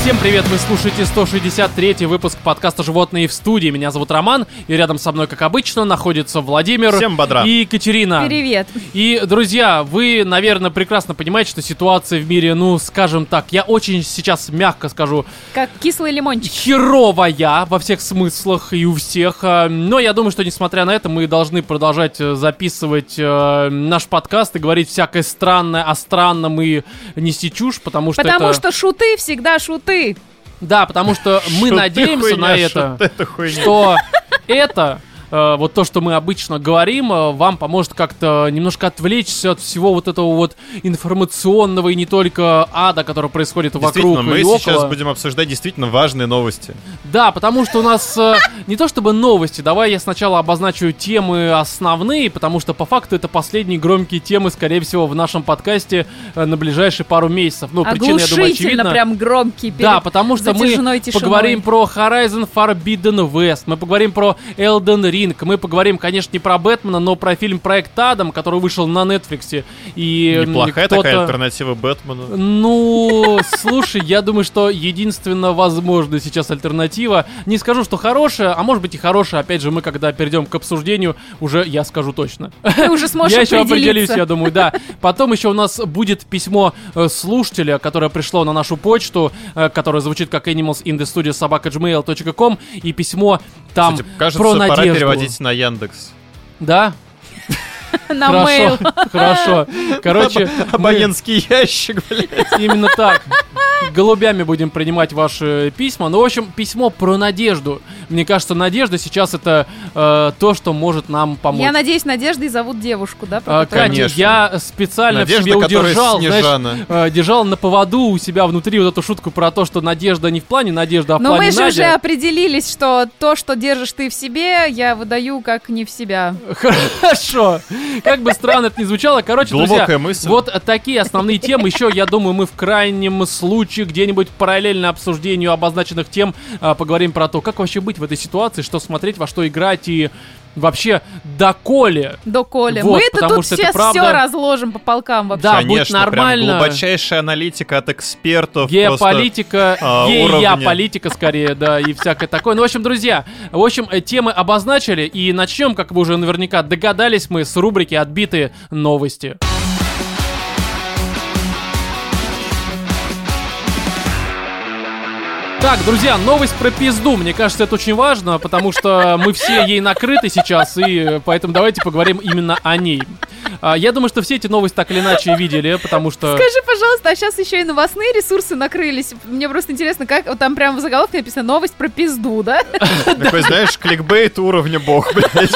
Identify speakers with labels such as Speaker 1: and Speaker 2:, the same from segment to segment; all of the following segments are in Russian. Speaker 1: Всем привет, вы слушаете 163-й выпуск подкаста «Животные в студии». Меня зовут Роман, и рядом со мной, как обычно, находится Владимир
Speaker 2: Всем бодра.
Speaker 1: и Екатерина.
Speaker 3: Привет.
Speaker 1: И, друзья, вы, наверное, прекрасно понимаете, что ситуация в мире, ну, скажем так, я очень сейчас мягко скажу,
Speaker 3: Как кислый лимончик.
Speaker 1: херовая во всех смыслах и у всех. Э, Но я думаю, что несмотря на это, мы должны продолжать э, записывать э, наш подкаст и говорить всякое странное о странном и нести чушь, потому что
Speaker 3: Потому
Speaker 1: это...
Speaker 3: что шуты всегда шуты.
Speaker 1: Да, потому что мы
Speaker 2: Шо ты
Speaker 1: надеемся
Speaker 2: хуйня,
Speaker 1: на
Speaker 2: шо
Speaker 1: это,
Speaker 2: ты это хуйня.
Speaker 1: что это... э, Вот то, что мы обычно говорим, э, вам поможет как-то немножко отвлечься от всего вот этого вот информационного и не только ада, который происходит вокруг
Speaker 2: Действительно,
Speaker 1: и
Speaker 2: мы
Speaker 1: около.
Speaker 2: сейчас будем обсуждать действительно важные новости.
Speaker 1: Да, потому что у нас э, не то чтобы новости, давай я сначала обозначу темы основные, потому что по факту это последние громкие темы, скорее всего, в нашем подкасте э, на ближайшие пару месяцев. Ну, причина, я думаю,
Speaker 3: Оглушительно
Speaker 1: очевидна.
Speaker 3: прям А громкий. перед
Speaker 1: Да, потому что мы
Speaker 3: затяжной тишиной.
Speaker 1: поговорим про Horizon Forbidden West, мы поговорим про Elden Ring, мы поговорим, конечно, не про Бэтмена, но про фильм Проект Адам, который вышел на Netflix. И м,
Speaker 2: Неплохая
Speaker 1: кто-то-
Speaker 2: такая альтернатива Бэтмену.
Speaker 1: ну, слушай, я думаю, что единственно возможная сейчас альтернатива. Не скажу, что хорошая, а может быть и хорошая. Опять же, мы когда перейдем к обсуждению, уже я скажу точно.
Speaker 3: Ты уже сможешь
Speaker 1: я еще определюсь,
Speaker 3: определиться.
Speaker 1: я думаю, да. Потом еще у нас будет письмо э, слушателя, которое пришло на нашу почту, э, которое звучит как animals in the studio gmail.com и письмо там
Speaker 2: Кстати, кажется,
Speaker 1: про
Speaker 2: пора
Speaker 1: надежду.
Speaker 2: переводить на Яндекс.
Speaker 1: Да?
Speaker 3: На
Speaker 1: хорошо,
Speaker 3: А мейл.
Speaker 1: хорошо. Короче, мы-
Speaker 2: Абонентский ящик, блядь.
Speaker 1: Именно так. Голубями будем принимать ваши письма. Ну, в общем, письмо про надежду. Мне кажется, надежда сейчас это э, то, что может нам помочь.
Speaker 3: Я надеюсь, Надеждой зовут девушку, да?
Speaker 1: Э,
Speaker 3: по
Speaker 1: Катя,
Speaker 3: которой-
Speaker 2: Конечно.
Speaker 1: я специально в
Speaker 2: Надежда,
Speaker 1: себе
Speaker 2: которая
Speaker 1: удержал, знаешь,
Speaker 2: Снежана.
Speaker 1: э, держал на поводу у себя внутри вот эту шутку про то, что надежда не в плане надежда, а в
Speaker 3: Но
Speaker 1: плане
Speaker 3: мы же
Speaker 1: Надя.
Speaker 3: уже определились, что то, что держишь ты в себе, я выдаю как не в себя.
Speaker 1: Хорошо. Как бы странно это ни звучало, короче, друзья,
Speaker 2: Глубокая мысль.
Speaker 1: вот такие основные темы. Еще, я думаю, мы в крайнем случае где-нибудь параллельно обсуждению обозначенных тем а, поговорим про то, как вообще быть в этой ситуации, что смотреть, во что играть и вообще доколе.
Speaker 3: До Коли.
Speaker 1: Вот,
Speaker 3: Мы-то
Speaker 1: потому
Speaker 3: тут
Speaker 1: что
Speaker 3: все,
Speaker 1: это правда.
Speaker 3: все разложим по полкам вообще.
Speaker 1: Да, будь
Speaker 2: Конечно,
Speaker 1: нормально.
Speaker 2: прям глубочайшая аналитика от экспертов. просто.
Speaker 1: Геополитика,
Speaker 2: а,
Speaker 1: гея
Speaker 2: уровня.
Speaker 1: политика скорее, да, и всякое такое. Ну, в общем, друзья, в общем, э, темы обозначили, и начнем, как вы уже наверняка догадались, мы с рубрики «Отбитые новости». Так, друзья, новость про пизду. Мне кажется, это очень важно, потому что мы все ей накрыты сейчас, и э, поэтому давайте поговорим именно о ней. А, Я думаю, что все эти новости так или иначе видели, потому что...
Speaker 3: Скажи, пожалуйста, а сейчас еще и новостные ресурсы накрылись. Мне просто интересно, как вот там прямо в заголовке написано новость про пизду, да?
Speaker 2: Такой, знаешь, кликбейт уровня бог, блядь.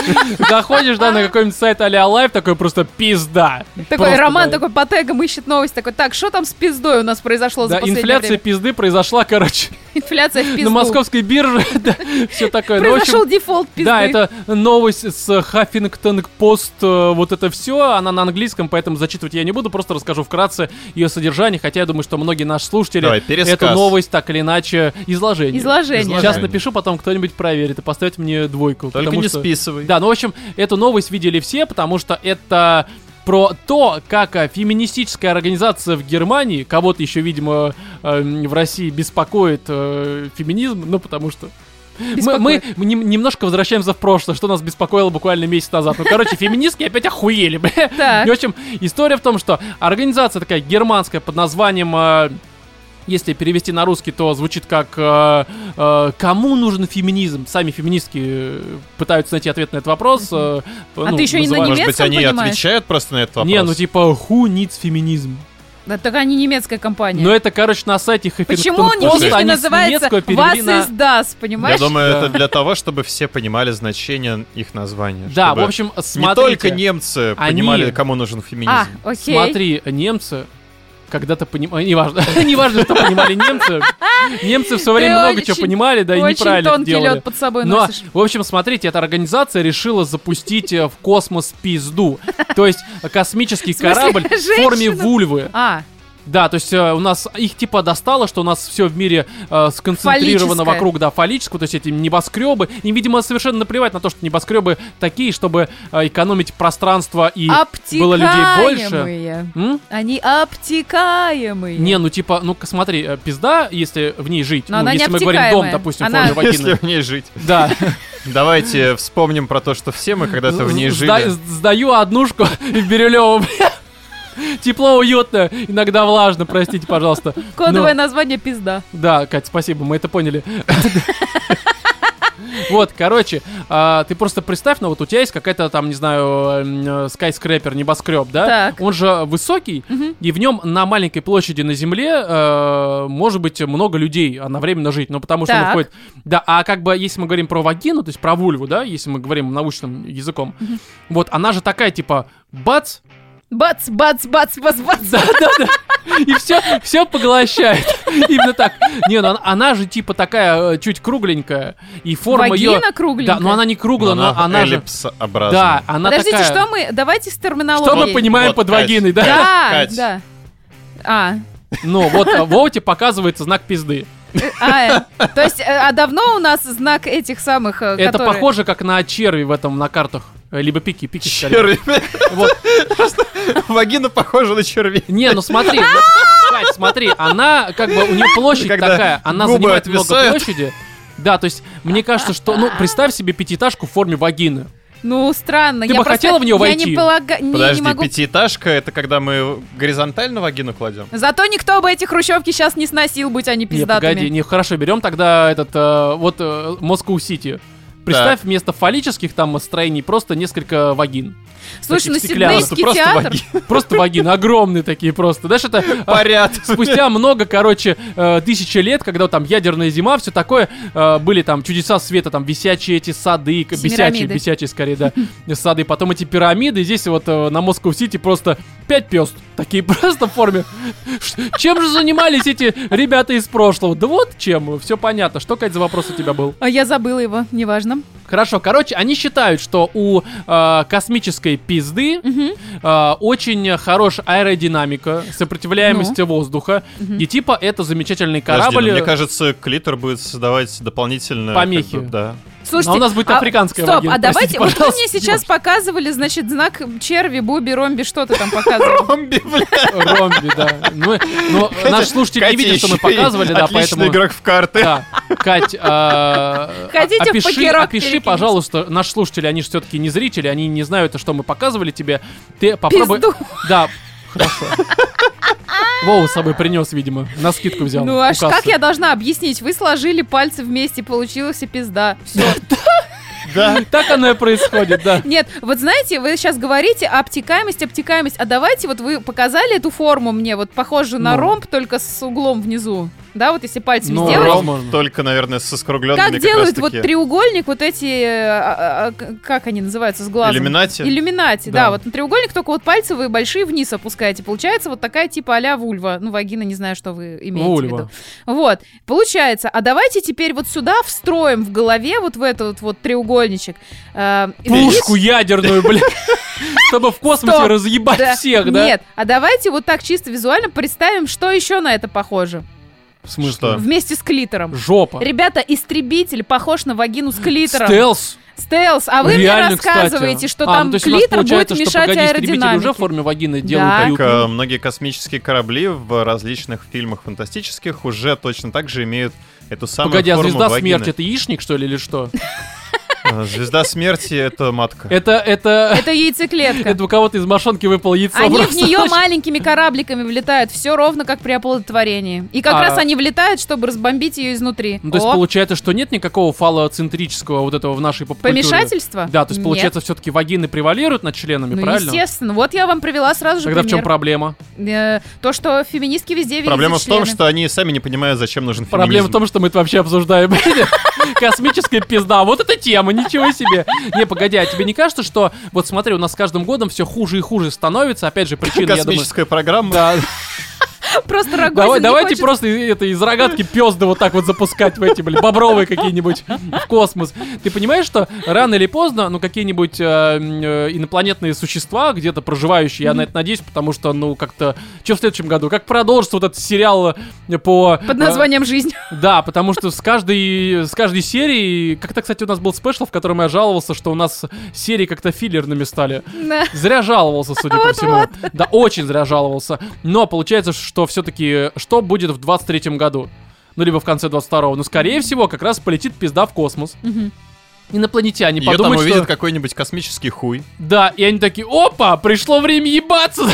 Speaker 1: Заходишь, да, на какой-нибудь сайт а-ля Live, такой просто пизда.
Speaker 3: Такой
Speaker 1: Просто,
Speaker 3: Роман
Speaker 1: да.
Speaker 3: такой по тегам ищет новость, такой, так, что там с пиздой у нас произошло
Speaker 1: Да,
Speaker 3: за последнее
Speaker 1: инфляция
Speaker 3: время?
Speaker 1: пизды произошла, короче,
Speaker 3: Инфляция в
Speaker 1: на
Speaker 3: пизду.
Speaker 1: московской бирже, да, все такое. Ну, в общем,
Speaker 3: Произошел дефолт пизды.
Speaker 1: Да, это новость с Хаффингтон Пост, э, вот это все, она на английском, поэтому зачитывать я не буду, просто расскажу вкратце ее содержание, хотя я думаю, что многие наши слушатели
Speaker 2: Давай, пересказ.
Speaker 1: эту новость так или иначе изложение.
Speaker 3: изложение.
Speaker 1: Сейчас
Speaker 2: Изложение.
Speaker 1: напишу, потом кто-нибудь проверит и поставит мне двойку.
Speaker 2: Только
Speaker 1: потому
Speaker 2: не
Speaker 1: что-
Speaker 2: списывай.
Speaker 1: Да, ну, в общем, эту новость видели все, потому что это про то, как э, феминистическая организация в Германии, кого-то еще, видимо, э, в России беспокоит э, феминизм, ну, потому что... Мы,
Speaker 3: Беспокоит.
Speaker 1: мы нем- немножко возвращаемся в прошлое, что нас беспокоило буквально месяц назад. Ну, короче, феминистки опять охуели, бля.
Speaker 3: Так.
Speaker 1: И, в общем, история в том, что организация такая германская под названием... э, если перевести на русский, то звучит как э, э, «Кому нужен феминизм?» Сами феминистки э, пытаются найти ответ на этот вопрос. э,
Speaker 3: А ты еще и на
Speaker 1: называют-
Speaker 2: Может быть,
Speaker 3: немецком
Speaker 2: они
Speaker 3: понимаешь?
Speaker 2: отвечают просто на этот вопрос?
Speaker 1: Не, ну типа «Who needs феминизм?»
Speaker 3: Да, только они немецкая компания.
Speaker 1: Но это, короче, на сайте
Speaker 3: Почему
Speaker 1: Huffington
Speaker 3: он не- у
Speaker 1: Post,
Speaker 3: них не
Speaker 1: они с
Speaker 3: называется
Speaker 1: немецкого
Speaker 3: «Вас
Speaker 1: перевели на...
Speaker 3: из Дас»,
Speaker 2: Я
Speaker 3: понимаешь?
Speaker 2: думаю,
Speaker 1: Да.
Speaker 2: это для того, чтобы все понимали значение их названия.
Speaker 1: Да,
Speaker 2: чтобы
Speaker 1: в общем,
Speaker 2: Не
Speaker 1: смотрите.
Speaker 2: только немцы
Speaker 1: Они-
Speaker 2: понимали, кому нужен
Speaker 3: А,
Speaker 2: феминизм.
Speaker 3: окей.
Speaker 1: Смотри, немцы когда-то понимали... Неважно. Неважно, что понимали немцы. Немцы в свое
Speaker 3: Ты
Speaker 1: время много
Speaker 3: очень-
Speaker 1: чего понимали, да и
Speaker 3: Очень
Speaker 1: неправильно это
Speaker 3: тонкий
Speaker 1: делали. Ну, а
Speaker 3: лед под собой
Speaker 1: Но,
Speaker 3: носишь.
Speaker 1: в общем, смотрите, эта организация решила запустить э, в космос пизду. То есть э, космический
Speaker 3: В смысле,
Speaker 1: корабль в форме
Speaker 3: женщину?
Speaker 1: вульвы.
Speaker 3: А,
Speaker 1: Да, то есть э, у нас их типа достало, что у нас все в мире э, сконцентрировано
Speaker 3: Фаллическое.
Speaker 1: вокруг, да, фаллического, то есть эти небоскребы. Им, видимо, совершенно наплевать на то, что небоскребы такие, чтобы э, экономить пространство и... было людей больше.
Speaker 3: Обтекаемые.
Speaker 1: М?
Speaker 3: Они обтекаемые.
Speaker 1: Не, ну типа, ну-ка смотри, э, пизда, если в ней жить,
Speaker 3: Но
Speaker 1: ну,
Speaker 3: она не
Speaker 1: если мы говорим дом,
Speaker 3: обтекаемая.
Speaker 1: допустим,
Speaker 3: Она-
Speaker 1: в форме
Speaker 2: Если
Speaker 1: вагины.
Speaker 2: в ней жить.
Speaker 1: Да.
Speaker 2: Давайте вспомним про то, что все мы когда-то в ней
Speaker 1: Сда-
Speaker 2: жили.
Speaker 1: Сдаю однушку в Бирюлево, Тепло, уютно, иногда влажно, простите, пожалуйста.
Speaker 3: Кодовое
Speaker 1: ну.
Speaker 3: название пизда.
Speaker 1: Да, Кать, спасибо, мы это поняли. Вот, короче, а, ты просто представь, ну вот у тебя есть какая-то там, не знаю, м, э, скайскрепер, небоскреб, да?
Speaker 3: Так.
Speaker 1: Он же высокий,
Speaker 3: Мгм.
Speaker 1: и в нем на маленькой площади на земле э, может быть много людей одновременно жить, ну потому что он
Speaker 3: Так.
Speaker 1: входит... Да, а как бы если мы говорим про вагину, то есть про вульву, да, если мы говорим научным языком, вот она же такая, типа, бац,
Speaker 3: Бац, бац, бац, бац, бац.
Speaker 1: да, да, да. И все, все поглощает. Именно так. Не, ну она, она же типа такая э, чуть кругленькая. И форма ее...
Speaker 3: Вагина кругленькая.
Speaker 1: Да, но она не круглая, но а она, же...
Speaker 2: эллипсообразна.
Speaker 1: Да, она
Speaker 3: Подождите,
Speaker 1: такая...
Speaker 3: что мы... Давайте с терминологией.
Speaker 1: Что мы понимаем
Speaker 2: Вот,
Speaker 1: под
Speaker 2: Кать,
Speaker 1: вагиной, да?
Speaker 3: Да,
Speaker 2: Кать.
Speaker 3: да. А,
Speaker 1: Ну, вот э, Вовте показывается знак пизды.
Speaker 3: а, э, то есть, э, а давно у нас знак этих самых, э,
Speaker 1: Это
Speaker 3: которые-
Speaker 1: похоже как на черви в этом, на картах. Э, Либо пики, пики скорее.
Speaker 2: Черви.
Speaker 1: Вот.
Speaker 2: Вагина похожа на червей.
Speaker 1: Не, ну смотри, ну, Кать, смотри, она как бы у нее площадь
Speaker 2: Когда
Speaker 1: такая, она
Speaker 2: губы
Speaker 1: занимает много
Speaker 2: отвисают.
Speaker 1: площади. Да, то есть мне кажется, что, ну, представь себе пятиэтажку в форме вагины.
Speaker 3: Ну, странно.
Speaker 1: Ты
Speaker 3: я
Speaker 1: бы
Speaker 3: просто-
Speaker 1: хотела в неё
Speaker 3: Я
Speaker 1: войти?
Speaker 3: не полагаю... не
Speaker 2: Подожди,
Speaker 3: могу...
Speaker 2: пятиэтажка это когда мы горизонтально вагину кладем?
Speaker 3: Зато никто бы эти хрущевки сейчас не сносил, будь они
Speaker 1: Не,
Speaker 3: пиздатыми.
Speaker 1: погоди, не, хорошо, берем тогда этот, э, вот, э, Москоу-Сити. Представь, вместо фаллических там строений просто несколько вагин.
Speaker 3: Слушай,
Speaker 1: таких
Speaker 3: ну
Speaker 1: стеклянных.
Speaker 3: Сиднейский
Speaker 2: Просто
Speaker 3: театр...
Speaker 2: вагина.
Speaker 1: Просто вагины, огромные такие просто. Знаешь, это э,
Speaker 2: Поряд.
Speaker 1: спустя много, короче, э, тысячи лет, когда вот там ядерная зима, все такое, э, были там чудеса света, там висячие эти сады, к- бесячие,
Speaker 3: Семирамиды.
Speaker 1: бесячие скорее, да, сады, потом эти пирамиды, и здесь вот э, на Москоу-Сити просто пять пёст, такие просто в форме. Ш- Чем же занимались эти ребята из прошлого? Да вот чем, все понятно. Что, Кать, за вопрос у тебя был?
Speaker 3: А я забыла его, неважно.
Speaker 1: Хорошо, короче, они считают, что у э, космической пизды
Speaker 3: Мгм.
Speaker 1: э, очень хорошая аэродинамика,
Speaker 3: Ну.
Speaker 1: сопротивляемость воздуха, и типа это замечательный
Speaker 2: Подожди, ну,
Speaker 1: корабль. э,
Speaker 2: мне кажется, клитор будет создавать дополнительно... как
Speaker 1: Помехи.
Speaker 2: бы, Да.
Speaker 3: Слушайте,
Speaker 1: А у нас будет
Speaker 3: а-
Speaker 1: африканская
Speaker 3: Стоп,
Speaker 1: вагина,
Speaker 3: а
Speaker 1: простите,
Speaker 3: давайте... вот вы мне
Speaker 1: пожалуйста.
Speaker 3: сейчас показывали, значит, знак черви, буби, ромби, что ты там показывал?
Speaker 2: Бомби, блядь.
Speaker 1: э, Ромби, да. Ну, э, ну, наш слушатель не
Speaker 2: Катя
Speaker 1: видит, что мы
Speaker 2: еще и
Speaker 1: показывали, да,
Speaker 2: отличный
Speaker 1: поэтому...
Speaker 2: игрок в карты.
Speaker 1: Да, Кать, э,
Speaker 3: Хотите в
Speaker 1: опиши,
Speaker 3: покерок
Speaker 1: опиши
Speaker 3: перекинуть?
Speaker 1: пожалуйста, наши слушатели, они же все-таки не зрители, они не знают, что мы показывали тебе. Ты попробуй...
Speaker 3: Пизду.
Speaker 1: Да, хорошо. Вова с собой принес, видимо, на скидку взял.
Speaker 3: Ну
Speaker 1: у
Speaker 3: аж
Speaker 1: кассы.
Speaker 3: как я должна объяснить? Вы сложили пальцы вместе, получилась и пизда. Все.
Speaker 2: Да.
Speaker 1: Так оно и происходит, да.
Speaker 3: Нет, вот знаете, вы сейчас говорите обтекаемость, обтекаемость. А давайте вот вы показали эту форму мне, вот похожую на
Speaker 1: Ну.
Speaker 3: ромб, только с углом внизу. Да, вот если пальцами
Speaker 1: Ну,
Speaker 3: сделать.
Speaker 1: ромб,
Speaker 2: Ром только, наверное, со скругленными
Speaker 3: Как
Speaker 2: как
Speaker 3: делают
Speaker 2: раз
Speaker 3: вот
Speaker 2: таки.
Speaker 3: треугольник, вот эти, э, а, а, к- как они называются, с глазом?
Speaker 2: Иллюминати?
Speaker 3: Иллюминати, да.
Speaker 1: Да.
Speaker 3: вот на треугольник только вот пальцы вы большие вниз опускаете. Получается вот такая типа а-ля вульва. Ну, вагина, не знаю, что вы имеете в виду.
Speaker 1: Вульва.
Speaker 3: Вот, получается. А давайте теперь вот сюда встроим в голове вот в этот вот треугольничек. э,
Speaker 1: Пушку ядерную, блядь. Чтобы в космосе
Speaker 3: Стоп.
Speaker 1: разъебать всех, да?
Speaker 3: Нет, а давайте вот так чисто визуально представим, что еще на это похоже.
Speaker 1: В
Speaker 2: Что?
Speaker 1: смысле?
Speaker 3: Вместе с клитором.
Speaker 1: Жопа.
Speaker 3: Ребята, истребитель похож на вагину с клитором.
Speaker 1: Стелс.
Speaker 3: Стелс, а вы
Speaker 1: Реально,
Speaker 3: мне рассказываете,
Speaker 1: кстати.
Speaker 3: что
Speaker 1: А,
Speaker 3: там
Speaker 1: ну, то есть у нас
Speaker 3: клитор будет
Speaker 1: получается, что,
Speaker 3: мешать
Speaker 1: погоди, истребители
Speaker 3: аэродинамике.
Speaker 1: уже в форме вагины делают
Speaker 3: Да.
Speaker 2: Так,
Speaker 1: уютно.
Speaker 2: э, многие космические корабли в различных фильмах фантастических уже точно так же имеют эту самую
Speaker 1: Погоди, а
Speaker 2: форму
Speaker 1: звезда
Speaker 2: вагины.
Speaker 1: смерти это яичник, что ли, или что?
Speaker 2: Э, Звезда смерти — это матка.
Speaker 1: Это, это,
Speaker 3: Это яйцеклетка.
Speaker 1: это у кого-то из мошонки выпало яйцо.
Speaker 3: Они в
Speaker 1: просто.
Speaker 3: нее маленькими корабликами влетают, все ровно как при оплодотворении. И как
Speaker 1: А.
Speaker 3: раз они влетают, чтобы разбомбить ее изнутри.
Speaker 1: Ну, то есть
Speaker 3: О,
Speaker 1: получается, что нет никакого фалоцентрического вот этого в нашей попкультуре?
Speaker 3: помешательство?
Speaker 1: Да, то есть
Speaker 3: Нет.
Speaker 1: получается, все-таки вагины превалируют над членами,
Speaker 3: Ну,
Speaker 1: правильно?
Speaker 3: естественно. Вот я вам привела сразу же
Speaker 1: Тогда в чем
Speaker 3: пример.
Speaker 1: проблема?
Speaker 3: Э, То, что феминистки везде видят
Speaker 2: Проблема в том,
Speaker 3: члены.
Speaker 2: что они сами не понимают, зачем нужен феминизм.
Speaker 1: Проблема в том, что мы это вообще обсуждаем. Космическая пизда. Вот это тема, ничего себе. Не, погоди, а тебе не кажется, что... Вот смотри, у нас с каждым годом все хуже и хуже становится. Опять же, причина, я думаю...
Speaker 2: Космическая программа.
Speaker 1: Да.
Speaker 3: Просто Рогозин
Speaker 1: Давай,
Speaker 3: не
Speaker 1: давайте
Speaker 3: хочет-
Speaker 1: просто и- это из рогатки пезды вот так вот запускать в эти, блин, бобровые какие-нибудь в космос. Ты понимаешь, что рано или поздно, ну, какие-нибудь э, м, э, инопланетные существа, где-то проживающие, я на это надеюсь, потому что, ну, как-то, что в следующем году, как продолжится вот этот сериал э, по...
Speaker 3: Под
Speaker 1: э,
Speaker 3: названием «Жизнь».
Speaker 1: Да, потому что с каждой, с каждой серии, как-то, кстати, у нас был спешл, в котором я жаловался, что у нас серии как-то филлерными стали.
Speaker 3: Да.
Speaker 1: Зря жаловался, судя по всему. Да, очень зря жаловался. Но получается, что все-таки что будет в 23-м году? Ну, либо в конце 22-го. Но, скорее всего, как раз полетит пизда в космос.
Speaker 3: Мгм.
Speaker 1: Инопланетяне
Speaker 2: Её там
Speaker 1: подумают,
Speaker 2: увидит
Speaker 1: что...
Speaker 2: какой-нибудь космический хуй.
Speaker 1: Да, и они такие, опа, пришло время ебаться.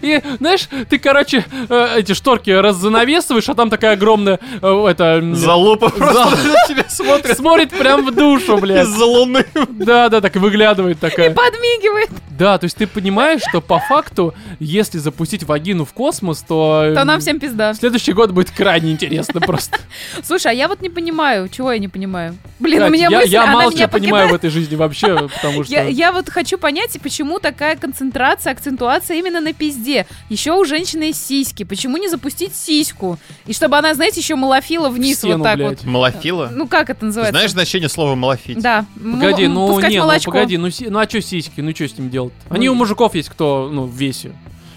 Speaker 1: И, знаешь, ты, короче, э, эти шторки раззанавесываешь, а там такая огромная, э, это... м,
Speaker 2: Залупа
Speaker 1: Зал-
Speaker 2: просто на тебя смотрит
Speaker 1: Смотрит прям в душу, блядь.
Speaker 2: из-за луны.
Speaker 1: Да, да, так и выглядывает такая.
Speaker 3: Подмигивает.
Speaker 1: Да, то есть ты понимаешь, что по факту, если запустить вагину в космос, то...
Speaker 3: То нам
Speaker 1: м,
Speaker 3: всем пизда.
Speaker 1: Следующий год будет крайне интересно просто.
Speaker 3: Слушай, а я вот не понимаю, чего я не понимаю. Блин, у
Speaker 1: Кать,
Speaker 3: меня
Speaker 1: я,
Speaker 3: мысль,
Speaker 1: я
Speaker 3: она
Speaker 1: мало
Speaker 3: меня
Speaker 1: чего понимаю в
Speaker 3: покидает.
Speaker 1: этой жизни вообще, потому что...
Speaker 3: Я, я вот хочу понять, и почему такая концентрация, акцентуация именно на пизде. Еще у женщины есть сиськи. Почему не запустить сиську? И чтобы она, знаете, еще малофила
Speaker 1: в
Speaker 3: вниз
Speaker 1: стену,
Speaker 3: вот так
Speaker 1: блядь.
Speaker 3: вот.
Speaker 2: Малофила?
Speaker 3: Ну как это называется?
Speaker 2: Знаешь значение слова малофить?
Speaker 3: да.
Speaker 1: Погоди,
Speaker 3: М-
Speaker 1: ну
Speaker 3: пускать
Speaker 1: не, ну
Speaker 3: молочко.
Speaker 1: погоди, ну, си- ну а что сиськи, ну что с ним делать? Они у
Speaker 3: Ну,
Speaker 1: мужиков есть, кто, ну, в весе,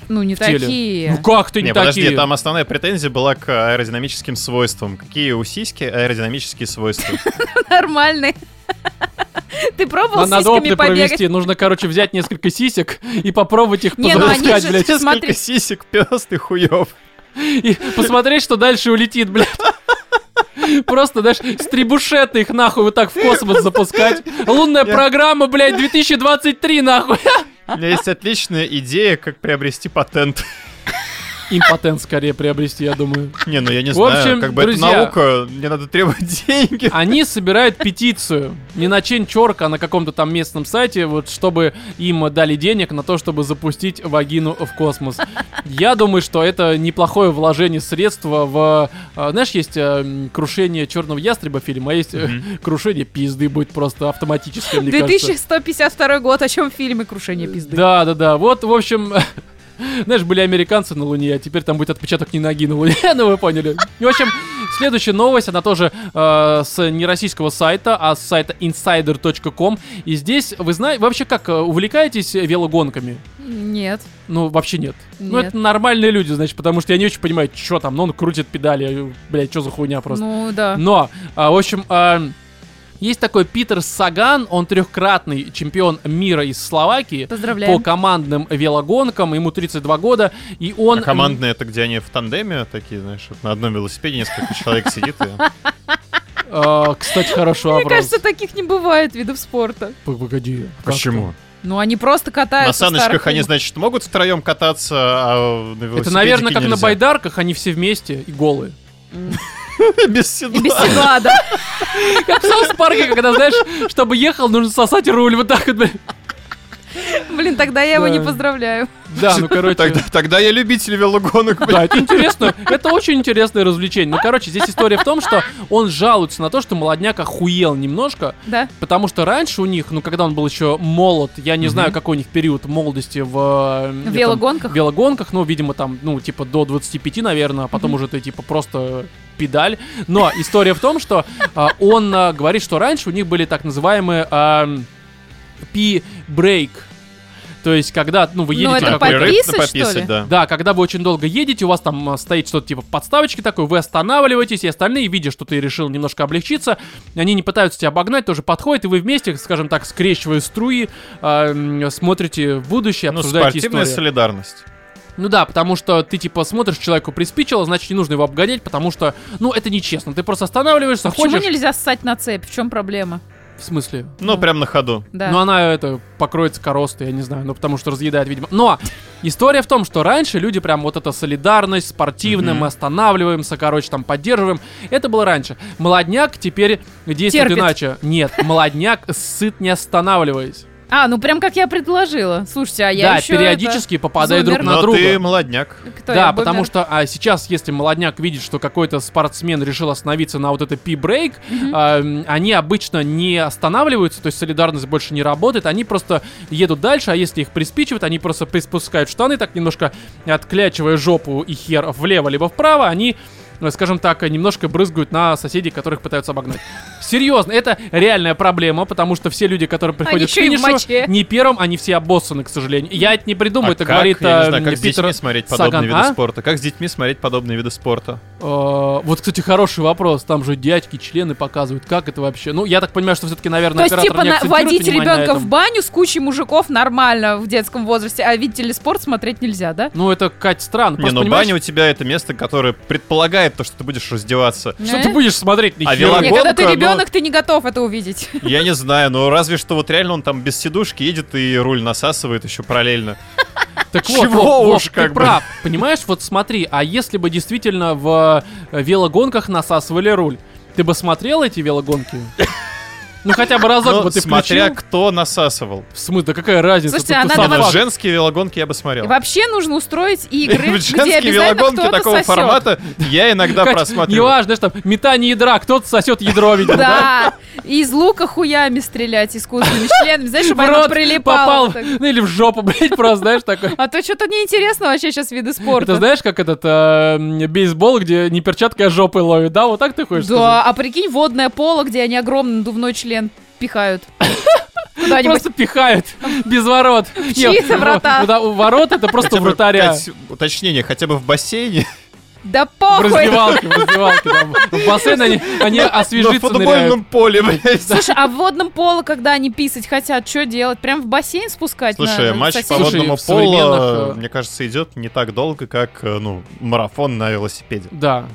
Speaker 3: Ну не
Speaker 1: в теле.
Speaker 3: такие.
Speaker 1: Ну как ты не,
Speaker 2: Не,
Speaker 1: такие?
Speaker 2: подожди, там основная претензия была к аэродинамическим свойствам. Какие у сиськи аэродинамические свойства?
Speaker 3: Нормальные. Ты пробовал
Speaker 1: На-
Speaker 3: Ну, с
Speaker 1: надо
Speaker 3: сиськами
Speaker 1: опыты
Speaker 3: побегать?
Speaker 1: провести, нужно, короче, взять несколько сисек и попробовать их
Speaker 3: Не, ну, они
Speaker 1: позапускать,
Speaker 3: же-
Speaker 1: блядь,
Speaker 3: Ты смотри.
Speaker 2: Несколько сисек, пёс ты хуёв.
Speaker 1: и посмотреть, что дальше улетит, блядь. Просто, знаешь, с трибушета их нахуй вот так в космос запускать. Лунная
Speaker 2: Я-
Speaker 1: программа, блядь, 2023, нахуй.
Speaker 2: У меня есть отличная идея, как приобрести патент.
Speaker 1: Импотент скорее приобрести, я думаю.
Speaker 2: Не, ну я не
Speaker 1: В
Speaker 2: знаю,
Speaker 1: общем,
Speaker 2: как бы это
Speaker 1: друзья- А
Speaker 2: наука, мне надо требовать деньги.
Speaker 1: Они собирают петицию не на чен чорка, а на каком-то там местном сайте, вот чтобы им дали денег на то, чтобы запустить вагину в космос. Я думаю, что это неплохое вложение средств в... э, Знаешь, есть э, м, крушение черного ястреба фильм, а есть э, крушение пизды будет просто автоматически, мне кажется.
Speaker 3: 2152 год, о чем в фильме «Крушение пизды».
Speaker 1: Э, Да, да, да. Вот, в общем, знаешь, были американцы на Луне, а теперь там будет отпечаток не ноги на Луне, ну вы поняли. И, В общем, следующая новость, она тоже э, с не российского сайта, а с сайта insider.com. И здесь, вы знаете, вы вообще как, э, увлекаетесь велогонками?
Speaker 3: Нет.
Speaker 1: Ну, вообще нет. Ну,
Speaker 3: Нет.
Speaker 1: это нормальные люди, значит, потому что я не очень понимаю, что там, но он крутит педали, э, блядь, что за хуйня просто.
Speaker 3: Ну да.
Speaker 1: Но, а, в общем, а, есть такой Питер Саган, он трехкратный чемпион мира из Словакии по
Speaker 3: Поздравляем.
Speaker 1: командным велогонкам, ему 32 года, и
Speaker 2: А
Speaker 1: он...
Speaker 2: командные это где они в тандеме такие, знаешь, вот на одном велосипеде несколько человек сидит и...
Speaker 1: Э, кстати, хороший
Speaker 3: Мне
Speaker 1: вопрос.
Speaker 3: кажется, таких не бывает видов спорта.
Speaker 1: П- Погоди. как
Speaker 2: Почему?
Speaker 3: Ну они просто катаются.
Speaker 2: На
Speaker 3: в
Speaker 2: саночках
Speaker 3: старых
Speaker 2: они,
Speaker 3: фильмах.
Speaker 2: значит, могут втроем кататься, а на
Speaker 1: Это,
Speaker 2: велосипедике
Speaker 1: наверное, как на
Speaker 2: нельзя.
Speaker 1: байдарках, они все вместе и голые.
Speaker 2: Без
Speaker 3: И без
Speaker 2: седла.
Speaker 3: седла, да.
Speaker 1: Как в Саус Парке, когда, знаешь, чтобы ехал, нужно сосать руль вот так вот. блин.
Speaker 3: Блин, тогда я его
Speaker 1: Да.
Speaker 3: не поздравляю.
Speaker 1: Да, ну, короче.
Speaker 2: Тогда, тогда я любитель велогонок. блин.
Speaker 1: Да, это интересно. Это очень интересное развлечение. Ну, короче, здесь история в том, что он жалуется на то, что молодняк охуел немножко,
Speaker 3: Да.
Speaker 1: потому что раньше у них, ну, когда он был еще молод, я не знаю, какой у них период молодости в... э,
Speaker 3: В
Speaker 1: этом-
Speaker 3: велогонках.
Speaker 1: В велогонках, ну, видимо, там, ну, типа до 25, наверное, а потом уже ты, типа, просто педаль. Но история в том, что а, он а, говорит, что раньше у них были так называемые а, пи-брейк. То есть, когда, ну, вы
Speaker 3: Ну,
Speaker 1: едете...
Speaker 3: это
Speaker 1: какой-то-
Speaker 2: Прерыв на
Speaker 3: пописать, что
Speaker 2: пописать,
Speaker 3: ли?
Speaker 2: да.
Speaker 1: да, когда вы очень долго едете, у вас там а, стоит что-то типа подставочки такой, вы останавливаетесь, и остальные, видя, что ты решил немножко облегчиться, они не пытаются тебя обогнать, тоже подходят, и вы вместе, скажем так, скрещивая струи, а, м, смотрите в будущее,
Speaker 2: Ну,
Speaker 1: обсуждаете
Speaker 2: спортивная
Speaker 1: историю.
Speaker 2: солидарность.
Speaker 1: Ну да, потому что ты типа смотришь, человеку приспичило, значит не нужно его обгонять, потому что, ну это нечестно. Ты просто останавливаешься,
Speaker 3: Почему
Speaker 1: хочешь...
Speaker 3: нельзя ссать на цепь? В чем проблема?
Speaker 1: В смысле?
Speaker 2: Ну, прям на ходу.
Speaker 1: Ну,
Speaker 3: Да.
Speaker 1: она это покроется коростой, я не знаю, ну потому что разъедает, видимо. Но история в том, что раньше люди прям вот эта солидарность спортивная, мы останавливаемся, короче, там поддерживаем. Это было раньше. Молодняк теперь действует
Speaker 3: Терпит.
Speaker 1: иначе. Нет, молодняк сыт не останавливаясь.
Speaker 3: А, ну прям как я предложила. Слушайте, а я
Speaker 1: да,
Speaker 3: еще
Speaker 1: периодически попадают друг
Speaker 3: зумер.
Speaker 1: на
Speaker 2: Но
Speaker 1: друга.
Speaker 2: ты молодняк.
Speaker 1: Да, потому что а, сейчас, если молодняк видит, что какой-то спортсмен решил остановиться на вот это пи-брейк, а, м, они обычно не останавливаются, то есть солидарность больше не работает, они просто едут дальше, а если их приспичивают, они просто приспускают штаны, так немножко отклячивая жопу и хер влево либо вправо, они э, скажем так, немножко брызгают на соседей, которых пытаются обогнать. Серьезно, это реальная проблема, потому что все люди, которые приходят к
Speaker 3: еще и в
Speaker 1: финишу,
Speaker 3: моче.
Speaker 1: не первым, они все обоссаны, к сожалению. Я это не придумываю,
Speaker 2: А
Speaker 1: это
Speaker 2: как,
Speaker 1: говорит
Speaker 2: я не
Speaker 1: э,
Speaker 2: знаю, как с
Speaker 1: Питер
Speaker 2: детьми смотреть подобные
Speaker 1: Саган,
Speaker 2: виды
Speaker 1: а?
Speaker 2: спорта? Как с детьми смотреть подобные виды спорта?
Speaker 1: Э, Вот, кстати, хороший вопрос. Там же дядьки, члены показывают, как это вообще. Ну, я так понимаю, что все-таки,
Speaker 3: То
Speaker 1: наверное,
Speaker 3: есть,
Speaker 1: оператор
Speaker 3: типа,
Speaker 1: не
Speaker 3: на-
Speaker 1: акцентирует
Speaker 3: водить
Speaker 1: внимание на
Speaker 3: ребенка в
Speaker 1: этом.
Speaker 3: баню с кучей мужиков нормально в детском возрасте, а видите ли, спорт смотреть нельзя, да?
Speaker 1: Ну, это, Кать, странно.
Speaker 2: Не,
Speaker 1: Просто,
Speaker 2: ну
Speaker 1: понимаешь,
Speaker 2: баня у тебя это место, которое предполагает то, что ты будешь раздеваться.
Speaker 1: Что
Speaker 3: Э?
Speaker 1: ты будешь смотреть на
Speaker 2: А
Speaker 1: хера?
Speaker 2: велогон-
Speaker 3: Не, когда ты
Speaker 2: Гонка,
Speaker 3: ребенок, ты не готов это увидеть.
Speaker 2: Я не знаю, но разве что вот реально он там без сидушки едет и руль насасывает еще параллельно.
Speaker 1: Так
Speaker 2: Чего
Speaker 1: вот, вот, вот,
Speaker 2: уж
Speaker 1: ты
Speaker 2: как бы.
Speaker 1: прав. Понимаешь, вот смотри, а если бы действительно в э, велогонках насасывали руль, ты бы смотрел эти велогонки? Ну, хотя бы разок
Speaker 2: Но
Speaker 1: бы ты
Speaker 2: смотря
Speaker 1: включил.
Speaker 2: кто насасывал.
Speaker 1: В смысле, да какая разница? Тут
Speaker 3: Слушайте, а
Speaker 1: ты
Speaker 3: надо
Speaker 1: сам
Speaker 2: На
Speaker 3: вот-
Speaker 1: факт.
Speaker 2: женские велогонки я бы смотрел.
Speaker 3: Вообще нужно устроить игры,
Speaker 2: В
Speaker 3: где
Speaker 2: женские
Speaker 3: обязательно
Speaker 2: велогонки
Speaker 3: кто-то
Speaker 2: такого
Speaker 3: сосет.
Speaker 2: формата я иногда
Speaker 1: Кать,
Speaker 2: просматриваю.
Speaker 1: Неважно, что там метание ядра, кто-то сосет ядро, видимо,
Speaker 3: Да, и из лука хуями стрелять искусственными членами, знаешь,
Speaker 1: В
Speaker 3: чтобы оно
Speaker 1: рот
Speaker 3: прилипало.
Speaker 1: попал,
Speaker 3: так.
Speaker 1: ну или в жопу, блядь, просто, знаешь, такой.
Speaker 3: А то что-то неинтересно вообще сейчас виды
Speaker 1: Это
Speaker 3: спорта.
Speaker 1: знаешь, как этот э, м, бейсбол, где не перчатка, а жопой ловит, да? Вот так ты хочешь сказать?
Speaker 3: Да, а прикинь, водное поло, где они огромный надувной член пихают. Куда-нибудь.
Speaker 1: Просто пихают без ворот.
Speaker 3: чьи-то
Speaker 1: в-
Speaker 3: врата.
Speaker 1: куда- У ворот это просто
Speaker 2: Хотя бы,
Speaker 1: вратаря.
Speaker 2: Кать, уточнение, хотя бы в бассейне.
Speaker 3: Да
Speaker 1: В
Speaker 3: похуй!
Speaker 1: раздевалке, в раздевалке. там. В бассейн они, они
Speaker 2: Но в
Speaker 1: освежиться ныряют.
Speaker 2: футбольном поле, блядь.
Speaker 3: Слушай, а в водном поло, когда они писать хотят, что делать? Прям в бассейн спускать?
Speaker 2: Слушай,
Speaker 3: надо?
Speaker 2: матч по
Speaker 3: Соседей?
Speaker 1: Слушай,
Speaker 2: водному
Speaker 1: ну, в
Speaker 2: полу,
Speaker 1: современных, э,
Speaker 2: мне кажется, идет не так долго, как э, ну марафон на велосипеде.
Speaker 1: Да.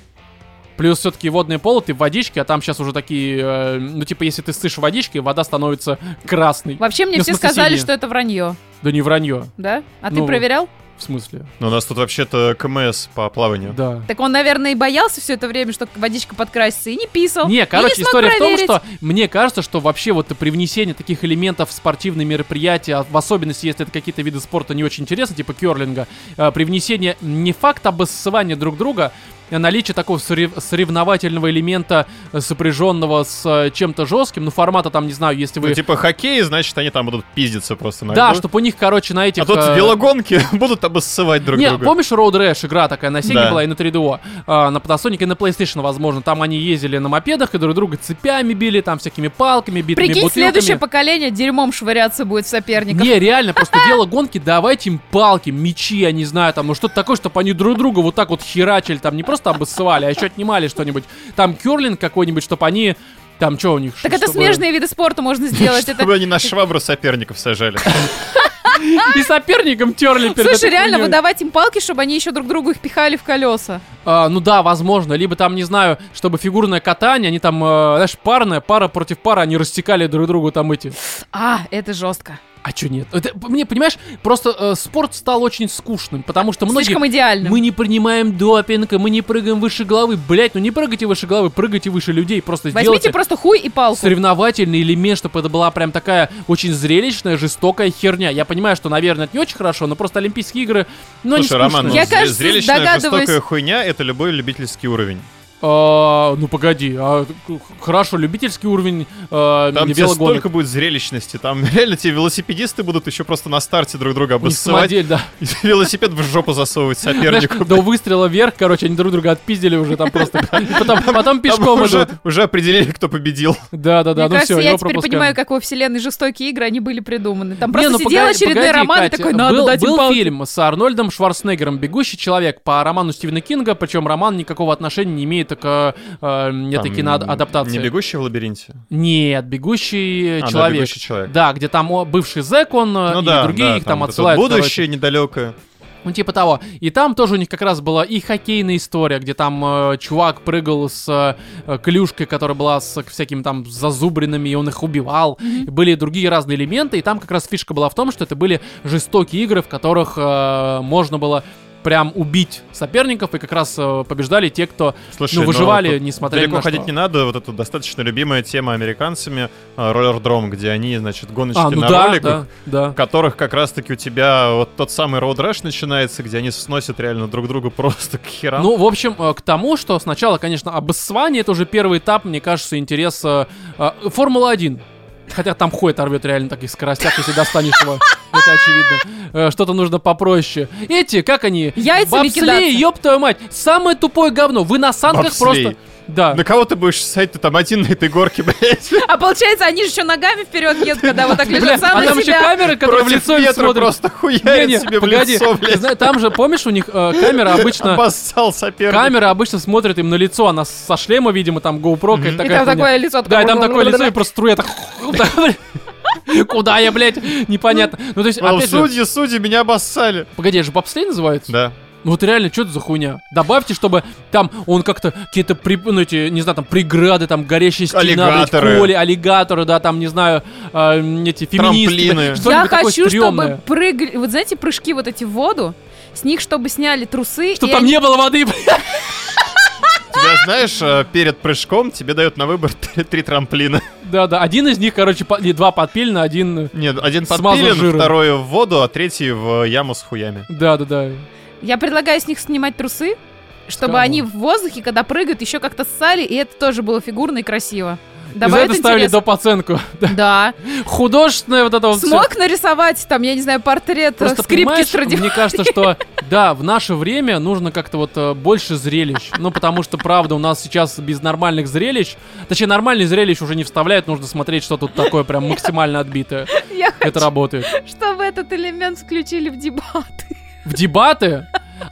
Speaker 1: Плюс все-таки водное поло, ты в водичке, а там сейчас уже такие, э, ну типа если ты стышь водички, вода становится красной.
Speaker 3: Вообще мне
Speaker 1: Ну, в
Speaker 3: все
Speaker 1: смысле,
Speaker 3: сказали,
Speaker 1: синие.
Speaker 3: что это вранье,
Speaker 1: Да не вранье,
Speaker 3: да? А
Speaker 1: Ну,
Speaker 3: ты проверял?
Speaker 1: в смысле.
Speaker 2: Но у нас тут вообще-то КМС по плаванию.
Speaker 1: Да.
Speaker 3: Так он, наверное, и боялся все это время, что водичка подкрасится, и Ну, не писал. и
Speaker 1: Не, короче,
Speaker 3: смог
Speaker 1: история
Speaker 3: проверить.
Speaker 1: в том, что мне кажется, что вообще вот при внесении таких элементов в спортивные мероприятия, а в особенности, если это какие-то виды спорта не очень интересны, типа керлинга, э, при внесении не факт обоссывания друг друга, а наличие такого сорев- соревновательного элемента, э, сопряженного с э, чем-то жестким, ну формата там, не знаю, если
Speaker 2: Ну,
Speaker 1: вы...
Speaker 2: типа хоккей, значит, они там будут пиздиться просто на
Speaker 1: да, чтобы у них, короче, на этих...
Speaker 2: А тут
Speaker 1: э,
Speaker 2: велогонки будут обоссывать друг
Speaker 1: не,
Speaker 2: друга.
Speaker 1: помнишь Road Rash игра такая на Sega
Speaker 2: Да.
Speaker 1: была и на 3DO, а, на Panasonic и на PlayStation, возможно. Там они ездили на мопедах и друг друга цепями били, там всякими палками, битыми
Speaker 3: Прикинь,
Speaker 1: бутылками.
Speaker 3: следующее поколение дерьмом швыряться будет в соперника.
Speaker 1: Не, реально, просто дело гонки, давайте им палки, мечи, я не знаю, там, ну что-то такое, чтобы они друг друга вот так вот херачили, там, не просто обоссывали, а еще отнимали что-нибудь. Там керлинг какой-нибудь, чтобы они, там, что у них?
Speaker 3: Так это
Speaker 1: чтобы-
Speaker 3: смежные виды спорта можно сделать. Это
Speaker 2: Чтобы они на швабру соперников сажали.
Speaker 1: И соперником терли перед
Speaker 3: Слушай,
Speaker 1: этой
Speaker 3: реально,
Speaker 1: хуйней.
Speaker 3: выдавать им палки, чтобы они еще друг другу их пихали в колеса.
Speaker 1: А, ну да, возможно. Либо там, не знаю, чтобы фигурное катание, они там, э, знаешь, парное, пара против пары, они растекали друг другу там эти.
Speaker 3: А, это жестко.
Speaker 1: А чё нет? Это, мне, понимаешь, просто э, спорт стал очень скучным, потому что многие...
Speaker 3: Слишком идеально.
Speaker 1: Мы не принимаем допинг, мы не прыгаем выше головы. Блять, ну не прыгайте выше головы, прыгайте выше людей. Просто
Speaker 3: Возьмите
Speaker 1: сделайте
Speaker 3: просто хуй и палку.
Speaker 1: соревновательный элемент, чтобы это была прям такая очень зрелищная, жестокая херня. Я понимаю, что, наверное, это не очень хорошо, но просто Олимпийские игры, ну,
Speaker 2: Слушай,
Speaker 1: они
Speaker 2: Роман, ну,
Speaker 1: скучные.
Speaker 3: Я,
Speaker 2: зре-
Speaker 3: кажется,
Speaker 2: зрелищная
Speaker 3: догадываюсь.
Speaker 2: жестокая хуйня — это любой любительский уровень.
Speaker 1: А, ну погоди, а, к- хорошо, любительский уровень э,
Speaker 2: Там тебе
Speaker 1: велогонок.
Speaker 2: столько будет зрелищности, там реально те велосипедисты будут еще просто на старте друг друга обоссывать,
Speaker 1: Несмотря, да.
Speaker 2: и велосипед в жопу засовывать сопернику.
Speaker 1: До выстрела вверх, короче, они друг друга отпиздили уже там просто. И Потом, потом
Speaker 2: Там
Speaker 1: пешком идут.
Speaker 2: уже, уже определили, кто победил.
Speaker 1: Да, да, да,
Speaker 3: Мне
Speaker 1: ну
Speaker 3: кажется,
Speaker 1: все,
Speaker 3: я
Speaker 1: его
Speaker 3: теперь
Speaker 1: пропускаем.
Speaker 3: понимаю, как во вселенной жестокие игры, они были придуманы. Там
Speaker 1: Не,
Speaker 3: просто
Speaker 1: ну
Speaker 3: сидел
Speaker 1: погоди,
Speaker 3: очередной
Speaker 1: погоди,
Speaker 3: роман и
Speaker 1: Катя,
Speaker 3: такой, «Ну, надо
Speaker 1: был,
Speaker 3: дать им
Speaker 1: был
Speaker 3: палки».
Speaker 1: фильм с Арнольдом Шварценеггером «Бегущий человек» по роману Стивена Кинга, причем роман никакого отношения не имеет к э, этой
Speaker 2: Там
Speaker 1: киноадаптации.
Speaker 2: Не бегущий в лабиринте?
Speaker 1: Нет, «Бегущий
Speaker 2: А, да,
Speaker 1: Э, человек».
Speaker 2: «Бегущий человек».
Speaker 1: Да, где там о, бывший зэк он э,
Speaker 2: Ну
Speaker 1: и
Speaker 2: да,
Speaker 1: другие
Speaker 2: да,
Speaker 1: их там,
Speaker 2: вот это
Speaker 1: отсылают. короче.
Speaker 2: Будущее недалекое.
Speaker 1: Ну, типа того. И там тоже у них как раз была и хоккейная история, где там э, чувак прыгал с э, клюшкой, которая была с всякими там зазубринами, и он их убивал. Были и другие разные элементы, и там как раз фишка была в том, что это были жестокие игры, в которых э, можно было прям убить соперников, и как раз э, побеждали те, кто
Speaker 2: Слушай,
Speaker 1: ну,
Speaker 2: но
Speaker 1: выживали,
Speaker 2: тут
Speaker 1: несмотря
Speaker 2: Далеко
Speaker 1: на что.
Speaker 2: ходить не надо, вот эта достаточно любимая тема американцами э, роллердром, где они, значит, гоночки
Speaker 1: а, ну
Speaker 2: на
Speaker 1: да,
Speaker 2: роликах,
Speaker 1: да, да.
Speaker 2: в которых как раз-таки у тебя вот тот самый роуд начинается, где они сносят реально друг друга просто к херам.
Speaker 1: Ну, в общем, э, к тому, что сначала, конечно, обоссывание, это уже первый этап, мне кажется, интереса э, Формула-1. Хотя там ходит орвет реально таких скоростях, если достанешь его. Это очевидно. Э, Что-то нужно попроще. Эти, как они?
Speaker 3: Яйцами кидаться.
Speaker 1: Бобслей, ёб твою мать. Самое тупое говно. Вы на санках
Speaker 2: Бобслей.
Speaker 1: просто... Да.
Speaker 2: На кого ты будешь сать? Ты там один на этой горке, блядь.
Speaker 3: А получается, они же еще ногами вперед едут, когда вот так
Speaker 1: Бля,
Speaker 3: лежат
Speaker 1: а
Speaker 3: сам
Speaker 1: там
Speaker 3: на
Speaker 1: еще
Speaker 3: себя.
Speaker 1: камеры, которые в
Speaker 2: Против
Speaker 1: лицо им
Speaker 2: ветра
Speaker 1: смотрят.
Speaker 2: просто хуярит
Speaker 1: Не-не,
Speaker 2: себе в
Speaker 1: погоди.
Speaker 2: лицо,
Speaker 1: Ты
Speaker 2: блядь.
Speaker 1: зна- Там же, помнишь, у них э, камера обычно...
Speaker 2: Обоссал соперника.
Speaker 1: Камера обычно смотрит им на лицо, она со шлема, видимо, там GoPro какая-то
Speaker 3: И
Speaker 1: такая.
Speaker 3: там
Speaker 1: хуйня.
Speaker 3: такое лицо.
Speaker 1: Да, и там такое лицо, и просто струя так... так, блядь. Куда я, блядь? Непонятно. Ну, то есть,
Speaker 2: Мол,
Speaker 1: опять же,
Speaker 2: судьи, судьи, меня обоссали.
Speaker 1: погоди, это же бобслей называется?
Speaker 2: Да.
Speaker 1: Ну вот реально, что это за хуйня? Добавьте, чтобы там он как-то какие-то, при- ну эти, не знаю, там преграды, там горящие стена, блядь,
Speaker 2: Аллигаторы.
Speaker 1: поле, аллигаторы, да, там, не знаю, э, эти феминисты.
Speaker 2: Трамплины.
Speaker 1: блядь, что-нибудь
Speaker 3: Я
Speaker 1: такое
Speaker 3: хочу,
Speaker 1: стрёмное.
Speaker 3: чтобы прыгали... Вот знаете, прыжки вот эти в воду, с них чтобы сняли трусы.
Speaker 1: Чтоб
Speaker 3: и
Speaker 1: там
Speaker 3: они-
Speaker 1: не было воды, блядь.
Speaker 2: Тебя, знаешь, э, перед прыжком тебе дают на выбор три три трамплина.
Speaker 1: Да-да, один из них, короче, по- или два подпильно, один...
Speaker 2: Нет, один
Speaker 1: Смазал
Speaker 2: подпилен,
Speaker 1: жиром.
Speaker 2: второй в воду, а третий в яму с хуями.
Speaker 1: Да-да-да.
Speaker 3: Я предлагаю с них снимать трусы, чтобы
Speaker 1: кого?
Speaker 3: они в воздухе, когда прыгают, еще как-то ссали, и это тоже было фигурно и красиво.
Speaker 1: И за это
Speaker 3: Добавит
Speaker 1: ставили
Speaker 3: интерес.
Speaker 1: доп. оценку.
Speaker 3: Да.
Speaker 1: Художественное вот это вот всё.
Speaker 3: Смог нарисовать там, я не знаю, портрет э,
Speaker 1: Просто
Speaker 3: скрипки
Speaker 1: понимаешь,
Speaker 3: с радио-
Speaker 1: мне кажется, что да, в наше время нужно как-то вот э, больше зрелищ. Ну, потому что, правда, у нас сейчас без нормальных зрелищ, точнее, нормальные зрелищ уже не вставляют, нужно смотреть, что тут такое прям максимально отбитое.
Speaker 3: Я
Speaker 1: Это
Speaker 3: хочу,
Speaker 1: работает.
Speaker 3: чтобы этот элемент включили в дебаты.
Speaker 1: В дебаты?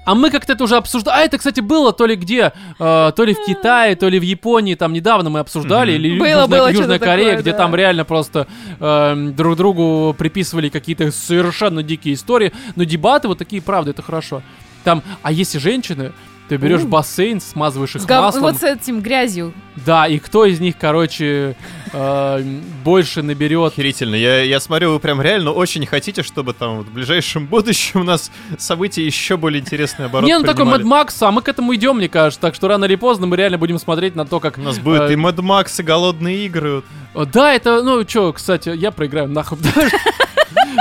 Speaker 1: А мы как-то это уже обсуждали. А это, кстати, было то ли где, э, то ли в Китае, то ли в Японии, там недавно мы обсуждали,
Speaker 2: Мгм.
Speaker 1: или
Speaker 3: Было,
Speaker 1: Южная,
Speaker 3: было
Speaker 1: Южная
Speaker 3: что-то
Speaker 1: Корея,
Speaker 3: такое,
Speaker 1: где
Speaker 3: да.
Speaker 1: там реально просто э, друг другу приписывали какие-то совершенно дикие истории. Но дебаты вот такие, правда, это хорошо. Там, а если женщины, ты берешь
Speaker 3: М.
Speaker 1: бассейн, смазываешь их
Speaker 3: С гов-
Speaker 1: маслом.
Speaker 3: Вот с этим грязью.
Speaker 1: Да, и кто из них, короче, э, больше наберет.
Speaker 2: Охерительно. Я, я смотрю, вы прям реально очень хотите, чтобы там вот в ближайшем будущем у нас события еще более интересные оборот
Speaker 1: Не, ну такой Mad
Speaker 2: принимали.
Speaker 1: Max, а мы к этому идем, мне кажется. Так что рано или поздно мы реально будем смотреть на то, как
Speaker 2: У нас будет
Speaker 1: э,
Speaker 2: и Mad Max, и голодные игры. вот,
Speaker 1: О, Да, это, ну чё, кстати, я проиграю нахуй.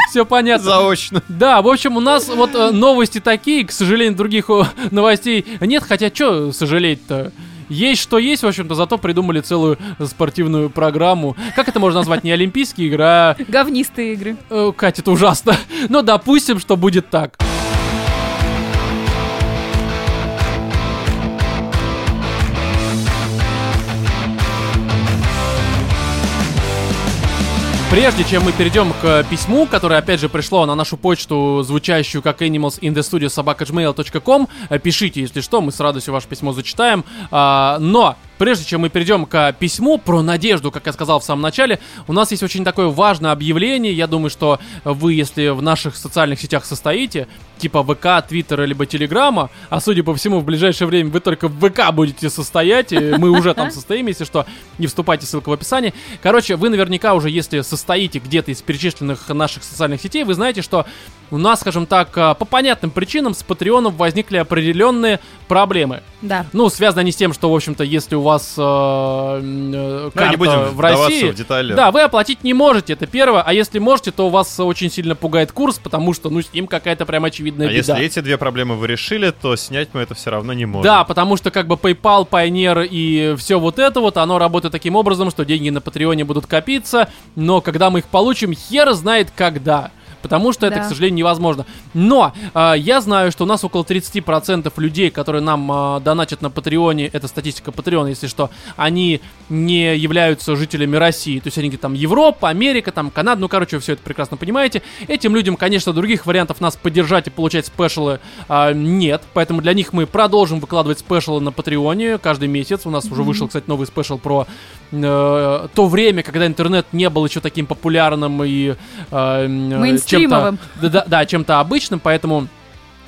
Speaker 1: Все понятно.
Speaker 2: Заочно.
Speaker 1: Да, в общем, у нас вот э, новости такие, к сожалению, других э, новостей нет, хотя чё сожалеть-то? Есть что есть, в общем-то, зато придумали целую спортивную программу. Как это можно назвать? Не Олимпийские игры, а...
Speaker 3: Говнистые игры.
Speaker 1: э, Катя, это ужасно. Но допустим, что будет так. Прежде чем мы перейдем к э, письму, которое опять же пришло на нашу почту, звучащую как animals in the studio собакаgmail.com, э, пишите, если что, мы с радостью ваше письмо зачитаем. А, но прежде чем мы перейдем к э, письму про надежду, как я сказал в самом начале, у нас есть очень такое важное объявление. Я думаю, что вы, если в наших социальных сетях состоите, типа ВК, Твиттера, либо Телеграма, а судя по всему, в ближайшее время вы только в ВК будете состоять, и мы уже там состоим, если что, не вступайте, ссылка в описании. Короче, вы наверняка уже, если состоите где-то из перечисленных наших социальных сетей, вы знаете, что у нас, скажем так, э, по понятным причинам с Патреоном возникли определенные проблемы.
Speaker 3: Да.
Speaker 1: Ну, связаны они с тем, что, в общем-то, если у вас э, м, э,
Speaker 2: Ну, не
Speaker 1: карта
Speaker 2: будем
Speaker 1: в
Speaker 2: вдаваться
Speaker 1: России...
Speaker 2: в детали. А
Speaker 1: Да, вы оплатить не можете, это первое. А если можете, то вас очень сильно пугает курс, потому что, ну, с ним какая-то прям
Speaker 2: А
Speaker 1: очевидная беда.
Speaker 2: если эти две проблемы вы решили, то снять мы это все равно не можем.
Speaker 1: Да, потому что как бы PayPal, Pioneer и все вот это вот, оно работает таким образом, что деньги на Патреоне будут копиться, но когда мы их получим, хер знает когда. Потому что это,
Speaker 3: Да.
Speaker 1: к сожалению, невозможно. Но э, я знаю, что у нас около 30% людей, которые нам э, донатят на Патреоне, это статистика Патреона, если что, они не являются жителями России. То есть они где-то там Европа, Америка, там Канада, ну, короче, вы все это прекрасно понимаете. Этим людям, конечно, других вариантов нас поддержать и получать спешалы а, нет. Поэтому для них мы продолжим выкладывать спешалы на Патреоне каждый месяц. У нас уже вышел, кстати, новый спешл про э, то время, когда интернет не был еще таким популярным и э, м, э, чем-то
Speaker 3: Мейнстримовым.
Speaker 1: да, да, да, чем-то обычным, поэтому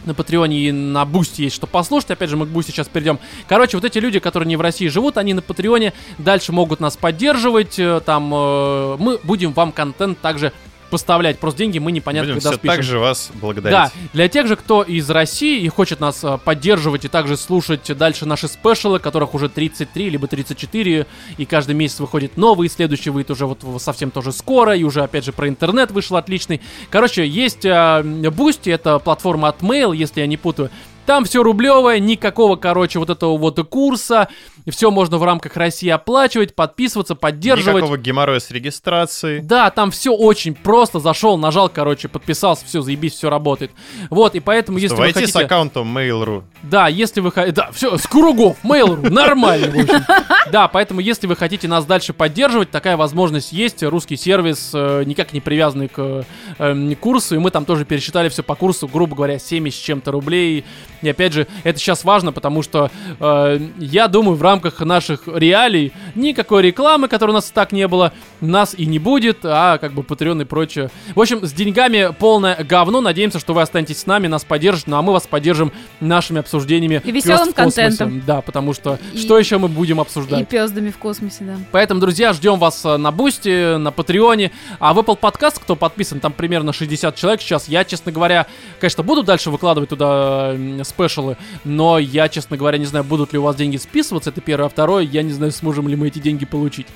Speaker 1: на Патреоне и на Бусти есть что послушать. Опять же, мы к Бусти сейчас перейдем. Короче, вот эти люди, которые не в России живут, они на Патреоне дальше могут нас поддерживать. э, Там э, мы будем вам контент также поставлять просто деньги, мы непонятно
Speaker 2: Будем
Speaker 1: когда
Speaker 2: все
Speaker 1: спишем.
Speaker 2: так же вас благодарить.
Speaker 1: Да, для тех же, кто из России и хочет нас э, поддерживать и также слушать дальше наши спешалы, которых уже 33 либо 34, и каждый месяц выходит новый, следующий выйдет уже вот в- совсем тоже скоро, и уже опять же про интернет вышел отличный. Короче, есть э, Boosty, это платформа от Mail, если я не путаю. Там все рублевое, никакого, короче, вот этого вот курса. Все можно в рамках России оплачивать, подписываться, поддерживать.
Speaker 2: Никакого геморроя с регистрацией.
Speaker 1: Да, там все очень просто. Зашел, нажал, короче, подписался, все, заебись, все работает. Вот, и поэтому, если вы
Speaker 2: Войти
Speaker 1: хотите...
Speaker 2: с аккаунтом Mail.ru.
Speaker 1: Да, если вы хотите... Да, все, с кругов, Mail.ru, нормально, в общем. Да, поэтому, если вы хотите нас дальше поддерживать, такая возможность есть. Русский сервис э, никак не привязанный к э, м, курсу, и мы там тоже пересчитали все по курсу, грубо говоря, 7 с чем-то рублей. И опять же, это сейчас важно, потому что э, я думаю, в рамках наших реалий никакой рекламы, которой у нас и так не было, нас и не будет, а как бы Patreon и прочее. В общем, с деньгами полное говно. Надеемся, что вы останетесь с нами, нас поддержите, ну а мы вас поддержим нашими обсуждениями.
Speaker 3: И веселым
Speaker 1: «Пёс в космосе».
Speaker 3: контентом.
Speaker 1: Да, потому что
Speaker 3: И-
Speaker 1: что еще мы будем обсуждать?
Speaker 3: И пездами в космосе, да.
Speaker 1: Поэтому, друзья, ждем вас э, на Бусти, на Патреоне. А в Apple Podcast, кто подписан, там примерно 60 человек сейчас. Я, честно говоря, конечно, буду дальше выкладывать туда м, спешалы, но я, честно говоря, не знаю, будут ли у вас деньги списываться, это первое. А второе, я не знаю, сможем ли мы эти деньги получить.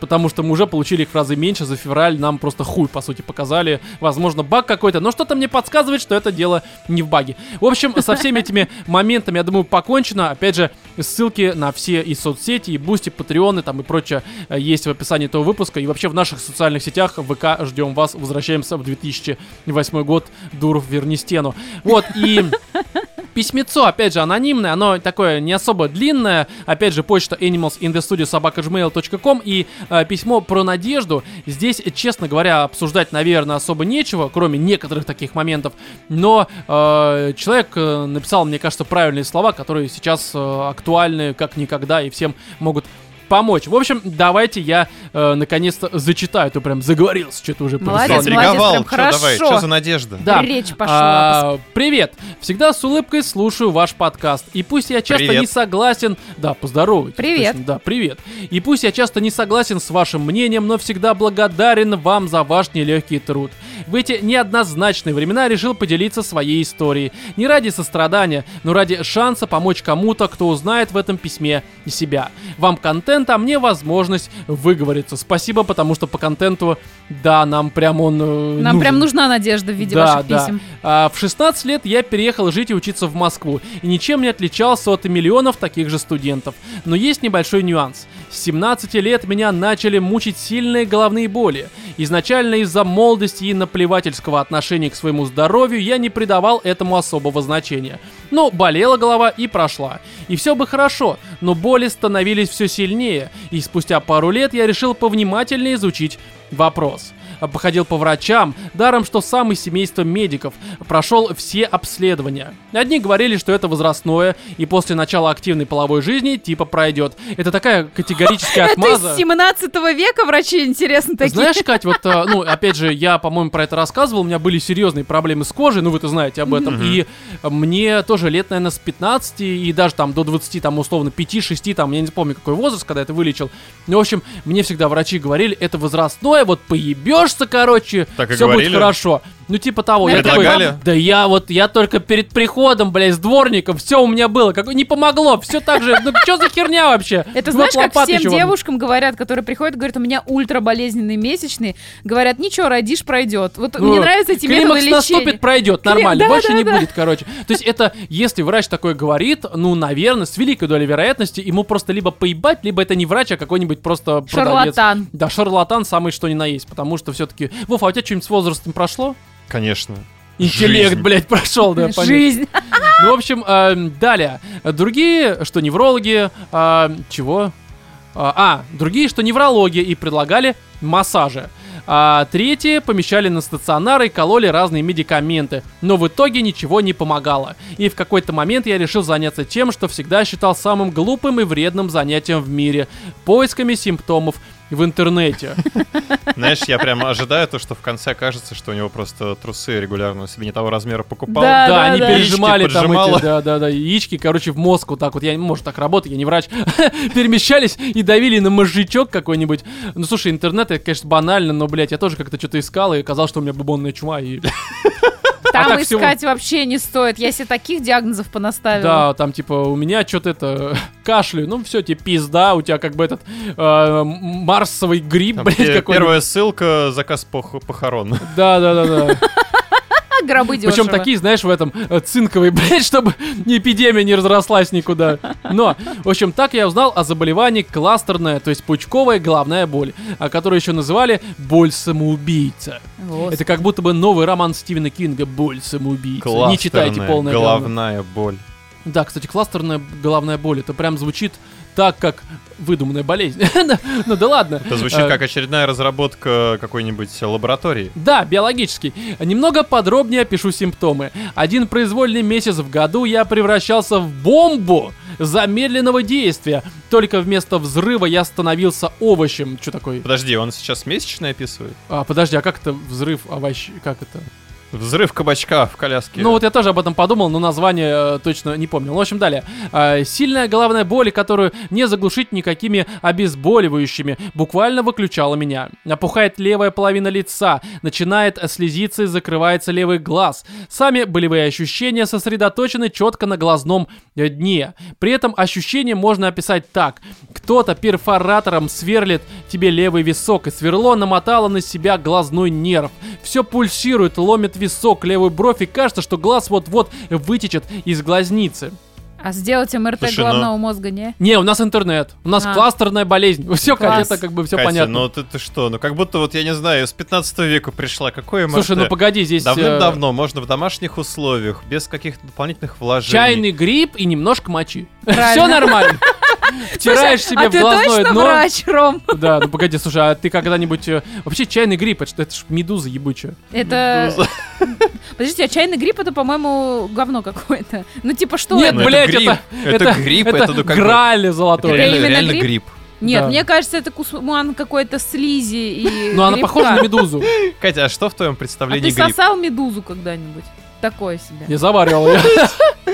Speaker 1: Потому что мы уже получили их в разы меньше за февраль, нам просто хуй, по сути, показали. Возможно, баг какой-то, но что-то мне подсказывает, что это дело не в баге. В общем, со всеми этими моментами, я думаю, покончено. Опять же, ссылки на все и соцсети, и бусти, патреоны, там и прочее э, есть в описании этого выпуска. И вообще в наших социальных сетях ВК ждем вас. Возвращаемся в 2008 год. Дуров, верни стену. Вот, и... Письмецо, опять же, анонимное, оно такое не особо длинное. Опять же, почта animalsinthestudio.sobaka.gmail.com и э, письмо про надежду. Здесь, честно говоря, обсуждать, наверное, особо нечего, кроме некоторых таких моментов. Но э, человек э, написал, мне кажется, правильные слова, которые сейчас э, актуальны как никогда и всем могут помочь. В общем, давайте я э, наконец-то зачитаю, то прям заговорился, что-то уже
Speaker 3: Молодец,
Speaker 1: перестал
Speaker 3: молодец,
Speaker 2: Заинтриговал.
Speaker 3: ну, прям
Speaker 2: Чё, давай,
Speaker 3: хорошо.
Speaker 2: что за надежда?
Speaker 1: Да.
Speaker 3: Речь пошла.
Speaker 1: А, привет! Всегда с улыбкой слушаю ваш подкаст. И пусть я часто
Speaker 2: Привет.
Speaker 1: не согласен... Да, поздоровайтесь.
Speaker 3: Привет.
Speaker 1: точно, да, привет. И пусть я часто не согласен с вашим мнением, но всегда благодарен вам за ваш нелегкий труд. В эти неоднозначные времена решил поделиться своей историей. Не ради сострадания, но ради шанса помочь кому-то, кто узнает в этом письме себя. Вам контент, а мне возможность выговориться. Спасибо, потому что по контенту, да, нам прям он э,
Speaker 3: Нам
Speaker 1: нужен.
Speaker 3: прям нужна надежда в виде
Speaker 1: Да,
Speaker 3: ваших
Speaker 1: да.
Speaker 3: писем.
Speaker 1: А, в 16 лет я переехал жить и учиться в Москву, и ничем не отличался от миллионов таких же студентов. Но есть небольшой нюанс. С 17 лет меня начали мучить сильные головные боли. Изначально из-за молодости и наплевательского отношения к своему здоровью я не придавал этому особого значения. Ну, болела голова и прошла. И все бы хорошо, но боли становились все сильнее, и спустя пару лет я решил повнимательнее изучить вопрос. Походил по врачам, даром что сам из семейства медиков, прошел все обследования. Одни говорили, что это возрастное, и после начала активной половой жизни типа пройдет. Это такая категорическая
Speaker 3: Это
Speaker 1: отмаза.
Speaker 3: из 17 века врачи, интересно, такие.
Speaker 1: Знаешь, Кать, вот, э, ну, опять же, я, по-моему, про это рассказывал, у меня были серьезные проблемы с кожей, ну, вы-то знаете об этом, и э, мне тоже лет, наверное, с 15 и даже там до 20, там, условно, 5-6, там, я не помню, какой возраст, когда это вылечил, ну, в общем, мне всегда врачи говорили, это возрастное, вот поебешься, короче,
Speaker 2: Так и
Speaker 1: все будет
Speaker 2: говорили?
Speaker 1: хорошо. Ну, типа того, я такой,
Speaker 2: Предлагали?
Speaker 1: да я вот, я только перед приходом, блядь, с дворником, все у меня было, как... не помогло, все так же, ну, что за херня вообще?
Speaker 3: Это
Speaker 1: Вот
Speaker 3: знаешь, как
Speaker 1: лопаты
Speaker 3: всем
Speaker 1: еще возьму.
Speaker 3: девушкам говорят, которые приходят, говорят, у меня ультраболезненные месячные. Говорят, ничего, родишь, пройдет. Вот мне
Speaker 1: Ну,
Speaker 3: нравятся эти методы
Speaker 1: климакс
Speaker 3: лечения.
Speaker 1: наступит, пройдет,
Speaker 3: Кли-
Speaker 1: нормально,
Speaker 3: да,
Speaker 1: больше
Speaker 3: да,
Speaker 1: не
Speaker 3: да.
Speaker 1: будет, короче. То есть это, если врач такое говорит, ну, наверное, с великой долей вероятности ему просто либо поебать, либо это не врач, а какой-нибудь просто продавец.
Speaker 3: Шарлатан.
Speaker 1: Да, шарлатан самый что ни на есть, потому что все-таки... Вов, а у тебя что-нибудь с возрастом прошло?
Speaker 2: Конечно.
Speaker 1: Интеллект,
Speaker 2: Жизнь.
Speaker 1: блядь, прошел, да, понятно.
Speaker 3: Жизнь.
Speaker 1: Ну, в общем, эм, далее. Другие, что неврологи, э, чего? А, а, другие, что неврологи, и предлагали массажи. А, третьи помещали на стационары и кололи разные медикаменты. Но в итоге ничего не помогало. И в какой-то момент я решил заняться тем, что всегда считал самым глупым и вредным занятием в мире. Поисками симптомов. в интернете.
Speaker 2: Знаешь, я прям ожидаю то, что в конце окажется, что у него просто трусы регулярно себе не того размера покупал.
Speaker 3: Да,
Speaker 1: Да, они
Speaker 3: да.
Speaker 1: пережимали
Speaker 2: Яички
Speaker 1: там
Speaker 2: поджимала.
Speaker 1: эти, да, да, да, яички, короче, в мозг вот так вот, я, не- может, так работает, я не врач, перемещались и давили на мозжечок какой-нибудь. Ну, слушай, интернет, это, конечно, банально, но, блядь, я тоже как-то что-то искал, и оказалось, что у меня бубонная чума, и
Speaker 3: Там
Speaker 1: А так всего-
Speaker 3: искать вообще не стоит. Я себе таких диагнозов понаставила.
Speaker 1: Да, там типа у меня что-то это кашляю, ну все, тебе пизда, у тебя как бы этот э, м- марсовый гриб,
Speaker 2: Там,
Speaker 1: блядь,
Speaker 2: где
Speaker 1: какой.
Speaker 2: Первая ссылка заказ пох- похорон.
Speaker 1: Да, да, да, да.
Speaker 3: А, гробы дешево.
Speaker 1: Причем такие, знаешь, в этом э, цинковый, блядь, чтобы ни эпидемия не разрослась никуда. Но, в общем, так я узнал о заболевании кластерная, то есть пучковая головная боль, о которой еще называли боль самоубийца.
Speaker 3: Вот.
Speaker 1: Это как будто бы новый роман Стивена Кинга «Боль самоубийца».
Speaker 2: Кластерная
Speaker 1: Не читайте полное говно.
Speaker 2: головная боль.
Speaker 1: Да, кстати, кластерная головная боль, это прям звучит так, как выдуманная болезнь. Да, Ну да ладно.
Speaker 2: Это звучит
Speaker 1: Э,
Speaker 2: как очередная разработка какой-нибудь лаборатории.
Speaker 1: Да, биологический. Немного подробнее опишу симптомы. Один произвольный месяц в году я превращался в бомбу замедленного действия. Только вместо взрыва я становился овощем. Что такое?
Speaker 2: Подожди, он сейчас месячный описывает?
Speaker 1: А, подожди, а как это взрыв овощ... Как это?
Speaker 2: Взрыв кабачка в коляске.
Speaker 1: Ну вот я тоже об этом подумал, но название э, точно не помнил. Ну, в общем, далее. А, сильная головная боль, которую не заглушить никакими обезболивающими, буквально выключала меня. Опухает левая половина лица, начинает слезиться и закрывается левый глаз. Сами болевые ощущения сосредоточены четко на глазном э, дне. При этом ощущение можно описать так. Кто-то перфоратором сверлит тебе левый висок, и сверло намотало на себя глазной нерв. Все пульсирует, ломит висок, левую бровь, и кажется, что глаз вот-вот вытечет из глазницы.
Speaker 3: А сделать МРТ
Speaker 2: Слушай, ну-
Speaker 3: головного мозга, не?
Speaker 1: Не, у нас интернет, у нас
Speaker 3: А.
Speaker 1: кластерная болезнь. Все, как
Speaker 3: Класс.
Speaker 1: это как бы все
Speaker 2: Катя,
Speaker 1: понятно.
Speaker 2: ну ты, ты что? Ну как будто вот, я не знаю, с 15 века пришла. Какое МРТ?
Speaker 1: Слушай, ну погоди, здесь э,
Speaker 2: Давным-давно можно в домашних условиях, без каких-то дополнительных вложений.
Speaker 1: чайный гриб и немножко мочи. Все
Speaker 3: Правильно.
Speaker 1: нормально. Втираешь
Speaker 3: Слушай,
Speaker 1: себе
Speaker 3: а
Speaker 1: в
Speaker 3: ты
Speaker 1: глазное
Speaker 3: точно
Speaker 1: дно.
Speaker 3: врач, Ром?
Speaker 1: Да, ну погоди, слушай, а ты когда-нибудь... э, Вообще чайный гриб, это, ж- это ж медуза ебучая.
Speaker 3: Это... Подождите, а чайный грипп это, по-моему, говно какое-то. Ну типа что
Speaker 1: Нет,
Speaker 2: Ну,
Speaker 3: это?
Speaker 1: блядь,
Speaker 2: это грипп.
Speaker 1: это...
Speaker 2: Это грипп, это, ну, как бы-
Speaker 1: Граль
Speaker 2: Это
Speaker 1: золотой.
Speaker 2: реально,
Speaker 3: именно
Speaker 2: реально
Speaker 3: грипп?
Speaker 2: грипп.
Speaker 3: Нет,
Speaker 1: да.
Speaker 3: мне кажется, это кусман какой-то слизи и
Speaker 1: Ну, она
Speaker 3: грибка.
Speaker 1: похожа на медузу.
Speaker 2: Катя, а что в твоем
Speaker 3: А ты
Speaker 2: представлении грипп?
Speaker 3: сосал медузу когда-нибудь? Такое себе.
Speaker 1: Я заваривал ее.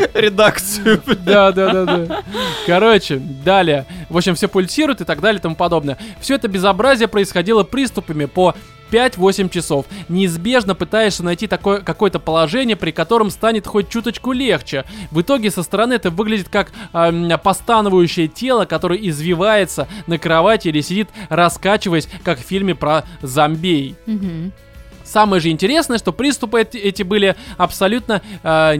Speaker 2: Редакцию.
Speaker 1: Да, да, да, да. Короче, далее. В общем, все пульсирует и так далее и тому подобное. Все это безобразие происходило приступами по 5-8 часов. Неизбежно пытаешься найти такое какое-то положение, при котором станет хоть чуточку легче. В итоге со стороны это выглядит как а, м, постановающее тело, которое извивается на кровати или сидит, раскачиваясь, как в фильме про зомбей.
Speaker 3: Мгм.
Speaker 1: Самое же интересное, что приступы эти, эти были абсолютно э,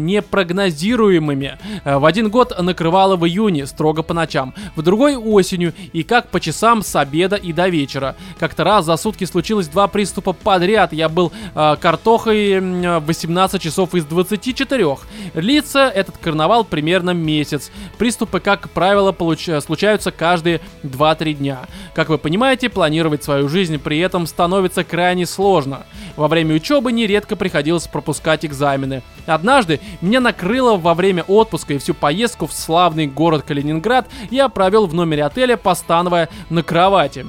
Speaker 1: непрогнозируемыми. Э, В один год накрывало в июне, строго по ночам, в другой осенью и как по часам с обеда и до вечера. Как-то раз за сутки случилось два приступа подряд. Я был э, картохой м, э, 18 часов из 24. Длится этот карнавал примерно месяц. Приступы, как правило, получ- э, случаются каждые 2-3 дня. Как вы понимаете, планировать свою жизнь при этом становится крайне сложно. Во время учебы нередко приходилось пропускать экзамены. Однажды меня накрыло во время отпуска и всю поездку в славный город Калининград я провел в номере отеля, постановая на кровати.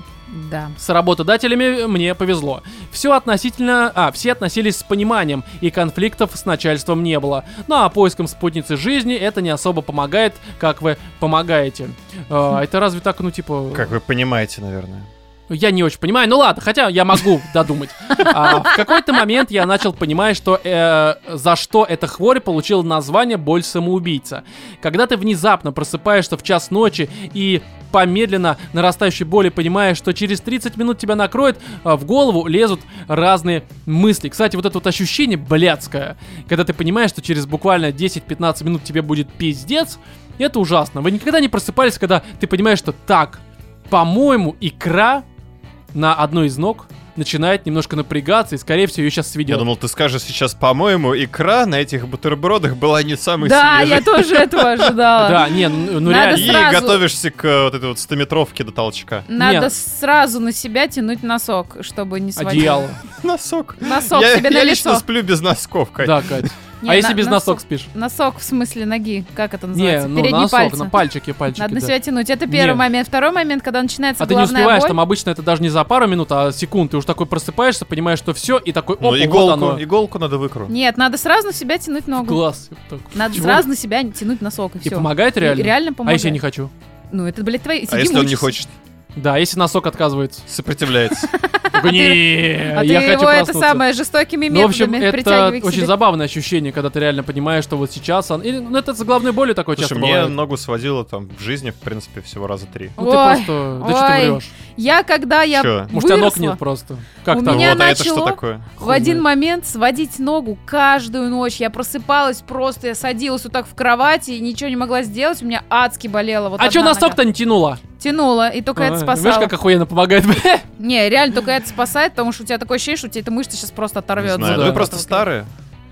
Speaker 3: Да.
Speaker 1: С работодателями мне повезло. Все относительно... А, все относились с пониманием, и конфликтов с начальством не было. Ну а поиском спутницы жизни это не особо помогает, как вы помогаете. А, это разве так, ну типа...
Speaker 2: Как вы понимаете, наверное.
Speaker 1: Я не очень понимаю, ну ладно, хотя я могу додумать. А, в какой-то момент я начал понимать, что э, за что эта хворь получила название «боль самоубийца». Когда ты внезапно просыпаешься в час ночи и помедленно нарастающей боли понимаешь, что через 30 минут тебя накроет, а, в голову лезут разные мысли. Кстати, вот это вот ощущение блядское, когда ты понимаешь, что через буквально 10-15 минут тебе будет пиздец, это ужасно. Вы никогда не просыпались, когда ты понимаешь, что так, по-моему, икра на одной из ног начинает немножко напрягаться и, скорее всего, ее сейчас
Speaker 2: Я
Speaker 1: сведет.
Speaker 2: думал, ты скажешь сейчас, по-моему, икра на этих бутербродах была не самой
Speaker 3: Да,
Speaker 2: свежей.
Speaker 3: я тоже этого ожидала.
Speaker 1: Да, не, ну, ну
Speaker 3: Надо
Speaker 1: реально.
Speaker 2: И
Speaker 3: сразу.
Speaker 2: готовишься к э, вот этой вот стометровке до толчка.
Speaker 3: Надо
Speaker 1: Нет.
Speaker 3: сразу на себя тянуть носок, чтобы не свалить.
Speaker 1: Одеяло.
Speaker 2: Носок.
Speaker 3: Носок
Speaker 2: я
Speaker 3: себе
Speaker 2: я
Speaker 3: на
Speaker 2: лично
Speaker 3: лицо.
Speaker 2: сплю без носков, Кать.
Speaker 1: Да, Кать.
Speaker 3: Не,
Speaker 1: а если
Speaker 3: на-
Speaker 1: без
Speaker 3: носок-
Speaker 1: носок спишь?
Speaker 3: Носок в смысле ноги, как это
Speaker 1: Не,
Speaker 3: называется?
Speaker 1: ну
Speaker 3: Передний
Speaker 1: носок,
Speaker 3: пальцы.
Speaker 1: на пальчики, пальчики.
Speaker 3: Надо на
Speaker 1: да.
Speaker 3: себя тянуть. Это первый
Speaker 1: Не.
Speaker 3: момент. Второй момент, когда начинается
Speaker 1: А ты не
Speaker 3: головная
Speaker 1: успеваешь,
Speaker 3: боль.
Speaker 1: там обычно это даже не за пару минут, а секунд. Ты уж такой просыпаешься, понимаешь, что все, и такой, оп,
Speaker 2: Ну,
Speaker 1: вот оно.
Speaker 2: иголку, иголку надо выкрутить.
Speaker 3: Нет, надо сразу на себя тянуть ногу.
Speaker 1: Глаз. Так,
Speaker 3: Надо
Speaker 1: чего?
Speaker 3: сразу на себя тянуть носок, и,
Speaker 1: И
Speaker 3: все.
Speaker 1: помогает реально?
Speaker 3: Реально
Speaker 1: А
Speaker 3: помогает.
Speaker 1: если я не хочу?
Speaker 3: Ну, это, блядь, твои...
Speaker 2: А
Speaker 3: сиди
Speaker 2: если он не
Speaker 3: мучайся.
Speaker 2: хочет?
Speaker 1: Да, если носок отказывается.
Speaker 2: Сопротивляется.
Speaker 1: Такой, «Не,
Speaker 3: А
Speaker 1: Э, я
Speaker 3: ты
Speaker 1: хочу
Speaker 3: его это
Speaker 1: проснуться».
Speaker 3: самое жестокими
Speaker 1: Ну, в общем,
Speaker 3: методами
Speaker 1: это
Speaker 3: притягивай к
Speaker 1: очень
Speaker 3: себе.
Speaker 1: забавное ощущение, когда ты реально понимаешь, что вот сейчас он... Или, ну, это с головной болью такое
Speaker 2: Слушай,
Speaker 1: часто
Speaker 2: мне
Speaker 1: бывает.
Speaker 2: ногу сводило там в жизни, в принципе, всего раза три.
Speaker 1: Ну, ты
Speaker 3: Ой,
Speaker 1: просто... Да что
Speaker 3: ой.
Speaker 1: ты врешь?
Speaker 3: Я когда я
Speaker 2: Чё?
Speaker 1: Может, у тебя ног
Speaker 3: выросла,
Speaker 1: нет просто? Как
Speaker 3: У
Speaker 1: там?
Speaker 3: меня
Speaker 2: вот, а это
Speaker 3: начало-
Speaker 2: что такое?
Speaker 3: в один
Speaker 1: Хуйня.
Speaker 3: момент сводить ногу каждую ночь. Я просыпалась просто, я садилась вот так в кровати и ничего не могла сделать. У меня адски болела вот
Speaker 1: а
Speaker 3: одна
Speaker 1: чё
Speaker 3: нога.
Speaker 1: носок-то не тянула?
Speaker 3: Тянула, и только это
Speaker 1: А,
Speaker 3: спасало.
Speaker 1: Знаешь, как охуенно помогает?
Speaker 3: Не, реально только это спасает, потому что у тебя такое ощущение, что у тебя эта мышца сейчас
Speaker 2: Не
Speaker 3: просто оторвется.
Speaker 2: знаю,
Speaker 1: да.
Speaker 2: ну вы просто старые.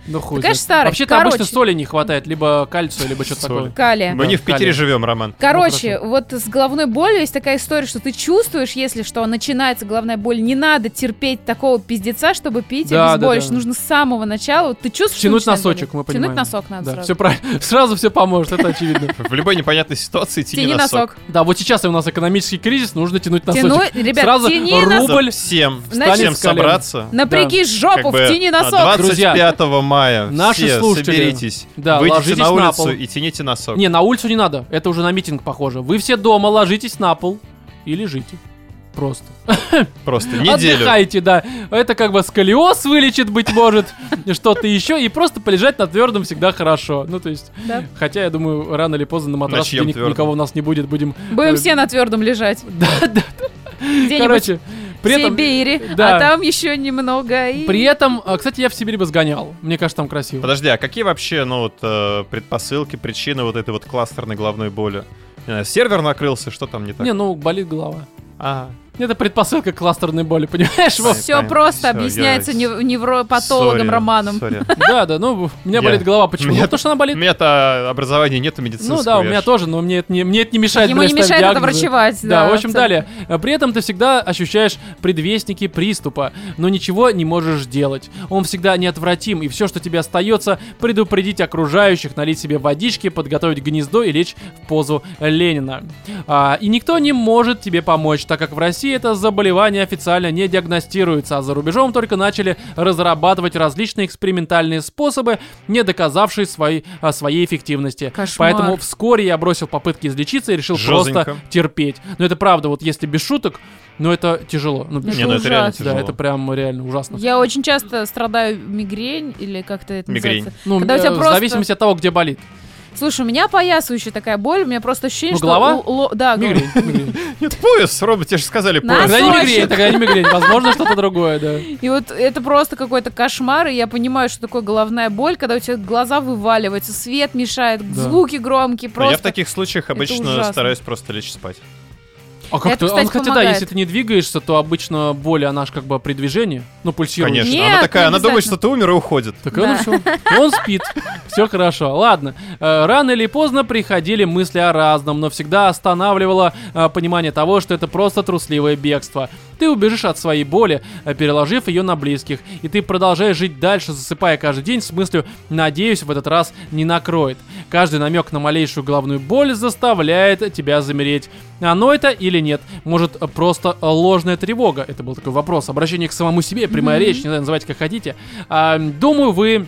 Speaker 1: Ну хуй.
Speaker 3: конечно,
Speaker 1: знает.
Speaker 3: старый.
Speaker 1: Вообще-то обычно
Speaker 3: Короче.
Speaker 1: соли не хватает, либо кальция, либо что-то
Speaker 2: Соли.
Speaker 1: такое.
Speaker 3: Калия.
Speaker 2: Мы не в
Speaker 1: Да, Кали.
Speaker 2: Питере живем, Роман.
Speaker 1: Ну,
Speaker 3: Короче, вот с головной болью есть такая история, что ты чувствуешь, если что, начинается головная боль, не надо терпеть такого пиздеца, чтобы пить
Speaker 1: Да, да,
Speaker 3: обезболющее.
Speaker 1: да.
Speaker 3: Нужно с самого начала. Вот Ты чувствуешь, что
Speaker 1: Тянуть
Speaker 3: начинает
Speaker 1: носочек,
Speaker 3: болеть?
Speaker 1: мы понимаем.
Speaker 3: Тянуть носок надо
Speaker 1: Да,
Speaker 3: сразу.
Speaker 1: все правильно. Сразу все поможет, это очевидно.
Speaker 2: В любой непонятной ситуации тяни,
Speaker 3: Тяни
Speaker 2: носок.
Speaker 3: носок.
Speaker 1: Да, вот сейчас у нас экономический кризис, нужно тянуть
Speaker 3: Тяну,
Speaker 1: носочек.
Speaker 3: ребят,
Speaker 1: Сразу
Speaker 3: тяни
Speaker 1: ру-
Speaker 3: носок.
Speaker 2: Надо
Speaker 1: Рубль
Speaker 2: всем,
Speaker 3: встанет
Speaker 2: всем
Speaker 1: с колен.
Speaker 2: собраться.
Speaker 3: Напряги
Speaker 2: Как
Speaker 3: жопу,
Speaker 2: бы
Speaker 3: втяни
Speaker 2: на
Speaker 3: носок.
Speaker 2: 25 мая
Speaker 1: Наши
Speaker 2: все
Speaker 1: слушатели,
Speaker 2: соберитесь,
Speaker 1: да,
Speaker 2: выйдите
Speaker 1: ложитесь
Speaker 2: на
Speaker 1: на
Speaker 2: улицу
Speaker 1: пол.
Speaker 2: и тяните носок.
Speaker 1: Не, на улицу не надо, это уже на митинг похоже. Вы все дома ложитесь на пол и лежите. Просто.
Speaker 2: Просто неделю.
Speaker 1: Отдыхайте, да. Это как бы сколиоз вылечит, быть может, что-то еще. И просто полежать на твердом всегда хорошо. Ну, то есть,
Speaker 3: Да.
Speaker 1: хотя, я думаю, рано или поздно на матрас
Speaker 2: чьем
Speaker 1: денег
Speaker 2: твёрдом?
Speaker 1: никого у нас не будет. Будем...
Speaker 3: Будем
Speaker 1: э,
Speaker 3: все на твердом лежать.
Speaker 1: Да, да.
Speaker 3: Где-нибудь
Speaker 1: Короче, при
Speaker 3: в
Speaker 1: этом...
Speaker 3: Сибири,
Speaker 1: да.
Speaker 3: а там еще немного. И...
Speaker 1: При этом, а, кстати, я в Сибирь бы сгонял. Мне кажется, там красиво.
Speaker 2: Подожди, а какие вообще, ну вот, э, предпосылки, причины вот этой вот кластерной головной боли? Не знаю, сервер накрылся, что там не так?
Speaker 1: Не, ну, болит голова.
Speaker 2: А,
Speaker 1: Это предпосылка к кластерной боли, понимаешь? Вот.
Speaker 3: Все
Speaker 2: Понятно. Всё,
Speaker 3: просто объясняется
Speaker 2: я-
Speaker 3: нев- невропатологом
Speaker 2: сори,
Speaker 3: Романом.
Speaker 2: сори.
Speaker 1: Да, да, ну, у меня
Speaker 2: Я-
Speaker 1: болит голова. Почему?
Speaker 2: Меня-
Speaker 1: Ну, потому что она
Speaker 2: У
Speaker 1: болит.
Speaker 2: меня-то образования нету медицинского.
Speaker 1: Ну да, у
Speaker 2: я
Speaker 1: меня
Speaker 2: ж-
Speaker 1: тоже, но мне это не, мне это не мешает.
Speaker 3: Ему
Speaker 1: блядь,
Speaker 3: не
Speaker 1: ставить
Speaker 3: мешает это
Speaker 1: диагнозы.
Speaker 3: врачевать.
Speaker 1: Да, в общем,
Speaker 3: абсолютно.
Speaker 1: далее. Э, При этом ты всегда ощущаешь предвестники приступа, но ничего не можешь делать. Он всегда неотвратим, и все, что тебе остается, предупредить окружающих, налить себе водички, подготовить гнездо и лечь в позу Ленина. А, и никто не может тебе помочь, так как в России это заболевание официально не диагностируется, а за рубежом только начали разрабатывать различные экспериментальные способы, не доказавшие своей- а, своей эффективности.
Speaker 3: Кошмар.
Speaker 1: Поэтому вскоре я бросил попытки излечиться и решил
Speaker 2: Жёзонько.
Speaker 1: просто терпеть. Но это правда, вот если без шуток, но это тяжело. Ну, без
Speaker 2: Не,
Speaker 1: шуток,
Speaker 2: ну это реально
Speaker 3: Ужасно.
Speaker 1: да,
Speaker 2: тяжело.
Speaker 1: это прям реально ужасно.
Speaker 3: Я очень часто страдаю мигрень или как-то это
Speaker 2: Мигрень.
Speaker 3: называется.
Speaker 1: Ну,
Speaker 3: Когда у
Speaker 1: э,
Speaker 3: тебя
Speaker 1: в
Speaker 3: просто-
Speaker 1: зависимости от того, где болит.
Speaker 3: Слушай, у меня поясывающая такая боль, у меня просто ощущение,
Speaker 1: Ну,
Speaker 3: что...
Speaker 1: голова?
Speaker 3: л- ло- Да, голова.
Speaker 1: Мигрень, мигрень.
Speaker 2: Нет, пояс, Рома, тебе же сказали
Speaker 3: На-
Speaker 2: пояс.
Speaker 1: Тогда не
Speaker 3: Носочек.
Speaker 1: мигрень, тогда не мигрень. Возможно, что-то другое, да.
Speaker 3: И вот это просто какой-то кошмар, и я понимаю, что такое головная боль, когда у тебя глаза вываливаются, свет мешает,
Speaker 1: Да.
Speaker 3: звуки громкие,
Speaker 2: Но
Speaker 3: просто...
Speaker 2: А Я в таких случаях обычно
Speaker 3: ужасно.
Speaker 2: стараюсь просто лечь спать.
Speaker 1: А как
Speaker 3: Это,
Speaker 1: ты... а,
Speaker 3: кстати,
Speaker 1: кстати, да,
Speaker 3: помогает.
Speaker 1: если ты не двигаешься, то обычно боль, она же как бы при движении, ну, пульсирует.
Speaker 2: Конечно,
Speaker 3: Нет,
Speaker 2: она
Speaker 3: не
Speaker 2: такая, она думает,
Speaker 3: обязательно.
Speaker 2: что ты умер и уходит.
Speaker 1: Так он
Speaker 3: Да.
Speaker 1: всё. Он спит. Все хорошо. Ладно. Э, Рано или поздно приходили мысли о разном, но всегда останавливало э, понимание того, что это просто трусливое бегство. Ты убежишь от своей боли, э, переложив ее на близких, и ты продолжаешь жить дальше, засыпая каждый день с мыслью «надеюсь, в этот раз не накроет». Каждый намек на малейшую головную боль заставляет тебя замереть. Оно это или нет? Может, э, просто э, ложная тревога? Это был такой вопрос. Обращение к самому себе, прямая речь, не знаю, называйте как хотите. А, думаю, вы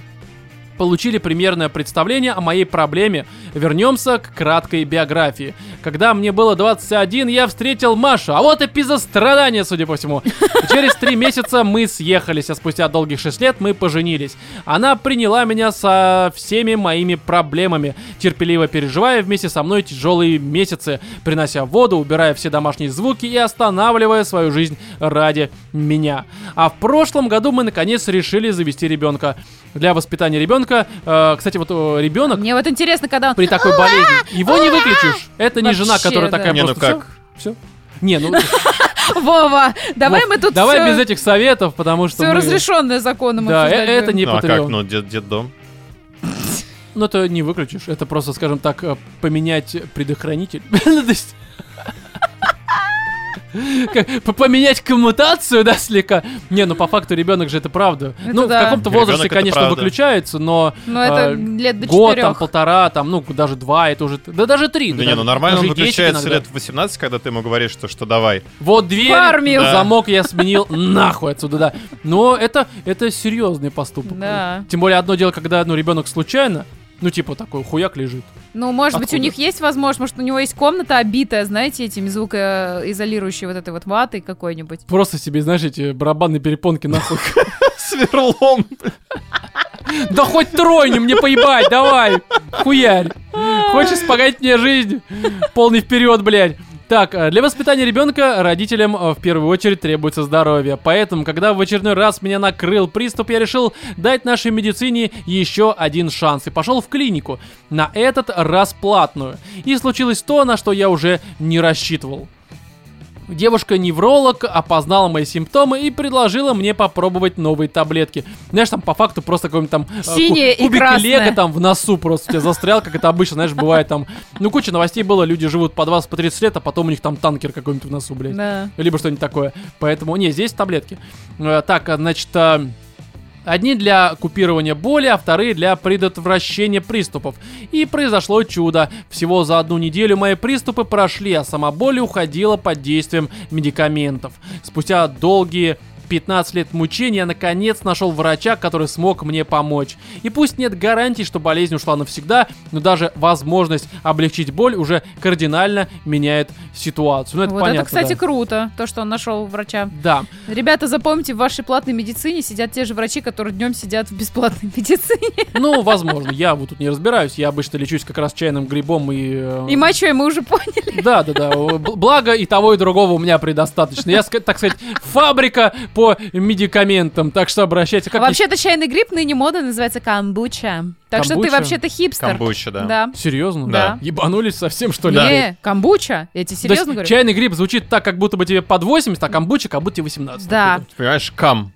Speaker 1: получили примерное представление о моей проблеме. Вернемся к краткой биографии. Когда мне было 21, я встретил Машу, а вот и пизда страдания, судя по всему. Через три месяца мы съехались, а спустя долгих 6 лет мы поженились. Она приняла меня со всеми моими проблемами, терпеливо переживая вместе со мной тяжелые месяцы, принося воду, убирая все домашние звуки и останавливая свою жизнь ради меня. А в прошлом году мы наконец решили завести ребенка. Для воспитания ребенка, э, кстати, вот э, ребенок
Speaker 3: Мне вот интересно, когда он...
Speaker 1: при такой болезни. Его не выключишь. Это не жена,
Speaker 3: Вообще,
Speaker 1: которая
Speaker 3: да.
Speaker 1: такая
Speaker 2: Не, ну
Speaker 1: просто... «Всё,
Speaker 2: как?
Speaker 1: всё». Не, ну...
Speaker 3: Вова, давай
Speaker 1: вот,
Speaker 3: мы тут
Speaker 1: Давай
Speaker 3: все,
Speaker 1: без этих советов, потому что... мы-
Speaker 3: разрешенное законом
Speaker 1: Да, э-
Speaker 3: обсуждать
Speaker 1: это
Speaker 3: будем.
Speaker 1: не
Speaker 2: Ну а как,
Speaker 1: Патреон.
Speaker 2: ну дед, дом.
Speaker 1: Ну, это не выключишь. Это просто, скажем так, э, поменять предохранитель. Ну, то есть- Как, по- поменять коммутацию, да, слегка. Не, ну по факту ребенок же это правда.
Speaker 3: Это
Speaker 1: ну,
Speaker 3: да.
Speaker 1: в каком-то
Speaker 2: Ребенок
Speaker 1: возрасте,
Speaker 2: это
Speaker 1: конечно,
Speaker 2: правда.
Speaker 1: выключается, но
Speaker 3: Ну, это
Speaker 1: А,
Speaker 3: лет до
Speaker 1: год, там,
Speaker 3: четырех.
Speaker 1: полтора, там, ну, даже два, это уже... Да даже три.
Speaker 2: Да
Speaker 1: да
Speaker 2: не,
Speaker 1: даже-
Speaker 2: ну нормально он
Speaker 1: даже и десять
Speaker 2: выключается
Speaker 1: иногда.
Speaker 2: лет в 18, когда ты ему говоришь, что, что давай.
Speaker 1: Вот дверь,
Speaker 3: В армию.
Speaker 1: да, замок я сменил, нахуй отсюда, да. Но это, это серьезный поступок.
Speaker 3: Да.
Speaker 1: Тем более одно дело, когда, ну, ребенок случайно, ну, типа такой хуяк лежит.
Speaker 3: Ну, может быть, у
Speaker 1: Откуда?
Speaker 3: них есть возможность, может, у него есть комната обитая, знаете, этими звукоизолирующей вот этой вот ватой какой-нибудь.
Speaker 1: Просто себе, знаешь, эти барабанные перепонки нахуй.
Speaker 2: Сверлом.
Speaker 1: Да хоть тройни, мне поебать, давай, хуярь. Хочешь спагать мне жизнь? Полный вперед, блядь. Так, э, для воспитания ребенка родителям э, в первую очередь требуется здоровье. Поэтому, когда в очередной раз меня накрыл приступ, я решил дать нашей медицине еще один шанс и пошел в клинику. На этот раз платную. И случилось то, на что я уже не рассчитывал. Девушка-невролог опознала мои симптомы и предложила мне попробовать новые таблетки. Знаешь, там по факту просто какой-нибудь там э, ку-
Speaker 3: Синее и
Speaker 1: кубик
Speaker 3: красное.
Speaker 1: лего там в носу просто у тебя застрял, как это обычно, знаешь, бывает там. Ну, куча новостей было, люди живут по 20-30 лет, а потом у них там танкер какой-нибудь в носу, блядь.
Speaker 3: Да.
Speaker 1: Либо что-нибудь такое. Поэтому, не, здесь таблетки. Э, Так, а, значит, а, Одни для купирования боли, а вторые для предотвращения приступов. И произошло чудо. Всего за одну неделю мои приступы прошли, а сама боль уходила под действием медикаментов. Спустя долгие 15 лет мучений я наконец нашел врача, который смог мне помочь. И пусть нет гарантий, что болезнь ушла навсегда, но даже возможность облегчить боль уже кардинально меняет ситуацию. Ну, это
Speaker 3: вот
Speaker 1: понятно.
Speaker 3: это, кстати,
Speaker 1: да.
Speaker 3: круто, то, что он нашел врача.
Speaker 1: Да.
Speaker 3: Ребята, запомните, в вашей платной медицине сидят те же врачи, которые днем сидят в бесплатной медицине.
Speaker 1: Ну, возможно, я вот тут не разбираюсь. Я обычно лечусь как раз чайным грибом и... э,
Speaker 3: И мочой мы уже поняли.
Speaker 1: Да, да, да. О, бл- Благо и того, и другого у меня предостаточно. Я, ска- так сказать, фабрика по медикаментам. Так что обращайтесь. Как
Speaker 3: Вообще-то чайный гриб ныне мода называется камбуча. Так что ты
Speaker 1: Камбуча?
Speaker 3: вообще-то хипстер.
Speaker 2: Камбуча, да.
Speaker 3: Да.
Speaker 1: есть- Серьезно?
Speaker 3: Да.
Speaker 1: Ебанулись совсем, что ли? блядь?
Speaker 3: Не, камбуча. Я тебе
Speaker 1: То есть
Speaker 3: серьезно говорю.
Speaker 1: Чайный гриб звучит так, как будто бы тебе под 80, а камбуча как будто тебе 18.
Speaker 3: Да.
Speaker 2: Ты Понимаешь, кам.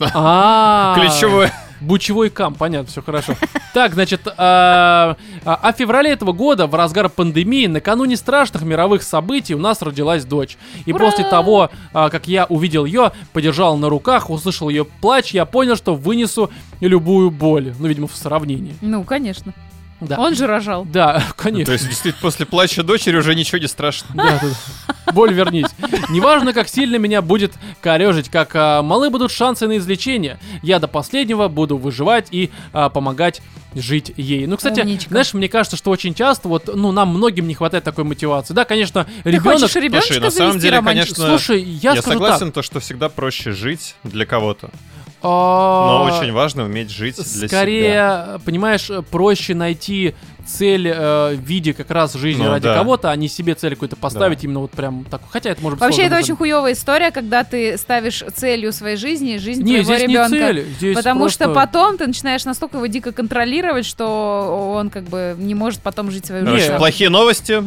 Speaker 1: А,
Speaker 2: Ключевое.
Speaker 1: Бучевой кам, понятно, все хорошо. Так, значит, а а, а в феврале этого года, в разгар пандемии, накануне страшных мировых событий, у нас родилась дочь. И
Speaker 3: Ура!
Speaker 1: после того, а, как я увидел ее, подержал на руках, услышал ее плач, я понял, что вынесу любую боль. Ну, видимо, в сравнении.
Speaker 3: Ну, конечно.
Speaker 1: Да.
Speaker 3: Он же рожал.
Speaker 1: Да,
Speaker 2: Ну, То
Speaker 1: конечно.
Speaker 2: есть, действительно, после плача дочери уже ничего не страшно.
Speaker 1: Да, да, да. Боль вернись. Неважно, как сильно меня будет корежить, как а, малы будут шансы на излечение. Я до последнего буду выживать и а, помогать жить ей. Ну, кстати,
Speaker 3: Умничка.
Speaker 1: знаешь, мне кажется, что очень часто вот, ну, нам многим не хватает такой мотивации. Да, конечно,
Speaker 3: Ты
Speaker 1: ребенок...
Speaker 3: хочешь ребенка
Speaker 2: Слушай, на самом
Speaker 3: завести,
Speaker 2: деле,
Speaker 3: Романчик?
Speaker 2: конечно,
Speaker 1: Слушай, я,
Speaker 2: Я,
Speaker 1: скажу
Speaker 2: согласен,
Speaker 1: так.
Speaker 2: то, что всегда проще жить для кого-то. Но
Speaker 1: а,
Speaker 2: очень важно уметь жить для
Speaker 1: Скорее,
Speaker 2: себя.
Speaker 1: понимаешь, проще найти цель э, в виде как раз жизни
Speaker 2: Ну,
Speaker 1: ради
Speaker 2: да.
Speaker 1: кого-то, а не себе цель какую-то поставить именно вот прям так. Хотя это может быть
Speaker 3: Вообще,
Speaker 1: сложно,
Speaker 3: это
Speaker 1: на
Speaker 3: очень
Speaker 1: самом деле.
Speaker 3: хуевая история, когда ты ставишь целью своей жизни жизнь
Speaker 1: Не,
Speaker 3: твоего
Speaker 1: здесь
Speaker 3: ребенка.
Speaker 1: не цель. Здесь
Speaker 3: Потому что
Speaker 1: просто-
Speaker 3: потом ты начинаешь настолько его дико контролировать, что он как бы не может потом жить свою
Speaker 1: Короче,
Speaker 3: жизнь.
Speaker 2: Короче, плохие новости.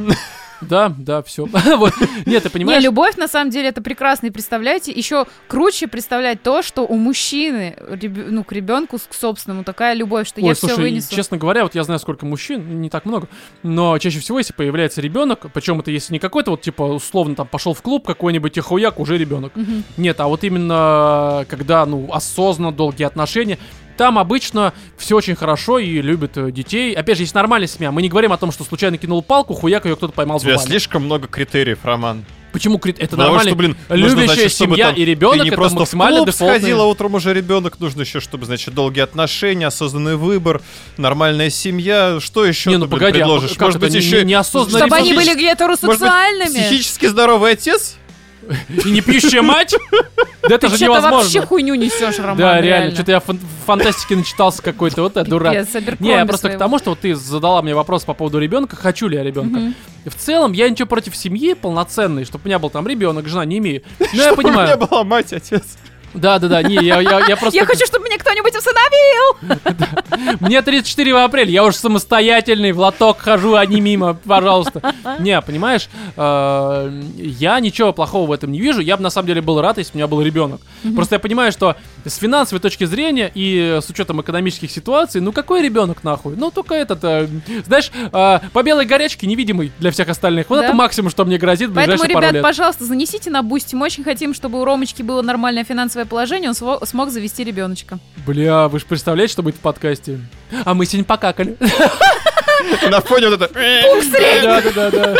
Speaker 1: Да, да, все. Вот. Нет, ты
Speaker 3: Не,
Speaker 1: понимаешь?
Speaker 3: любовь на самом деле это прекрасно. И представляете, еще круче представлять то, что у мужчины, реб- ну, к ребенку, к собственному, такая любовь, что я
Speaker 1: Ой,
Speaker 3: все
Speaker 1: слушай,
Speaker 3: вынесу.
Speaker 1: честно говоря, вот я знаю, сколько мужчин, не так много, но чаще всего, если появляется ребенок, причем это если не какой-то вот типа условно там пошел в клуб какой-нибудь и хуяк, уже ребенок.
Speaker 3: Мгм.
Speaker 1: Нет, а вот именно когда, ну, осознанно долгие отношения, там обычно все очень хорошо и любят э, детей. Опять же, есть нормальная семья. Мы не говорим о том, что случайно кинул палку, хуяк ее кто-то
Speaker 2: У
Speaker 1: поймал
Speaker 2: тебя
Speaker 1: зубами.
Speaker 2: слишком много критериев, Роман.
Speaker 1: Почему крит- это
Speaker 2: Потому
Speaker 1: нормально?
Speaker 2: что, блин, нужно,
Speaker 1: Любящая
Speaker 2: значит, чтобы
Speaker 1: семья
Speaker 2: там
Speaker 1: и ребенок
Speaker 2: Ты не
Speaker 1: это
Speaker 2: просто
Speaker 1: максимально
Speaker 2: в клуб
Speaker 1: дефолтные-
Speaker 2: сходила, утром уже ребенок. Нужно еще, чтобы, значит, долгие отношения, осознанный выбор, нормальная семья. Что еще
Speaker 1: Не,
Speaker 2: ты,
Speaker 1: ну,
Speaker 2: блин,
Speaker 1: погоди, а
Speaker 2: предложишь?
Speaker 1: как
Speaker 2: Может
Speaker 1: это,
Speaker 2: быть,
Speaker 1: не-
Speaker 2: еще...
Speaker 1: не- неосознанный
Speaker 3: Чтобы они были
Speaker 1: Психи-
Speaker 3: гетеросексуальными.
Speaker 2: Психически здоровый отец?
Speaker 1: И не пьющая мать? Да это
Speaker 3: Ты
Speaker 1: же
Speaker 3: что-то вообще
Speaker 1: невозможно.
Speaker 3: хуйню несешь, Роман.
Speaker 1: Да, реально, что-то я фан- фантастики начитался какой-то, вот это дурак. Не, я просто к тому, что вот ты задала мне вопрос по поводу ребенка, хочу ли я ребенка. В целом, я ничего против семьи полноценной, чтобы у меня был там ребенок, жена, не имею. Но я
Speaker 2: У меня
Speaker 1: понимаю,
Speaker 2: была мать, отец.
Speaker 1: Да, да, да, не, я, я, я просто...
Speaker 3: Я хочу, чтобы меня кто-нибудь усыновил!
Speaker 1: Мне 34 апреля, я уже самостоятельный, в лоток хожу, а не мимо, пожалуйста. Не, понимаешь, э, я ничего плохого в этом не вижу. Я бы на самом деле был рад, если бы у меня был ребенок. Просто я понимаю, что с финансовой точки зрения и с учетом экономических ситуаций, ну какой ребенок нахуй? Ну только этот, э, знаешь, э, по белой горячке невидимый для всех остальных. Вот
Speaker 3: Да.
Speaker 1: это максимум, что мне грозит в
Speaker 3: Поэтому,
Speaker 1: ближайшие пару
Speaker 3: ребят,
Speaker 1: лет.
Speaker 3: пожалуйста, занесите на бусти. Мы очень хотим, чтобы у Ромочки было нормальное финансовое положение, он сво- смог завести ребеночка.
Speaker 1: Бля, вы же представляете, что будет в подкасте? А мы сегодня покакали.
Speaker 2: На фоне вот это...
Speaker 1: Да, да, да, да.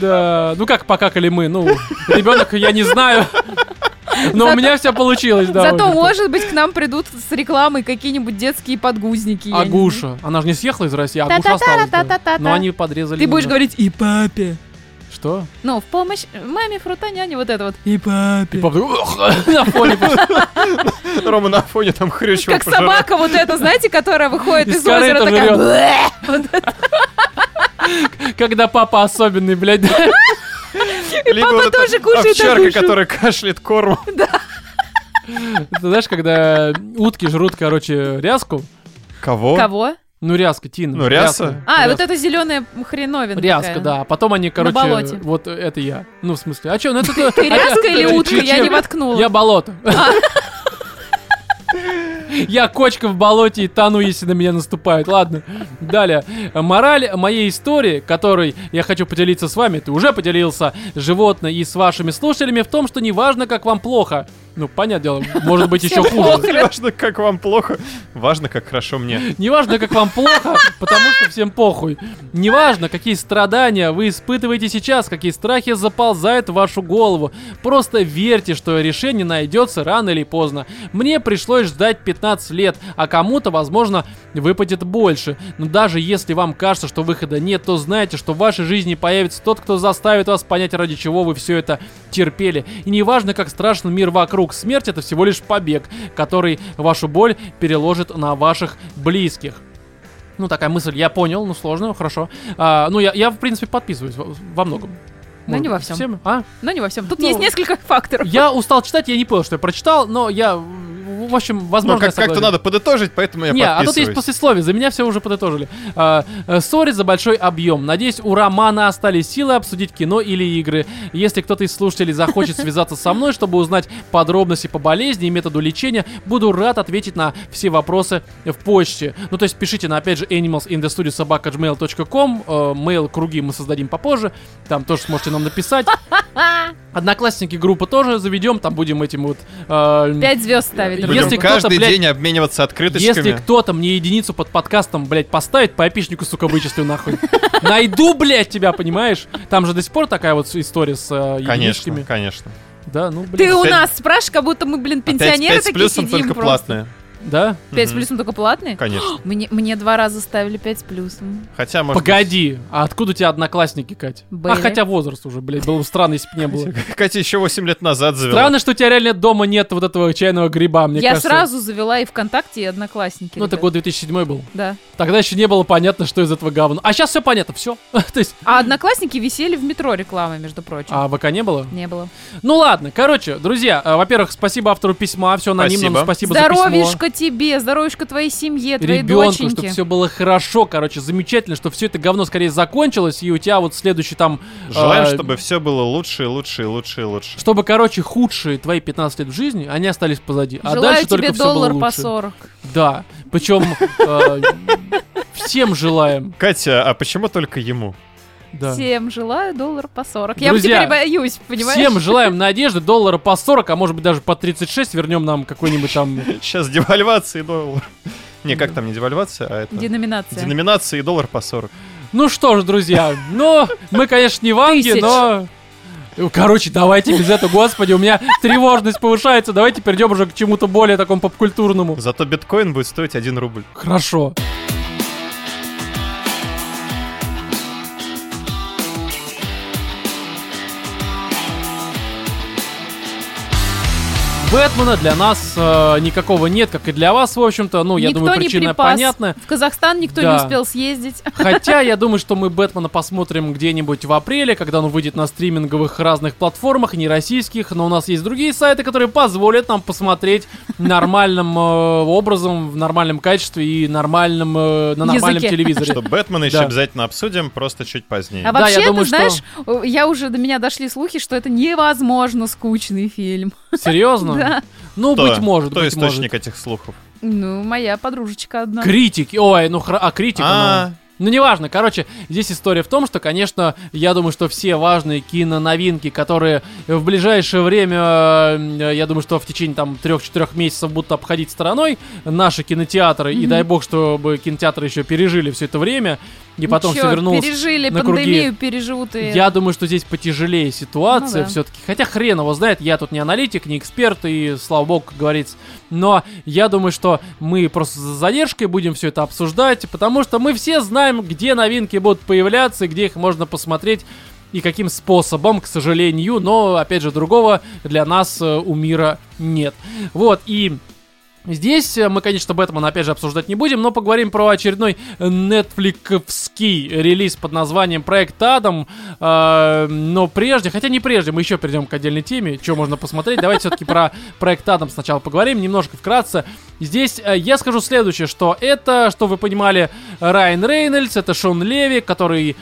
Speaker 1: Да, ну как покакали мы, ну, ребенок, я не знаю. Но у
Speaker 3: Зато-
Speaker 1: меня все получилось, да.
Speaker 3: Зато,
Speaker 1: вот.
Speaker 3: может быть, к нам придут с рекламой какие-нибудь детские подгузники. я не знаю.
Speaker 1: Агуша. А Она же не съехала из России, а Агуша осталась. да.
Speaker 3: Та-та-та-та-та-та-та.
Speaker 1: Но они подрезали.
Speaker 3: Ты будешь
Speaker 1: именно-
Speaker 3: говорить и папе.
Speaker 1: Что?
Speaker 3: Ну, в помощь маме, фрутоняне, вот это вот.
Speaker 4: И папе.
Speaker 1: И папа такой, «Ух!» на фоне просто
Speaker 2: Рома на фоне там хрюч его
Speaker 3: Как
Speaker 2: пожирает.
Speaker 3: собака вот эта, знаете, которая выходит
Speaker 1: Из
Speaker 3: из озера
Speaker 1: корыта
Speaker 3: такая...
Speaker 1: жрет.
Speaker 3: «Блэ!»
Speaker 1: Когда папа особенный, блядь.
Speaker 2: Либо
Speaker 3: папа
Speaker 2: вот эта
Speaker 3: тоже кушает
Speaker 2: овчарка,
Speaker 3: агушу.
Speaker 2: которая кашляет корму.
Speaker 1: Ты знаешь, когда утки жрут, короче, ряску.
Speaker 2: Кого?
Speaker 3: Кого?
Speaker 1: Ну, ряска, тина.
Speaker 2: Ну, ряса.
Speaker 3: А, вот эта зеленая хреновина
Speaker 1: Ряска,
Speaker 3: такая.
Speaker 1: да. А потом они, короче,
Speaker 3: болоте.
Speaker 1: вот это я. Ну, в смысле, а чё, ну это... Ты
Speaker 3: Ты ряска или утка? Я не воткнула. А.
Speaker 1: Я болото. Я кочка в болоте и тону, если на меня наступают. Ладно. Далее. Мораль моей истории, которой я хочу поделиться с вами, ты уже поделился, животное и с вашими слушателями, в том, что неважно, как вам плохо. Ну, понятное дело, может быть, еще
Speaker 3: Всем
Speaker 1: хуже.
Speaker 3: плохо.
Speaker 2: Не важно, как вам плохо, важно, как хорошо мне.
Speaker 1: Неважно, как вам плохо, потому что всем похуй. Неважно, какие страдания вы испытываете сейчас, какие страхи заползают в вашу голову. Просто верьте, что решение найдется рано или поздно. Мне пришлось ждать 15 лет, а кому-то, возможно, выпадет больше. Но даже если вам кажется, что выхода нет, то знайте, что в вашей жизни появится тот, кто заставит вас понять, ради чего вы все это терпели. И неважно, как страшен мир вокруг, смерть это всего лишь побег, который вашу боль переложит на ваших близких. Ну, такая мысль, я понял, ну сложно, хорошо. А, ну, я, я, в принципе, подписываюсь во, во многом.
Speaker 3: Но
Speaker 1: Может
Speaker 3: не во
Speaker 1: быть,
Speaker 3: всем.
Speaker 1: А?
Speaker 3: Но не во всем. Тут
Speaker 1: Ну,
Speaker 3: есть несколько факторов.
Speaker 1: Я устал читать, я не понял, что я прочитал, но я, в в общем,
Speaker 2: Но
Speaker 1: возможно, я
Speaker 2: Ну, как- как-то
Speaker 1: согласен.
Speaker 2: надо подытожить, поэтому я
Speaker 1: Не, а тут есть
Speaker 2: подписываюсь.
Speaker 1: послесловие, за меня все уже подытожили. А, э, Сори за большой объем. Надеюсь, у Романа остались силы обсудить кино или игры. Если кто-то из слушателей захочет связаться со мной, чтобы узнать подробности по болезни и методу лечения, буду рад ответить на все вопросы в почте. Ну, то есть пишите на, опять же, animalsinthestudiosobaka.gmail.com. Э, Mail круги мы создадим попозже. Там тоже сможете нам написать. Одноклассники группы тоже заведем. Там будем этим вот... э,
Speaker 3: Пять звезд ставить. друг
Speaker 1: Будем
Speaker 3: другу.
Speaker 1: если
Speaker 2: Будем
Speaker 1: кто-то,
Speaker 2: каждый
Speaker 1: блядь,
Speaker 2: день
Speaker 1: если
Speaker 2: обмениваться открыточками.
Speaker 1: кто-то мне единицу под подкастом, блядь, поставит, по опишнику, сука, вычислю нахуй. Найду, блядь, тебя, понимаешь? Там же до сих пор такая вот история с э,
Speaker 2: Конечно,
Speaker 1: единичками.
Speaker 2: конечно.
Speaker 1: Да, ну, блядь.
Speaker 3: Ты у
Speaker 2: Опять-
Speaker 3: нас спрашиваешь, как будто мы, блин,
Speaker 2: Опять
Speaker 3: пенсионеры
Speaker 2: 5 с
Speaker 3: такие
Speaker 2: плюсом,
Speaker 3: сидим
Speaker 2: только
Speaker 3: просто.
Speaker 2: платные.
Speaker 1: Да?
Speaker 3: Пять с
Speaker 2: Мгм.
Speaker 3: плюсом только платные?
Speaker 2: Конечно.
Speaker 3: Мне, мне два раза ставили 5 с плюсом.
Speaker 2: Хотя, может
Speaker 1: Погоди, а откуда у тебя одноклассники, Кать? А
Speaker 3: Были.
Speaker 1: хотя возраст уже, блядь, было бы странно, если бы не было.
Speaker 2: быть, Катя еще 8 лет назад завела.
Speaker 1: Странно, что у тебя реально дома нет вот этого чайного гриба, мне
Speaker 3: я
Speaker 1: кажется.
Speaker 3: сразу завела и ВКонтакте, и Одноклассники.
Speaker 1: Ну, это
Speaker 3: ребят.
Speaker 1: год 2007 был.
Speaker 3: Да.
Speaker 1: Тогда еще не было понятно, что из этого говна. А сейчас все понятно, все. То есть,
Speaker 3: А Одноклассники висели в метро рекламы, между прочим.
Speaker 1: а ВК не было?
Speaker 3: Не было.
Speaker 1: Ну ладно, короче, друзья, э, во-первых, спасибо автору письма, все анонимно, но спасибо
Speaker 2: Спасибо.
Speaker 1: за письмо.
Speaker 3: здоровьишко тебе, здоровьишко твоей семье, твоей
Speaker 1: ребенку, чтобы
Speaker 3: доченьке.
Speaker 1: все было хорошо, короче, замечательно, что все это говно скорее закончилось, и у тебя вот следующий там...
Speaker 2: Желаем,
Speaker 1: э,
Speaker 2: чтобы все было лучше, и лучше, и лучше, и лучше.
Speaker 1: Чтобы, короче, худшие твои 15 лет в жизни, они остались позади. А
Speaker 3: Желаю
Speaker 1: дальше
Speaker 3: тебе
Speaker 1: только все было
Speaker 3: доллар по
Speaker 1: лучше.
Speaker 3: 40.
Speaker 1: Да. Причем всем желаем.
Speaker 2: Катя, а почему только ему?
Speaker 1: Да.
Speaker 3: Всем желаю доллар по 40. Я
Speaker 1: Друзья,
Speaker 3: теперь боюсь, понимаешь?
Speaker 1: Всем желаем надежды, доллара по 40, а может быть даже по 36 вернем нам какой-нибудь там...
Speaker 2: Сейчас девальвация и доллар. Не, как там, не девальвация, а это...
Speaker 3: Деноминация.
Speaker 2: Деноминация и доллар по 40.
Speaker 1: Ну что ж, друзья, ну, мы, конечно, не ванги,
Speaker 3: Тысяч.
Speaker 1: но... э, Короче, давайте без этого, господи, у меня тревожность повышается, давайте перейдем уже к чему-то более такому попкультурному.
Speaker 2: Зато биткоин будет стоить 1 рубль.
Speaker 1: Хорошо. Бэтмена для нас э, никакого нет, как и для вас, в общем-то. Ну, я
Speaker 3: Никто
Speaker 1: думаю,
Speaker 3: не
Speaker 1: причина
Speaker 3: припас.
Speaker 1: понятна.
Speaker 3: В Казахстан никто
Speaker 1: Да.
Speaker 3: не успел съездить.
Speaker 1: Хотя я думаю, что мы Бэтмена посмотрим где-нибудь в апреле, когда он выйдет на стриминговых разных платформах, не российских, но у нас есть другие сайты, которые позволят нам посмотреть нормальным э, образом, в нормальном качестве и нормальном, э, на нормальном
Speaker 3: Языке.
Speaker 1: телевизоре.
Speaker 2: Что Бэтмена еще
Speaker 1: Да.
Speaker 2: обязательно обсудим, просто чуть позднее.
Speaker 3: А
Speaker 1: Да, я
Speaker 3: вообще,
Speaker 1: думаю,
Speaker 3: ты
Speaker 1: что-
Speaker 3: знаешь, э, я уже до меня дошли слухи, что это невозможно скучный фильм.
Speaker 1: Серьезно?
Speaker 3: Да.
Speaker 1: Ну,
Speaker 2: Кто?
Speaker 1: быть может,
Speaker 2: Кто
Speaker 1: быть
Speaker 2: источник
Speaker 1: может.
Speaker 2: этих слухов?
Speaker 3: Ну, моя подружечка одна.
Speaker 1: Критики. Ой, ну хра- а критика. ну.
Speaker 2: А,
Speaker 1: Ну, неважно. Короче, здесь история в том, что, конечно, я думаю, что все важные киноновинки, которые в ближайшее время, э, я думаю, что в течение там 3-4 месяцев будут обходить стороной наши кинотеатры. И
Speaker 3: Мгм.
Speaker 1: дай бог, чтобы кинотеатры еще пережили все это время. И потом
Speaker 3: Ничего,
Speaker 1: все вернулось.
Speaker 3: Пережили
Speaker 1: на круги.
Speaker 3: пандемию, переживут и...
Speaker 1: Я думаю, что здесь потяжелее ситуация
Speaker 3: Ну да.
Speaker 1: все-таки. Хотя хрен его знает, я тут не аналитик, не эксперт, и слава богу, как говорится. Но я думаю, что мы просто за задержкой будем все это обсуждать, потому что мы все знаем, где новинки будут появляться, и где их можно посмотреть. И каким способом, к сожалению, но, опять же, другого для нас э, у мира нет. Вот, и Здесь э, мы, конечно, Бэтмена опять же обсуждать не будем, но поговорим про очередной нетфликовский релиз под названием Проект Адам. Э, Но прежде, хотя не прежде, мы еще перейдем к отдельной теме, что можно посмотреть. Давайте все-таки про Проект Адам сначала поговорим, немножко вкратце. Здесь э, я скажу следующее, что это, что вы понимали, Райан Рейнольдс, это Шон Леви, который, э,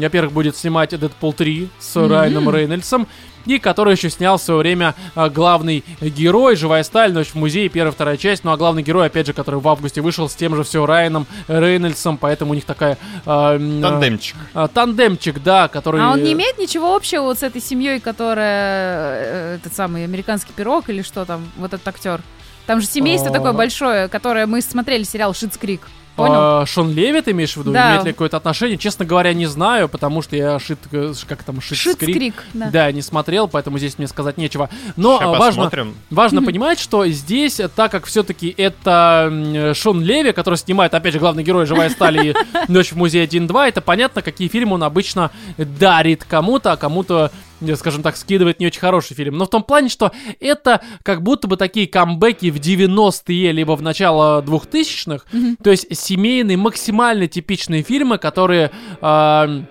Speaker 1: во-первых, будет снимать Дэдпул 3 с Райаном Рейнольдсом, и который еще снял в свое время э, главный герой, Живая Сталь, Ночь в музее, первая, вторая часть, ну а главный герой, опять же, который в августе вышел с тем же все Райаном Рейнольдсом, поэтому у них такая... э, м, э,
Speaker 2: тандемчик.
Speaker 1: э, тандемчик, да, который...
Speaker 3: А он не имеет ничего общего вот с этой семьей, которая э, этот самый американский пирог или что там, вот этот актер. Там же семейство
Speaker 1: А.
Speaker 3: такое большое, которое мы смотрели сериал Шиц Крик. Понял?
Speaker 1: А, Шон Леви, ты имеешь в виду?
Speaker 3: Да.
Speaker 1: Имеет ли какое-то отношение? Честно говоря, не знаю, потому что я шит... э, Как там? Шит,
Speaker 3: Шиц
Speaker 1: скрик.
Speaker 3: Крик. да.
Speaker 1: Да, не смотрел, поэтому здесь мне сказать нечего. Но
Speaker 2: Ща
Speaker 1: а, важно,
Speaker 2: посмотрим.
Speaker 1: важно понимать, что здесь, э, так как все-таки это м, э, Шон Леви, который снимает, опять же, главный герой «Живая стали» и «Ночь в музее 1-2», это понятно, какие фильмы он обычно дарит кому-то, а кому-то э, скажем так, скидывает не очень хороший фильм. Но в том плане, что это как будто бы такие камбэки в 90-е, либо в начало 2000-х.
Speaker 3: Мгм.
Speaker 1: То есть семейные, максимально типичные фильмы, которые... эм,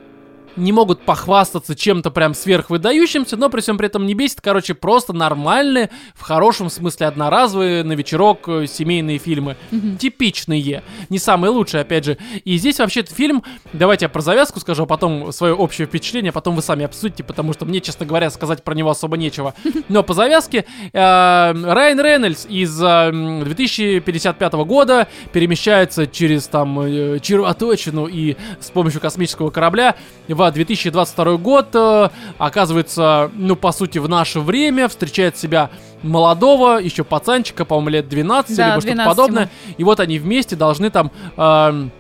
Speaker 1: не могут похвастаться чем-то прям сверхвыдающимся, но при всем при этом не бесит. Короче, просто нормальные, в хорошем смысле одноразовые на вечерок э, семейные фильмы. Типичные. Не самые лучшие, опять же. И здесь вообще-то фильм... Давайте я про завязку скажу, а потом свое общее впечатление, а потом вы сами обсудите, потому что мне, честно говоря, сказать про него особо нечего. Но по завязке э, Райан Рейнольдс из э, м, 2055 года перемещается через там э, червоточину и с помощью космического корабля в 2022 год э, оказывается, ну, по сути, в наше время, встречает себя молодого, еще пацанчика, по-моему, лет 12
Speaker 3: Да,
Speaker 1: либо что-то
Speaker 3: 12
Speaker 1: подобное.
Speaker 3: ему.
Speaker 1: И вот они вместе должны там... эм,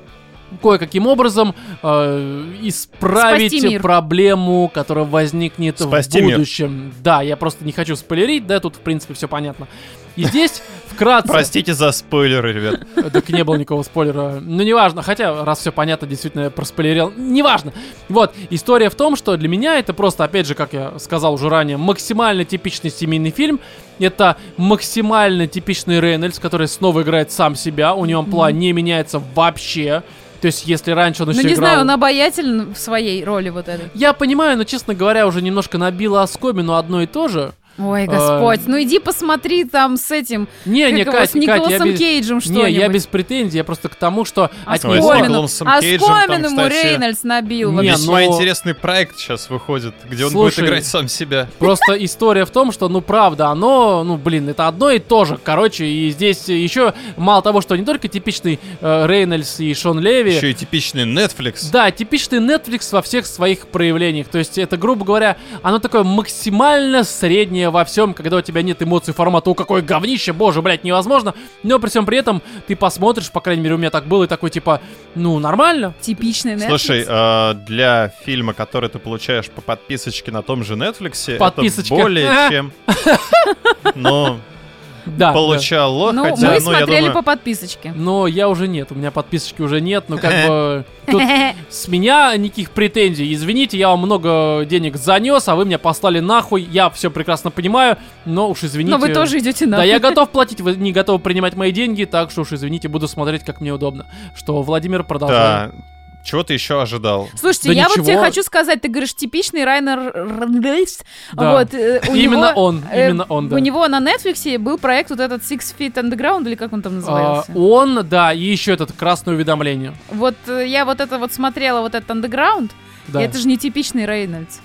Speaker 1: кое-каким образом э,
Speaker 3: Спасти
Speaker 1: исправить
Speaker 3: мир.
Speaker 1: проблему, которая возникнет
Speaker 2: Спасти
Speaker 1: в
Speaker 2: мир.
Speaker 1: будущем. Да, я просто не хочу спойлерить, да, тут в принципе все понятно. И здесь вкратце...
Speaker 2: Простите за спойлеры, ребят.
Speaker 1: Э, Так не было никакого спойлера. Ну, неважно. Хотя, раз все понятно, действительно, я проспойлерил. Неважно. Вот. История в том, что для меня это просто, опять же, как я сказал уже ранее, максимально типичный семейный фильм. Это максимально типичный Рейнольдс, который снова играет сам себя. У него амплуа не меняется вообще. То есть, если раньше он
Speaker 3: Ну,
Speaker 1: еще
Speaker 3: не
Speaker 1: играл...
Speaker 3: знаю, он обаятелен в своей роли вот этой.
Speaker 1: Я понимаю, но, честно говоря, уже немножко набило оскомину одно и то же.
Speaker 3: Ой,
Speaker 1: Господь,
Speaker 3: Господь, ну иди посмотри там с этим,
Speaker 1: А, Не, не,
Speaker 3: как его,
Speaker 1: Кать,
Speaker 3: с
Speaker 1: Кать, я
Speaker 3: Николасом
Speaker 1: без...
Speaker 3: Кейджем что-нибудь.
Speaker 1: Не, я без претензий, я просто к тому, что
Speaker 3: А
Speaker 1: от
Speaker 2: Ой,
Speaker 1: него-
Speaker 2: Скомину.
Speaker 3: Скомину,
Speaker 2: Николасом
Speaker 3: а
Speaker 2: Кейджем там,
Speaker 3: Скомину ему
Speaker 2: кстати.
Speaker 3: Рейнольдс набил.
Speaker 1: Не,
Speaker 3: вообще.
Speaker 2: Весьма
Speaker 1: ну-
Speaker 2: интересный проект сейчас выходит, где он
Speaker 1: Слушай.
Speaker 2: будет играть сам себя.
Speaker 1: Просто история в том, что, ну, правда, оно, ну, блин, это одно и то же. Короче, и здесь еще мало того, что не только типичный э, Рейнольдс и Шон Леви.
Speaker 2: Еще и типичный Netflix.
Speaker 1: Да, типичный Netflix во всех своих проявлениях. То есть это, грубо говоря, оно такое максимально среднее во всем, когда у тебя нет эмоций формата «О, какое говнище, боже, блядь, невозможно!» Но при всем при этом ты посмотришь, по крайней мере, у меня так было, и такой, типа, ну, нормально.
Speaker 3: Типичный Netflix.
Speaker 2: Слушай, а, для фильма, который ты получаешь по подписочке на том же Netflix, это
Speaker 1: Подписочка.
Speaker 2: более чем... Ну,
Speaker 1: А, Да, да.
Speaker 2: получало,
Speaker 3: Ну,
Speaker 2: хотя,
Speaker 3: мы
Speaker 2: ну, я
Speaker 3: смотрели
Speaker 2: думаю...
Speaker 3: по подписочке.
Speaker 1: Но я уже нет, у меня подписочки уже нет, но как бы тут с меня никаких претензий. Извините, я вам много денег занес, а вы меня послали нахуй. Я все прекрасно понимаю, но уж извините.
Speaker 3: Но вы тоже идете на.
Speaker 1: Да, я готов платить, вы не готовы принимать мои деньги, так что уж извините, буду смотреть, как мне удобно. Что Владимир продолжает.
Speaker 2: Да. Чего ты еще ожидал?
Speaker 3: Слушайте,
Speaker 1: Да
Speaker 3: я вот тебе
Speaker 1: ничего. хочу
Speaker 3: хочу сказать, ты говоришь типичный Райнер Рейнольдс.
Speaker 1: Да.
Speaker 3: Вот э, у
Speaker 1: Именно
Speaker 3: него-
Speaker 1: он,
Speaker 3: э,
Speaker 1: именно он, да.
Speaker 3: У него на Netflix был проект вот этот Six Feet Underground или как он там
Speaker 1: А,
Speaker 3: назывался.
Speaker 1: он, да, и еще этот красное уведомление.
Speaker 3: Вот э, я вот это вот смотрела вот этот Underground.
Speaker 1: Да.
Speaker 3: и Это же не типичный Рейнольдс.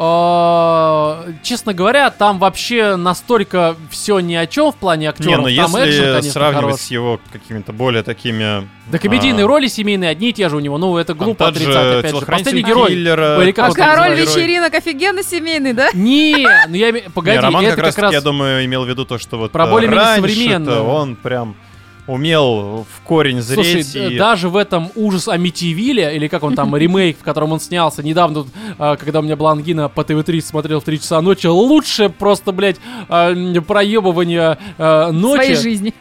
Speaker 1: А, честно говоря, там вообще настолько все ни о чем в плане актеров.
Speaker 2: Не, ну
Speaker 1: там экшен,
Speaker 2: если
Speaker 1: конечно,
Speaker 2: сравнивать
Speaker 1: хорош.
Speaker 2: с его какими-то более такими...
Speaker 1: Да комедийные
Speaker 2: а,
Speaker 1: роли семейные одни и те же у него. Ну, это глупо
Speaker 2: там тот
Speaker 1: отрицать,
Speaker 2: же
Speaker 1: опять же.
Speaker 2: телохранитель
Speaker 1: Последний герой.
Speaker 2: киллера,
Speaker 1: Ой, или как
Speaker 3: А
Speaker 1: вот он
Speaker 3: король
Speaker 1: называется?
Speaker 3: вечеринок офигенно семейный, да?
Speaker 1: Не, ну я... име- Погоди,
Speaker 2: Не, Роман
Speaker 1: это
Speaker 2: как раз,
Speaker 1: как раз...
Speaker 2: я думаю, имел в виду то, что вот
Speaker 1: Про
Speaker 2: э,
Speaker 1: более-менее
Speaker 2: раньше-то
Speaker 1: современную.
Speaker 2: он прям умел в корень
Speaker 1: Слушай,
Speaker 2: зреть
Speaker 1: д-
Speaker 2: и...
Speaker 1: даже в этом ужас Амитивиле, или как он там, ремейк, в котором он снялся недавно, тут, а, когда у меня была ангина по ТВ-3 смотрел в 3 часа ночи, лучшее просто, блядь, а, м, проебывание а,
Speaker 3: В
Speaker 1: ночи.
Speaker 3: своей жизни.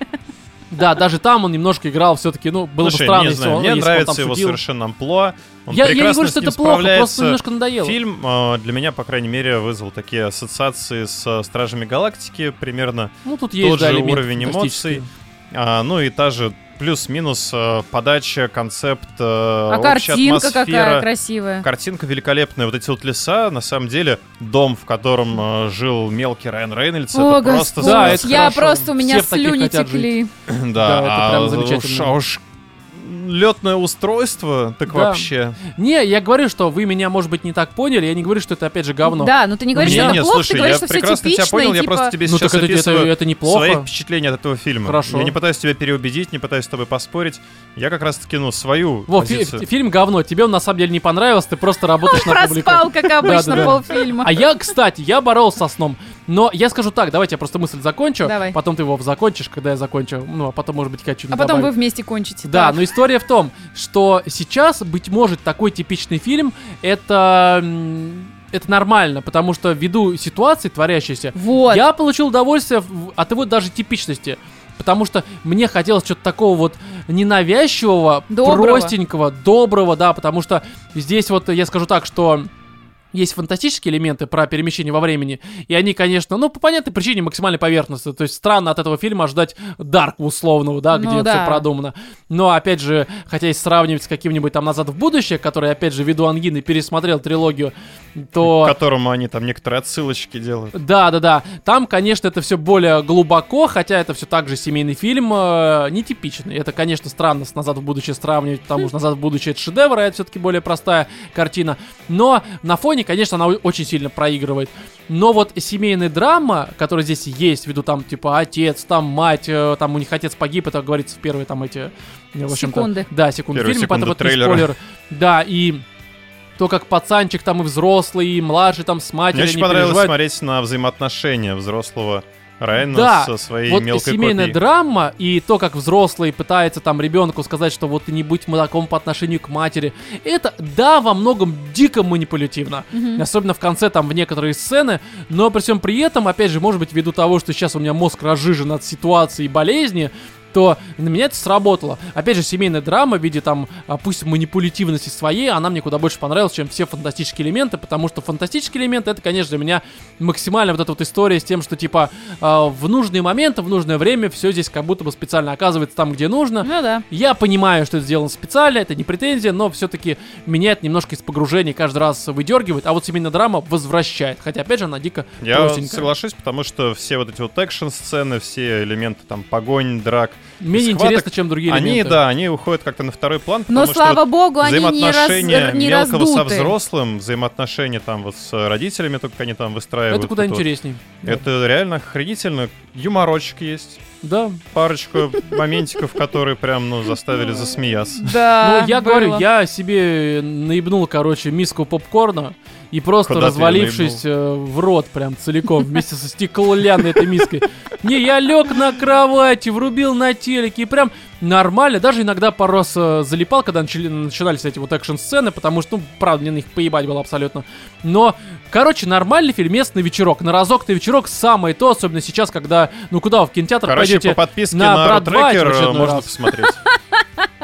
Speaker 1: Да, даже там он немножко играл все-таки, ну, было
Speaker 2: Слушай,
Speaker 1: бы странно,
Speaker 2: не
Speaker 1: если
Speaker 2: знаю,
Speaker 1: он,
Speaker 2: мне
Speaker 1: если он
Speaker 2: нравится
Speaker 1: там
Speaker 2: его
Speaker 1: шутил.
Speaker 2: совершенно амплуа. Он
Speaker 1: Я, я не
Speaker 2: прекрасно
Speaker 1: говорю,
Speaker 2: с
Speaker 1: что
Speaker 2: ним
Speaker 1: это плохо,
Speaker 2: справляется.
Speaker 1: просто немножко надоело.
Speaker 2: Фильм э, для меня, по крайней мере, вызвал такие ассоциации со Стражами Галактики примерно.
Speaker 1: ну, тут есть,
Speaker 2: тот
Speaker 1: да,
Speaker 2: же
Speaker 1: элементы
Speaker 2: уровень
Speaker 1: фантастические.
Speaker 2: эмоций. А, ну и та же плюс-минус э, подача, концепт, э,
Speaker 3: А
Speaker 2: общая
Speaker 3: картинка какая
Speaker 2: атмосфера.
Speaker 3: красивая.
Speaker 2: Картинка великолепная. Вот эти вот леса, на самом деле, дом, в котором э, жил мелкий Райан Рейнольдс,
Speaker 3: О,
Speaker 2: это просто...
Speaker 3: Господь,
Speaker 1: Да, это
Speaker 3: я
Speaker 1: хорошо.
Speaker 3: просто, у меня
Speaker 1: Все в таких
Speaker 3: слюни
Speaker 1: хотят жить.
Speaker 3: текли.
Speaker 2: Да,
Speaker 1: Да, это
Speaker 2: а
Speaker 1: прям
Speaker 2: уж-
Speaker 1: замечательно.
Speaker 2: а уж летное устройство, так
Speaker 1: Да.
Speaker 2: вообще...
Speaker 1: Не, я говорю, что вы меня, может быть, не так поняли, я не говорю, что это, опять же, говно.
Speaker 3: Да, но ты не говоришь,
Speaker 1: Не,
Speaker 3: что
Speaker 2: Не-не,
Speaker 3: это плохо, ты
Speaker 2: слушай,
Speaker 3: говоришь,
Speaker 2: я
Speaker 3: что все
Speaker 2: прекрасно
Speaker 3: типично.
Speaker 2: тебя понял,
Speaker 3: и
Speaker 2: я
Speaker 3: типа-
Speaker 2: просто тебе
Speaker 1: Ну,
Speaker 2: сейчас
Speaker 1: так это, это,
Speaker 2: описываю
Speaker 1: это неплохо.
Speaker 2: свои впечатления от этого фильма.
Speaker 1: Хорошо.
Speaker 2: Я не пытаюсь тебя переубедить, не пытаюсь с тобой поспорить. Я как раз-таки, ну, свою
Speaker 1: Во, фи-
Speaker 2: позицию.
Speaker 1: фи- фильм говно, тебе он на самом деле не понравился, ты просто работаешь на публику.
Speaker 3: Проспал, как
Speaker 1: Да-да-да.
Speaker 3: обычно, полфильма.
Speaker 1: А я, кстати, я боролся со сном. Но я скажу так, давайте я просто мысль закончу.
Speaker 3: Давай.
Speaker 1: Потом ты его закончишь, когда я закончу. Ну, а потом, может быть, хочу
Speaker 3: А потом вы вместе кончите.
Speaker 1: Да, ну,
Speaker 3: так.
Speaker 1: но история в том, что сейчас, быть может, такой типичный фильм это... м, Это нормально, потому что ввиду ситуации творящейся,
Speaker 3: Вот.
Speaker 1: Я получил удовольствие в- от его даже типичности. Потому что мне хотелось что-то такого вот ненавязчивого,
Speaker 3: Доброго.
Speaker 1: простенького, доброго, да, потому что здесь вот я скажу так, что есть фантастические элементы про перемещение во времени, и они, конечно, ну, по понятной причине максимально поверхностны. То есть странно от этого фильма ожидать Дарк условного, да, где
Speaker 3: Ну да.
Speaker 1: все продумано. Но, опять же, хотя если сравнивать с каким-нибудь там «Назад в будущее», который, опять же, ввиду ангины пересмотрел трилогию, то...
Speaker 2: К которому они там некоторые отсылочки делают.
Speaker 1: Да, да, да. Там, конечно, это все более глубоко, хотя это все также семейный фильм, э, нетипичный. Это, конечно, странно с назад в будущее сравнивать, потому что назад в будущее это шедевр, а это все-таки более простая картина. Но на фоне, конечно, она о- очень сильно проигрывает. Но вот семейная драма, которая здесь есть, ввиду там, типа, отец, там мать, э, там у них отец погиб, это говорится в первые там эти... э, В общем-то,
Speaker 3: Секунды.
Speaker 1: Да, секунды
Speaker 2: Первые
Speaker 1: фильма,
Speaker 2: секунды
Speaker 1: поэтому это не
Speaker 2: трейлера.
Speaker 1: спойлер. Да, и то, как пацанчик там и взрослый, и младший там с матерью
Speaker 2: Мне очень
Speaker 1: не
Speaker 2: понравилось
Speaker 1: переживают.
Speaker 2: смотреть на взаимоотношения взрослого Райана
Speaker 1: Да,
Speaker 2: со своей
Speaker 1: вот
Speaker 2: мелкой
Speaker 1: семейная
Speaker 2: копией.
Speaker 1: драма и то, как взрослый пытается там ребенку сказать, что вот ты не будь мудаком по отношению к матери, это, да, во многом дико манипулятивно.
Speaker 3: Мгм.
Speaker 1: Особенно в конце, там, в некоторые сцены. Но при всем при этом, опять же, может быть, ввиду того, что сейчас у меня мозг разжижен от ситуации и болезни, то на меня это сработало. Опять же, семейная драма в виде там, а, пусть манипулятивности своей, она мне куда больше понравилась, чем все фантастические элементы, потому что фантастические элементы, это, конечно, для меня максимально вот эта вот история с тем, что, типа, а, в нужные моменты, в нужное время все здесь как будто бы специально оказывается там, где нужно.
Speaker 3: Ну да.
Speaker 1: Я понимаю, что это сделано специально, это не претензия, но все-таки меня это немножко из погружения каждый раз выдергивает, а вот семейная драма возвращает. Хотя, опять же, она дико
Speaker 2: Я
Speaker 1: простенькая.
Speaker 2: соглашусь, потому что все вот эти вот экшн-сцены, все элементы там погонь, драк,
Speaker 1: Менее
Speaker 2: схваток,
Speaker 1: интересно, чем другие
Speaker 2: они,
Speaker 1: элементы.
Speaker 2: да, они уходят как-то на второй план, потому
Speaker 3: Но
Speaker 2: что
Speaker 3: Ну, слава богу, они не, раз,
Speaker 2: взаимоотношения
Speaker 3: не
Speaker 2: мелкого со
Speaker 3: раздуты.
Speaker 2: взрослым, взаимоотношения там вот с родителями, только они там выстраивают.
Speaker 1: Это куда
Speaker 2: вот вот.
Speaker 1: интересней.
Speaker 2: Это реально охренительно. Юморочек есть.
Speaker 1: Да.
Speaker 2: Парочку моментиков, которые прям, ну, заставили засмеяться.
Speaker 3: Да.
Speaker 1: ну, я
Speaker 3: было.
Speaker 1: говорю, я себе наебнул, короче, миску попкорна и просто
Speaker 2: Куда ты
Speaker 1: развалившись э, в рот прям целиком вместе со стеклянной этой миской. Не, я лег на кровати, врубил на телеке и прям нормально. Даже иногда пару раз э, залипал, когда начали- начинались эти вот экшн-сцены, потому что, ну, правда, мне на них поебать было абсолютно. Но, короче, нормальный фильмец на вечерок. На разок на вечерок самое то, особенно сейчас, когда, ну, куда вы в кинотеатр
Speaker 2: Короче,
Speaker 1: пойдете?
Speaker 2: по подписке
Speaker 1: на
Speaker 2: на
Speaker 1: Брат два
Speaker 2: Ротрекер э,
Speaker 1: очередной
Speaker 2: можно
Speaker 1: раз.
Speaker 2: посмотреть.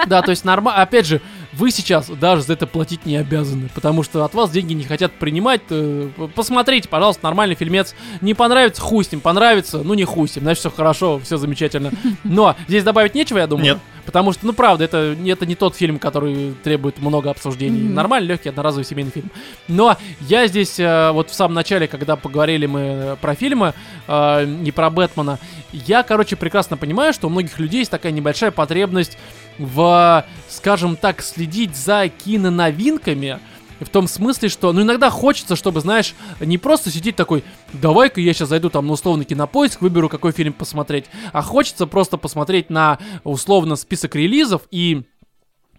Speaker 1: Да, то есть нормально. Опять же, вы сейчас даже за это платить не обязаны, потому что от вас деньги не хотят принимать. Э, Посмотрите, пожалуйста, нормальный фильмец. Не понравится, хуй с ним. Понравится, ну не хуй с ним. Значит, все хорошо, все замечательно. Но здесь добавить нечего, я думаю.
Speaker 2: Нет.
Speaker 1: Потому что, ну правда, это, это не тот фильм, который требует много обсуждений.
Speaker 3: Мгм.
Speaker 1: Нормальный, легкий, одноразовый семейный фильм. Но я здесь, э, вот в самом начале, когда поговорили мы э, про фильмы э, и про Бэтмена, я, короче, прекрасно понимаю, что у многих людей есть такая небольшая потребность в, скажем так, следить за киноновинками. В том смысле, что, ну, иногда хочется, чтобы, знаешь, не просто сидеть такой, давай-ка я сейчас зайду там на условный кинопоиск, выберу, какой фильм посмотреть, а хочется просто посмотреть на, условно, список релизов и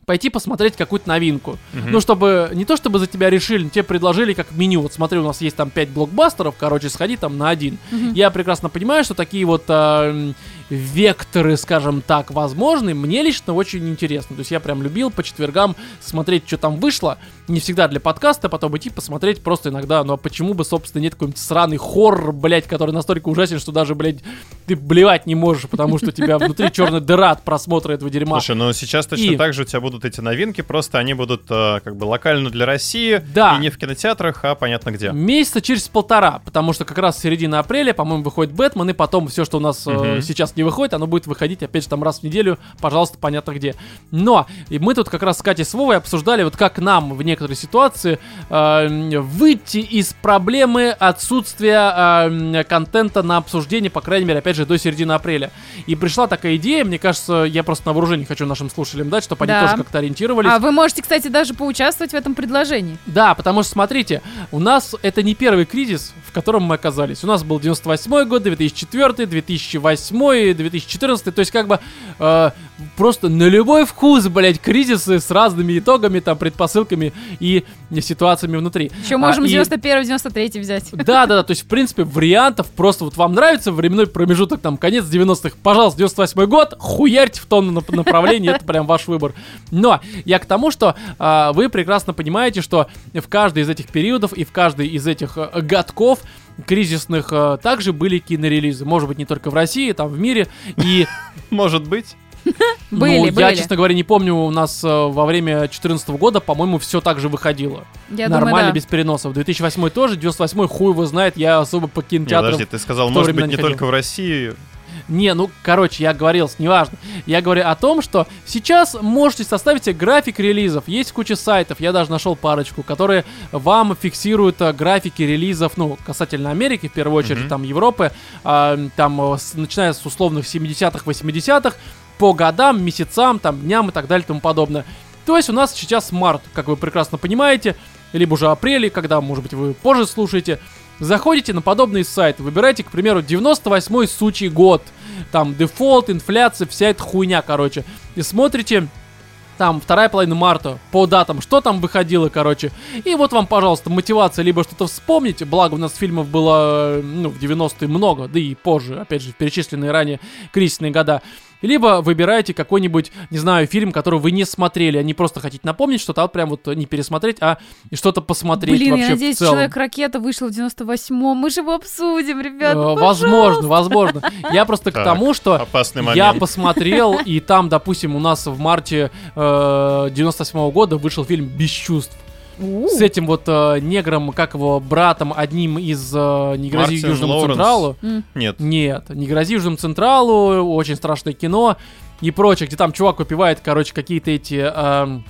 Speaker 1: пойти посмотреть какую-то новинку. Ну, чтобы не то чтобы за тебя решили, но тебе предложили как меню. Вот смотри, у нас есть там 5 блокбастеров, короче, сходи там на один.
Speaker 3: Мгм.
Speaker 1: Я прекрасно понимаю, что такие вот а, м, векторы, скажем так, возможны. Мне лично очень интересно. То есть я прям любил по четвергам смотреть, что там вышло. Не всегда для подкаста, потом идти посмотреть просто иногда. Ну а почему бы, собственно, нет какой-нибудь сраный хоррор, блядь, который настолько ужасен, что даже, блядь, ты блевать не можешь, потому что у тебя внутри черная дыра от просмотра этого дерьма.
Speaker 2: Слушай, ну сейчас точно
Speaker 1: И-
Speaker 2: так же у тебя будут эти новинки, просто они будут э, как бы локально для России,
Speaker 1: Да.
Speaker 2: и не в кинотеатрах, а понятно где.
Speaker 1: Месяца через полтора, потому что как раз середина апреля, по-моему, выходит Бэтмен, и потом все, что у нас э,
Speaker 2: Мгм.
Speaker 1: сейчас не выходит, оно будет выходить, опять же, там раз в неделю, пожалуйста, понятно где. Но и мы тут как раз с Катей Свовой обсуждали, вот как нам в некоторой ситуации э, м, выйти из проблемы отсутствия э, м, контента на обсуждение, по крайней мере, опять же, до середины апреля. И пришла такая идея, мне кажется, я просто на вооружение хочу нашим слушателям дать, чтобы они
Speaker 3: Да.
Speaker 1: тоже как-то ориентировались.
Speaker 3: А вы можете, кстати, даже поучаствовать в этом предложении.
Speaker 1: Да, потому что, смотрите, у нас это не первый кризис, в котором мы оказались. У нас был 98 год, 2004, 2008, 2014. То есть, как бы, э, просто на любой вкус, блядь, кризисы с разными итогами, там, предпосылками и ситуациями внутри.
Speaker 3: Еще
Speaker 1: А,
Speaker 3: можем
Speaker 1: и-
Speaker 3: 91-93 взять.
Speaker 1: да, да, да, то есть, в принципе, вариантов просто вот вам нравится временной промежуток, там, конец 90-х, пожалуйста, 98 год, хуярьте в том нап- направлении, это прям ваш выбор. Но я к тому, что а, вы прекрасно понимаете, что в каждый из этих периодов и в каждый из этих э, годков кризисных э, также были кинорелизы. Может быть, не только в России, там, в мире. И
Speaker 2: Может быть.
Speaker 1: ну,
Speaker 3: Были,
Speaker 1: я,
Speaker 3: были.
Speaker 1: честно говоря, не помню, у нас э, во время 2014 года, по-моему, все так же выходило.
Speaker 3: Я думаю,
Speaker 1: Нормально,
Speaker 3: да.
Speaker 1: без переносов. 2008 тоже, 98 хуй его знает, я особо по
Speaker 2: Не,
Speaker 1: кинотеатрам...
Speaker 2: подожди, ты сказал,
Speaker 1: в то
Speaker 2: может
Speaker 1: время
Speaker 2: быть,
Speaker 1: не
Speaker 2: не
Speaker 1: ходил.
Speaker 2: только в России.
Speaker 1: Не, ну, короче, я говорил, неважно. Я говорю о том, что сейчас можете составить себе график релизов. Есть куча сайтов, я даже нашел парочку, которые вам фиксируют э, графики релизов, ну, касательно Америки, в первую очередь,
Speaker 2: Мгм.
Speaker 1: там Европы, а, м, там, э, с- начиная с условных 70-х, 80-х, по годам, месяцам, там, дням и так далее и тому подобное. То есть у нас сейчас март, как вы прекрасно понимаете, либо уже апреле, когда, может быть, вы позже слушаете. Заходите на подобные сайты, выбирайте, к примеру, 98-й сучий год. Там дефолт, инфляция, вся эта хуйня, короче. И смотрите, там вторая половина марта по датам, что там выходило, короче. И вот вам, пожалуйста, мотивация либо что-то вспомнить, благо у нас фильмов было, э, ну, в 90-е много, да и позже, опять же, в перечисленные ранее кризисные года. Либо выбираете какой-нибудь, не знаю, фильм, который вы не смотрели, а не просто хотите напомнить что-то, а вот прям вот не пересмотреть, а что-то посмотреть
Speaker 3: Блин,
Speaker 1: вообще
Speaker 3: я надеюсь,
Speaker 1: в целом.
Speaker 3: Человек-ракета вышел в 98-м. Мы же его обсудим, ребят.
Speaker 1: Э, возможно, возможно. Я просто к
Speaker 2: Так, а
Speaker 1: тому, что
Speaker 2: Опасный
Speaker 1: Э, я
Speaker 2: момент.
Speaker 1: посмотрел, и там, допустим, у нас в марте э, 98 года вышел фильм «Без чувств».
Speaker 3: У.
Speaker 1: С этим вот э, негром, как его, братом, одним из э, «Не грози
Speaker 2: Мартин
Speaker 1: Южному
Speaker 2: Лоуренс.
Speaker 1: Централу».
Speaker 3: М.
Speaker 2: Нет.
Speaker 1: Нет, «Не грози Южному Централу», очень страшное кино и прочее, где там чувак выпивает, короче, какие-то эти... эм,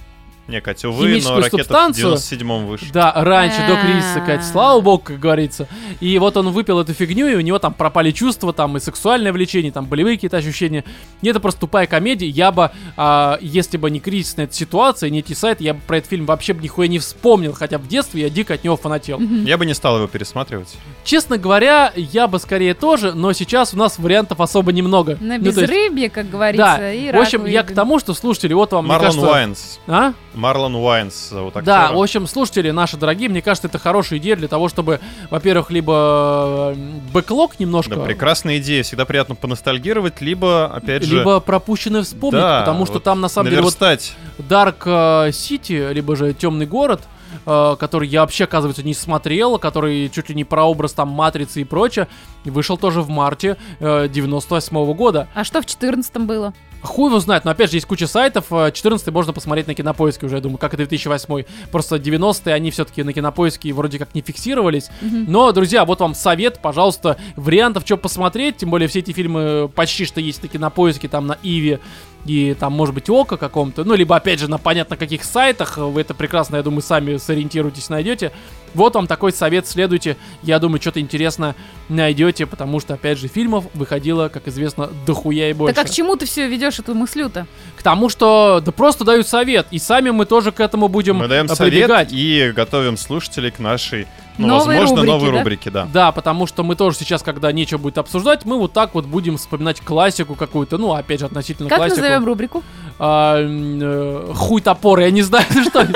Speaker 2: Не, Катя, увы, но
Speaker 1: Химическую
Speaker 2: ракета в
Speaker 1: субстанцию?
Speaker 2: 97-м вышла.
Speaker 1: Да, раньше, до кризиса,
Speaker 3: А.
Speaker 1: Кать, слава богу, как говорится. И вот он выпил эту фигню, и у него там пропали чувства, там и сексуальное влечение, там болевые какие-то ощущения. И это просто тупая комедия. Я бы, а, если бы не кризисная эта ситуация, не эти сайты, я бы про этот фильм вообще бы нихуя не вспомнил, хотя в детстве я дико от него фанател.
Speaker 3: Мгм.
Speaker 2: Я бы не стал его пересматривать.
Speaker 1: Честно говоря, я бы скорее тоже, но сейчас у нас вариантов особо немного.
Speaker 3: На
Speaker 1: Ну, то есть-
Speaker 3: безрыбье, как говорится,
Speaker 1: да,
Speaker 3: и
Speaker 1: в общем,
Speaker 3: раку
Speaker 1: я
Speaker 3: рыбе.
Speaker 1: к тому, что, слушатели, вот вам, мне
Speaker 2: Марлон
Speaker 1: кажется...
Speaker 2: Уайнс.
Speaker 1: А?
Speaker 2: Марлон Уайнс э, зовут актера.
Speaker 1: Да, в общем, слушатели наши дорогие, мне кажется, это хорошая идея для того, чтобы, во-первых, либо э, бэклог немножко,
Speaker 2: Да, прекрасная идея, всегда приятно поностальгировать, либо, опять же,
Speaker 1: либо пропущенное вспомнить,
Speaker 2: да,
Speaker 1: потому что
Speaker 2: вот
Speaker 1: там на самом деле вот
Speaker 2: наверстать.
Speaker 1: Dark Сити, либо же Темный город, э, который я вообще, оказывается, не смотрел, который чуть ли не прообраз там Матрицы и прочее, вышел тоже в марте э, 98 года.
Speaker 3: А что в 14-м было?
Speaker 1: Хуй его знает, но опять же есть куча сайтов, э, 14 можно посмотреть на Кинопоиске уже, я думаю, как и 2008. Просто 90-е они все-таки на Кинопоиске вроде как не фиксировались.
Speaker 3: Мгм.
Speaker 1: Но, друзья, вот вам совет, пожалуйста, вариантов, что посмотреть, тем более все эти фильмы почти что есть таки на поиске, там на Иве и там, может быть, Око каком-то, ну, либо, опять же, на понятно каких сайтах, вы это прекрасно, я думаю, сами сориентируетесь, найдете. Вот вам такой совет, следуйте, я думаю, что-то интересное найдете, потому что, опять же, фильмов выходило, как известно, дохуя и больше.
Speaker 3: Так а к чему ты все ведешь эту мыслю-то?
Speaker 1: К тому, что да просто дают совет, и сами мы тоже к этому будем
Speaker 2: Мы даем
Speaker 1: э,
Speaker 2: совет
Speaker 1: прибегать.
Speaker 2: и готовим слушателей к нашей, ну,
Speaker 3: Новой
Speaker 2: возможно,
Speaker 3: рубрике,
Speaker 2: новой
Speaker 3: да?
Speaker 2: рубрике, да.
Speaker 1: Да, потому что мы тоже сейчас, когда нечего будет обсуждать, мы вот так вот будем вспоминать классику какую-то, ну, опять же, относительно
Speaker 3: Как
Speaker 1: классику.
Speaker 3: назовем рубрику?
Speaker 1: А, м, э, хуй топор, я не знаю, что.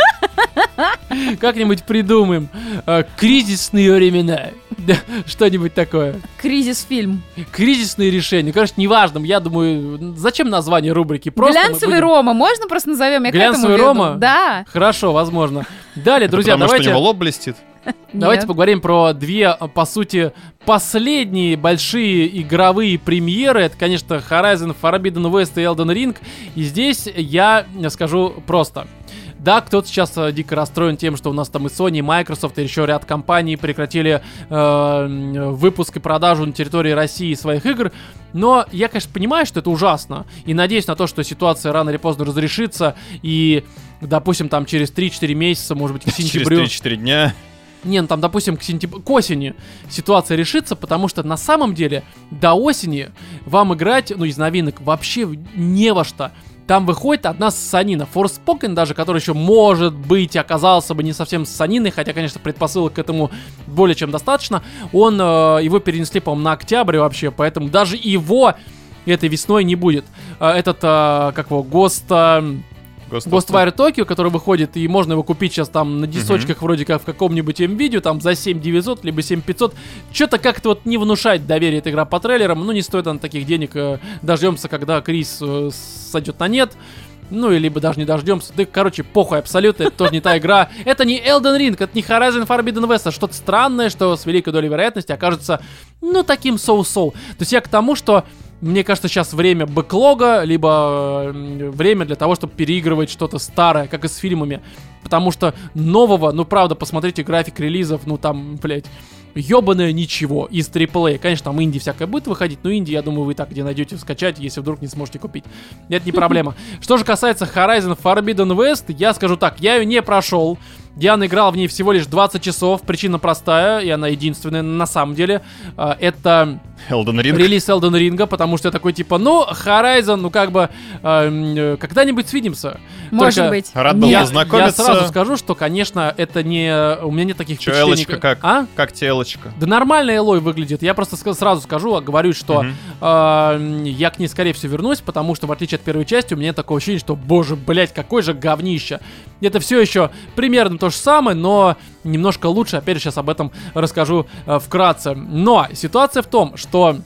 Speaker 1: Как-нибудь придумаем. Э, Кризисные времена. Да, Что-нибудь такое.
Speaker 3: Кризис фильм.
Speaker 1: Кризисные решения. Конечно, неважно. Я думаю, зачем название рубрики? Просто мы
Speaker 3: Глянцевый
Speaker 1: будем-
Speaker 3: Рома, можно просто назовем? Я к этому
Speaker 1: Глянцевый
Speaker 3: веду.
Speaker 1: Рома?
Speaker 3: Да.
Speaker 1: Хорошо, возможно. Далее,
Speaker 2: Это
Speaker 1: Э, друзья,
Speaker 2: потому
Speaker 1: давайте...
Speaker 2: что у него лоб блестит.
Speaker 1: Давайте
Speaker 3: Нет.
Speaker 1: поговорим про две, э, по сути, последние большие игровые премьеры. Это, конечно, Horizon Forbidden West и Elden Ring. И здесь я скажу просто. Да, кто-то сейчас э, дико расстроен тем, что у нас там и Sony, и Microsoft, и еще ряд компаний прекратили э, м, выпуск и продажу на территории России своих игр. Но я, конечно, понимаю, что это ужасно. И надеюсь на то, что ситуация рано или поздно разрешится. И, допустим, там через 3-4 месяца, может быть, к
Speaker 2: Через
Speaker 1: сентябрю...
Speaker 2: 3-4 дня.
Speaker 1: Не, ну там, допустим, к, сентяб- к осени ситуация решится, потому что на самом деле до осени вам играть, ну, из новинок вообще в- не во что. Там выходит одна санина, Forspoken даже, который еще, может быть, оказался бы не совсем саниной, хотя, конечно, предпосылок к этому более чем достаточно. Он, э, его перенесли, по-моему, на октябрь вообще, поэтому даже его этой весной не будет. Э, этот, э, как его, Гост... э, Ghostwire Tokyo, который выходит, и можно его купить сейчас там на дисочках вроде как в каком-нибудь М-видео, там за 7900, либо 7500. Что-то как-то вот не внушает доверие эта игра по трейлерам, ну не стоит она таких денег. э, Дождемся, когда Крис э, сойдет на нет. Ну, и либо даже не дождемся. Да, короче, похуй абсолютно, это тоже не та игра. Это не Elden Ring, это не Horizon Forbidden West, а что-то странное, что с великой долей вероятности окажется, ну, таким соу-соу. То есть я к тому, что мне кажется, сейчас время бэклога, либо э, время для того, чтобы переигрывать что-то старое, как и с фильмами. Потому что нового, ну правда, посмотрите график релизов, ну там, блядь, ебаное ничего из триплея. Конечно, там инди всякое будет выходить, но инди, я думаю, вы и так где найдете скачать, если вдруг не сможете купить. Это не проблема. Что же касается Horizon Forbidden West, я скажу так, я ее не прошел. Я наиграл в ней всего лишь 20 часов. Причина простая, и она единственная на самом деле. Э, Это
Speaker 2: Элден Ринг.
Speaker 1: релиз Elden Ring, потому что я такой типа, ну, Horizon, ну как бы эм, э, когда-нибудь свидимся.
Speaker 3: Может
Speaker 1: Только
Speaker 3: быть.
Speaker 2: Рад был
Speaker 1: я, я
Speaker 2: познакомиться.
Speaker 1: сразу скажу, что, конечно, это не... У меня нет таких
Speaker 2: Чё,
Speaker 1: впечатлений.
Speaker 2: Элочка, как?
Speaker 1: А?
Speaker 2: Как телочка?
Speaker 1: Да нормально Элой выглядит. Я просто ска- сразу скажу, а говорю, что
Speaker 2: Мгм.
Speaker 1: э, я к ней, скорее всего, вернусь, потому что, в отличие от первой части, у меня такое ощущение, что, боже, блядь, какой же говнище. Это все еще примерно то же самое, но немножко лучше. Опять же, сейчас об этом расскажу э, вкратце. Но ситуация в том, что...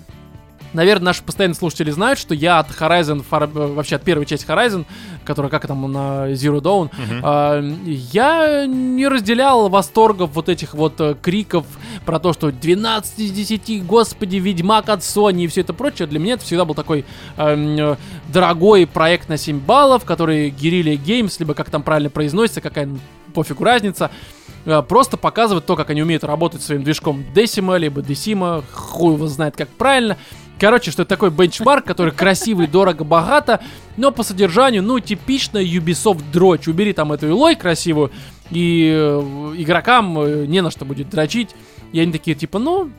Speaker 1: Наверное, наши постоянные слушатели знают, что я от Horizon, Far- э, вообще от первой части Horizon, которая как там на Zero Dawn,
Speaker 2: Мгм.
Speaker 1: а, я не разделял восторгов вот этих вот э, криков про то, что 12 из 10, господи, Ведьмак от Sony и все это прочее. Для меня это всегда был такой эм, э, дорогой проект на 7 баллов, который Guerrilla Games, либо как там правильно произносится, какая пофигу разница, э, просто показывает то, как они умеют работать своим движком Decima, либо Decima, хуй его знает как правильно. Короче, что это такой бенчмарк, который красивый, дорого, богато, но по содержанию, ну, типичная Ubisoft дрочь. Убери там эту Элой красивую, и э, игрокам э, не на что будет дрочить. И они такие, типа, ну,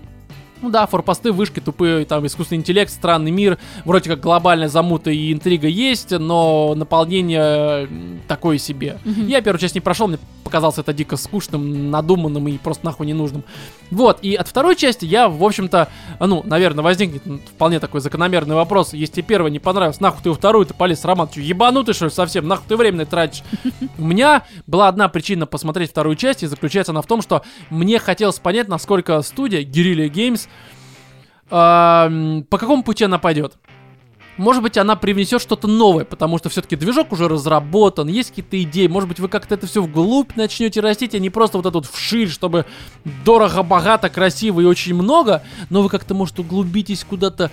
Speaker 1: ну да, форпосты, вышки тупые, там искусственный интеллект, странный мир, вроде как глобальная замута и интрига есть, но наполнение э, такое себе.
Speaker 3: Мгм.
Speaker 1: Я первую часть не прошел, мне показалось это дико скучным, надуманным и просто нахуй ненужным. Вот, и от второй части я, в общем-то, а, ну, наверное, возникнет м, вполне такой закономерный вопрос. Если тебе первая не понравилась, нахуй ты во вторую, ты полез, Роман, ты чё, ебанутый, что ли, совсем? Нахуй ты время на это тратишь? У меня была одна причина посмотреть вторую часть, и заключается она в том, что мне хотелось понять, насколько студия Guerrilla Games а, м, по какому пути она пойдет. Может быть, она привнесет что-то новое, потому что все-таки движок уже разработан, есть какие-то идеи. Может быть, вы как-то это все вглубь начнете растить, а не просто вот этот вот вширь, чтобы дорого, богато, красиво и очень много, но вы как-то, может, углубитесь куда-то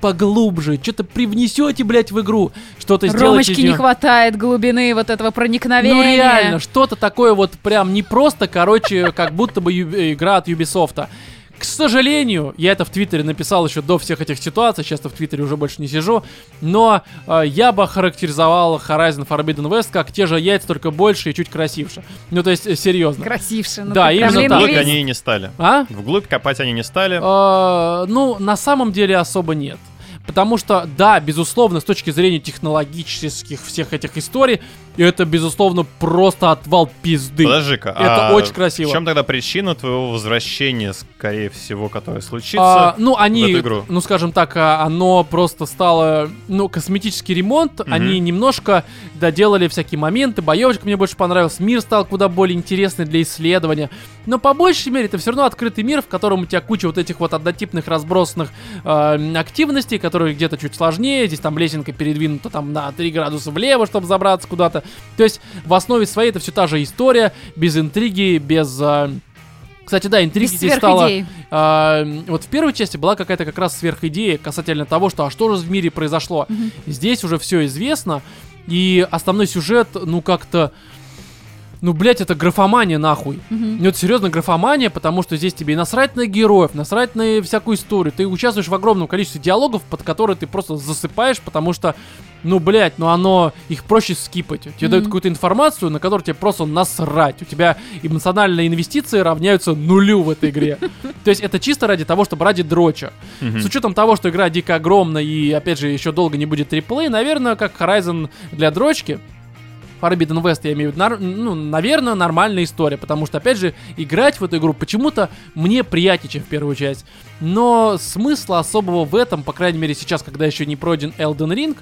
Speaker 1: поглубже, что-то привнесете, блядь, в игру, что-то сделаете. из
Speaker 3: Ромочки не
Speaker 1: неё.
Speaker 3: хватает глубины вот этого проникновения.
Speaker 1: Ну реально, что-то такое вот прям не просто, короче, как будто бы ю- э, игра от Ubisoft. К сожалению, я это в Твиттере написал еще до всех этих ситуаций, сейчас в Твиттере уже больше не сижу, но э, я бы характеризовал Horizon Forbidden West как те же яйца, только больше и чуть красивше. Ну, то есть, э, серьезно.
Speaker 3: Красивше. ну
Speaker 1: Да,
Speaker 3: ты
Speaker 1: именно
Speaker 3: прям, блин,
Speaker 1: так.
Speaker 2: Вглубь
Speaker 3: юрист.
Speaker 2: они и не стали.
Speaker 1: А?
Speaker 2: Вглубь копать они не стали.
Speaker 1: Э, ну, на самом деле особо нет. Потому что, да, безусловно, с точки зрения технологических всех этих историй, это, безусловно, просто отвал пизды.
Speaker 2: Подожди-ка.
Speaker 1: Это
Speaker 2: а
Speaker 1: очень красиво.
Speaker 2: В чем тогда причина твоего возвращения, скорее всего, которое
Speaker 1: А,
Speaker 2: случится?
Speaker 1: ну, они,
Speaker 2: в эту игру.
Speaker 1: ну, скажем так, а, оно просто стало, ну, косметический ремонт.
Speaker 2: Мгм.
Speaker 1: Они немножко доделали всякие моменты. Боевочка мне больше понравилась. Мир стал куда более интересный для исследования. Но по большей мере это все равно открытый мир, в котором у тебя куча вот этих вот однотипных разбросанных э, активностей, которые где-то чуть сложнее. Здесь там лесенка передвинута там на 3 градуса влево, чтобы забраться куда-то. То есть в основе своей это все та же история, без интриги, без... э, кстати, да, интриги
Speaker 3: Без
Speaker 1: здесь стало...
Speaker 3: сверхидей.
Speaker 1: А, вот в первой части была какая-то как раз сверхидея касательно того, что а что же в мире произошло.
Speaker 3: Мгм.
Speaker 1: Здесь уже все известно, и основной сюжет, ну как-то... Ну, блять, это графомания нахуй.
Speaker 3: Мгм.
Speaker 1: Ну, это серьезно графомания, потому что здесь тебе и насрать на героев, насрать на всякую историю. Ты участвуешь в огромном количестве диалогов, под которые ты просто засыпаешь, потому что, ну, блядь, ну оно, их проще скипать. Тебе
Speaker 3: Мгм.
Speaker 1: дают какую-то информацию, на которую тебе просто насрать. У тебя эмоциональные инвестиции равняются нулю в этой игре. То есть это чисто ради того, чтобы ради дроча.
Speaker 2: Мгм.
Speaker 1: С учетом того, что игра дико огромна и, опять же, еще долго не будет триплей, наверное, как Horizon для дрочки, Forbidden West, я имею в виду, нар- ну, наверное, нормальная история, потому что, опять же, играть в эту игру почему-то мне приятнее, чем в первую часть. Но смысла особого в этом, по крайней мере, сейчас, когда еще не пройден Elden Ring,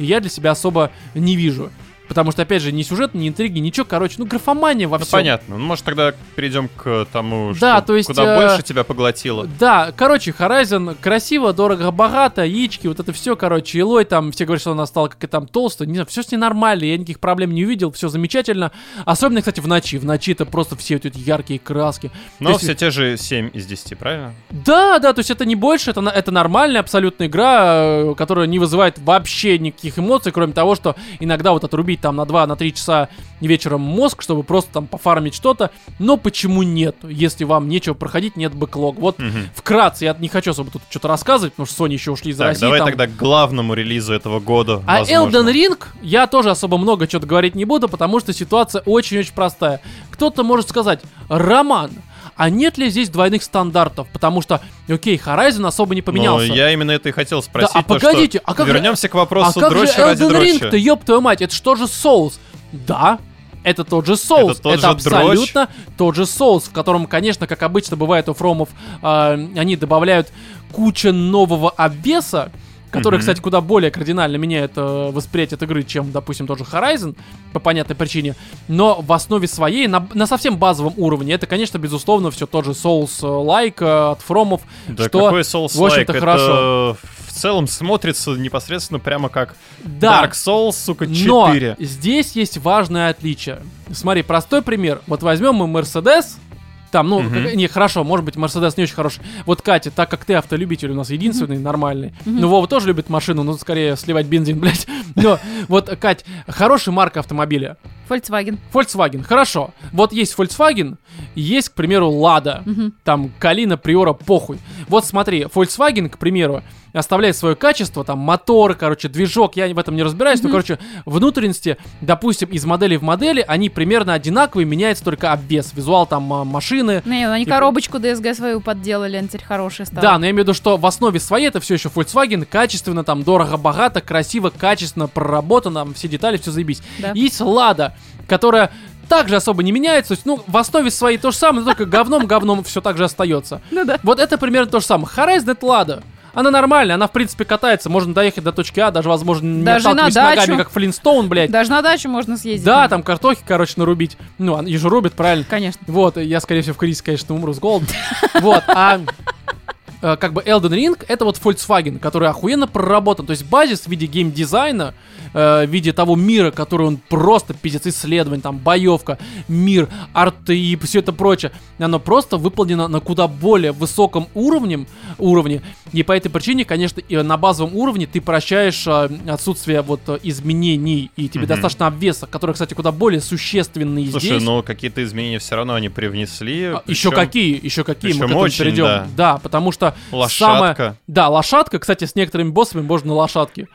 Speaker 1: я для себя особо не вижу. Потому что, опять же, ни сюжет, ни интриги, ничего, короче, ну, графомания во
Speaker 2: Ну,
Speaker 1: всем.
Speaker 2: понятно. Ну, может, тогда перейдем к тому,
Speaker 1: Да,
Speaker 2: что
Speaker 1: то есть,
Speaker 2: куда
Speaker 1: э,
Speaker 2: больше тебя поглотило.
Speaker 1: Да, короче, Horizon красиво, дорого, богато, яички, вот это все, короче, Илой там, все говорят, что она стала как и там толстая, не знаю, все с ней нормально, я никаких проблем не увидел, все замечательно. Особенно, кстати, в ночи, в ночи это просто все вот эти яркие краски.
Speaker 2: Но
Speaker 1: то есть-
Speaker 2: все те же 7 из 10, правильно?
Speaker 1: Да, да, то есть это не больше, это, на- это нормальная абсолютно игра, э, которая не вызывает вообще никаких эмоций, кроме того, что иногда вот отрубить там на 2-3 часа вечером мозг, чтобы просто там пофармить что-то, но почему нет, если вам нечего проходить, нет бэклог. Вот
Speaker 2: Мгм.
Speaker 1: Вкратце, я не хочу особо тут что-то рассказывать, потому что Sony еще ушли из
Speaker 2: Так,
Speaker 1: России.
Speaker 2: давай
Speaker 1: там.
Speaker 2: тогда к главному релизу этого года.
Speaker 1: А
Speaker 2: возможно.
Speaker 1: Elden Ring я тоже особо много чего-то говорить не буду, потому что ситуация очень-очень простая. Кто-то может сказать, Роман, а нет ли здесь двойных стандартов? Потому что, окей, Horizon особо не поменялся.
Speaker 2: Ну, я именно это и хотел спросить.
Speaker 1: а
Speaker 2: то, что
Speaker 1: погодите, а как же-
Speaker 2: Вернемся к
Speaker 1: А
Speaker 2: вопросу
Speaker 1: как же
Speaker 2: дрочи ради
Speaker 1: Elden
Speaker 2: дрочи.
Speaker 1: Ring-то, ёб твою мать, это же тоже Souls. Да, это тот же Souls,
Speaker 2: Это тот же
Speaker 1: абсолютно тот же Souls, в котором, конечно, как обычно бывает у Фромов, э, они добавляют кучу нового обвеса, который,
Speaker 2: Мгм.
Speaker 1: кстати, куда более кардинально меняет э, восприятие от игры, чем, допустим, тоже Horizon, по понятной причине. Но в основе своей, на, на совсем базовом уровне, это, конечно, безусловно, все тот же Souls-лайк э, от Фромов,
Speaker 2: Да
Speaker 1: что,
Speaker 2: какой Souls
Speaker 1: в общем-то, хорошо.
Speaker 2: в целом смотрится непосредственно прямо как
Speaker 1: да,
Speaker 2: Dark Souls, сука, 4.
Speaker 1: Но здесь есть важное отличие. Смотри, простой пример. Вот возьмем мы Мерседес. Там, ну,
Speaker 2: Мгм.
Speaker 1: как- не, хорошо, может быть, Мерседес не очень хороший. Вот, Катя, так как ты автолюбитель у нас единственный, нормальный. Ну, Вова тоже любит машину, но скорее сливать бензин, блядь. Но вот, Кать, хорошая марка автомобиля.
Speaker 3: Volkswagen.
Speaker 1: Volkswagen, хорошо. Вот есть Volkswagen, есть, к примеру, Лада.
Speaker 3: Мгм.
Speaker 1: Там Калина, Приора, похуй. Вот смотри, Volkswagen, к примеру, оставляет свое качество, там мотор, короче, движок, я в этом не разбираюсь, но,
Speaker 3: Мгм.
Speaker 1: короче, внутренности, допустим, из модели в модели, они примерно одинаковые, меняется только обвес, визуал там а, машины.
Speaker 3: Не, ну они
Speaker 1: Типа-
Speaker 3: коробочку DSG свою подделали, она теперь хорошая стала.
Speaker 1: Да, но я имею в виду, что в основе своей это все еще Volkswagen, качественно, там, дорого, богато, красиво, качественно проработано, там, все детали, все заебись.
Speaker 3: Да.
Speaker 1: Есть Лада, которая также особо не меняется. То есть, ну, в основе своей то же самое, но только говном говном все так же остается.
Speaker 3: Ну да.
Speaker 1: Вот это примерно то же самое. Horizon это Лада. Она нормальная, она в принципе катается, можно доехать до точки А, даже возможно не
Speaker 3: Даже на
Speaker 1: отталкиваясь
Speaker 3: дачу.
Speaker 1: ногами, как Флинстоун, блядь.
Speaker 3: Даже на дачу можно съездить. Ну,
Speaker 1: Да, там картохи, короче, нарубить. Ну, они же рубят, правильно.
Speaker 3: Конечно.
Speaker 1: Вот, я, скорее всего, в кризис, конечно, умру с голода. Вот, а э, как бы Elden Ring — это вот Volkswagen, который охуенно проработан. То есть базис в виде геймдизайна, э, в виде того мира, который он просто пиздец, исследование, там, боевка, мир, арт и все это прочее. Оно просто выполнено на куда более высоком уровне, уровне. И по этой причине, конечно, и на базовом уровне ты прощаешь э, отсутствие вот э, изменений, и тебе
Speaker 2: Мгм.
Speaker 1: достаточно обвеса, которые, кстати, куда более существенные
Speaker 2: Слушай,
Speaker 1: здесь.
Speaker 2: но какие-то изменения все равно они привнесли.
Speaker 1: Еще
Speaker 2: причём
Speaker 1: А, какие, еще какие, мы
Speaker 2: причём
Speaker 1: к этому
Speaker 2: очень,
Speaker 1: перейдем.
Speaker 2: да.
Speaker 1: потому что
Speaker 2: Лошадка.
Speaker 1: самое- Да, лошадка, кстати, с некоторыми боссами можно на лошадке.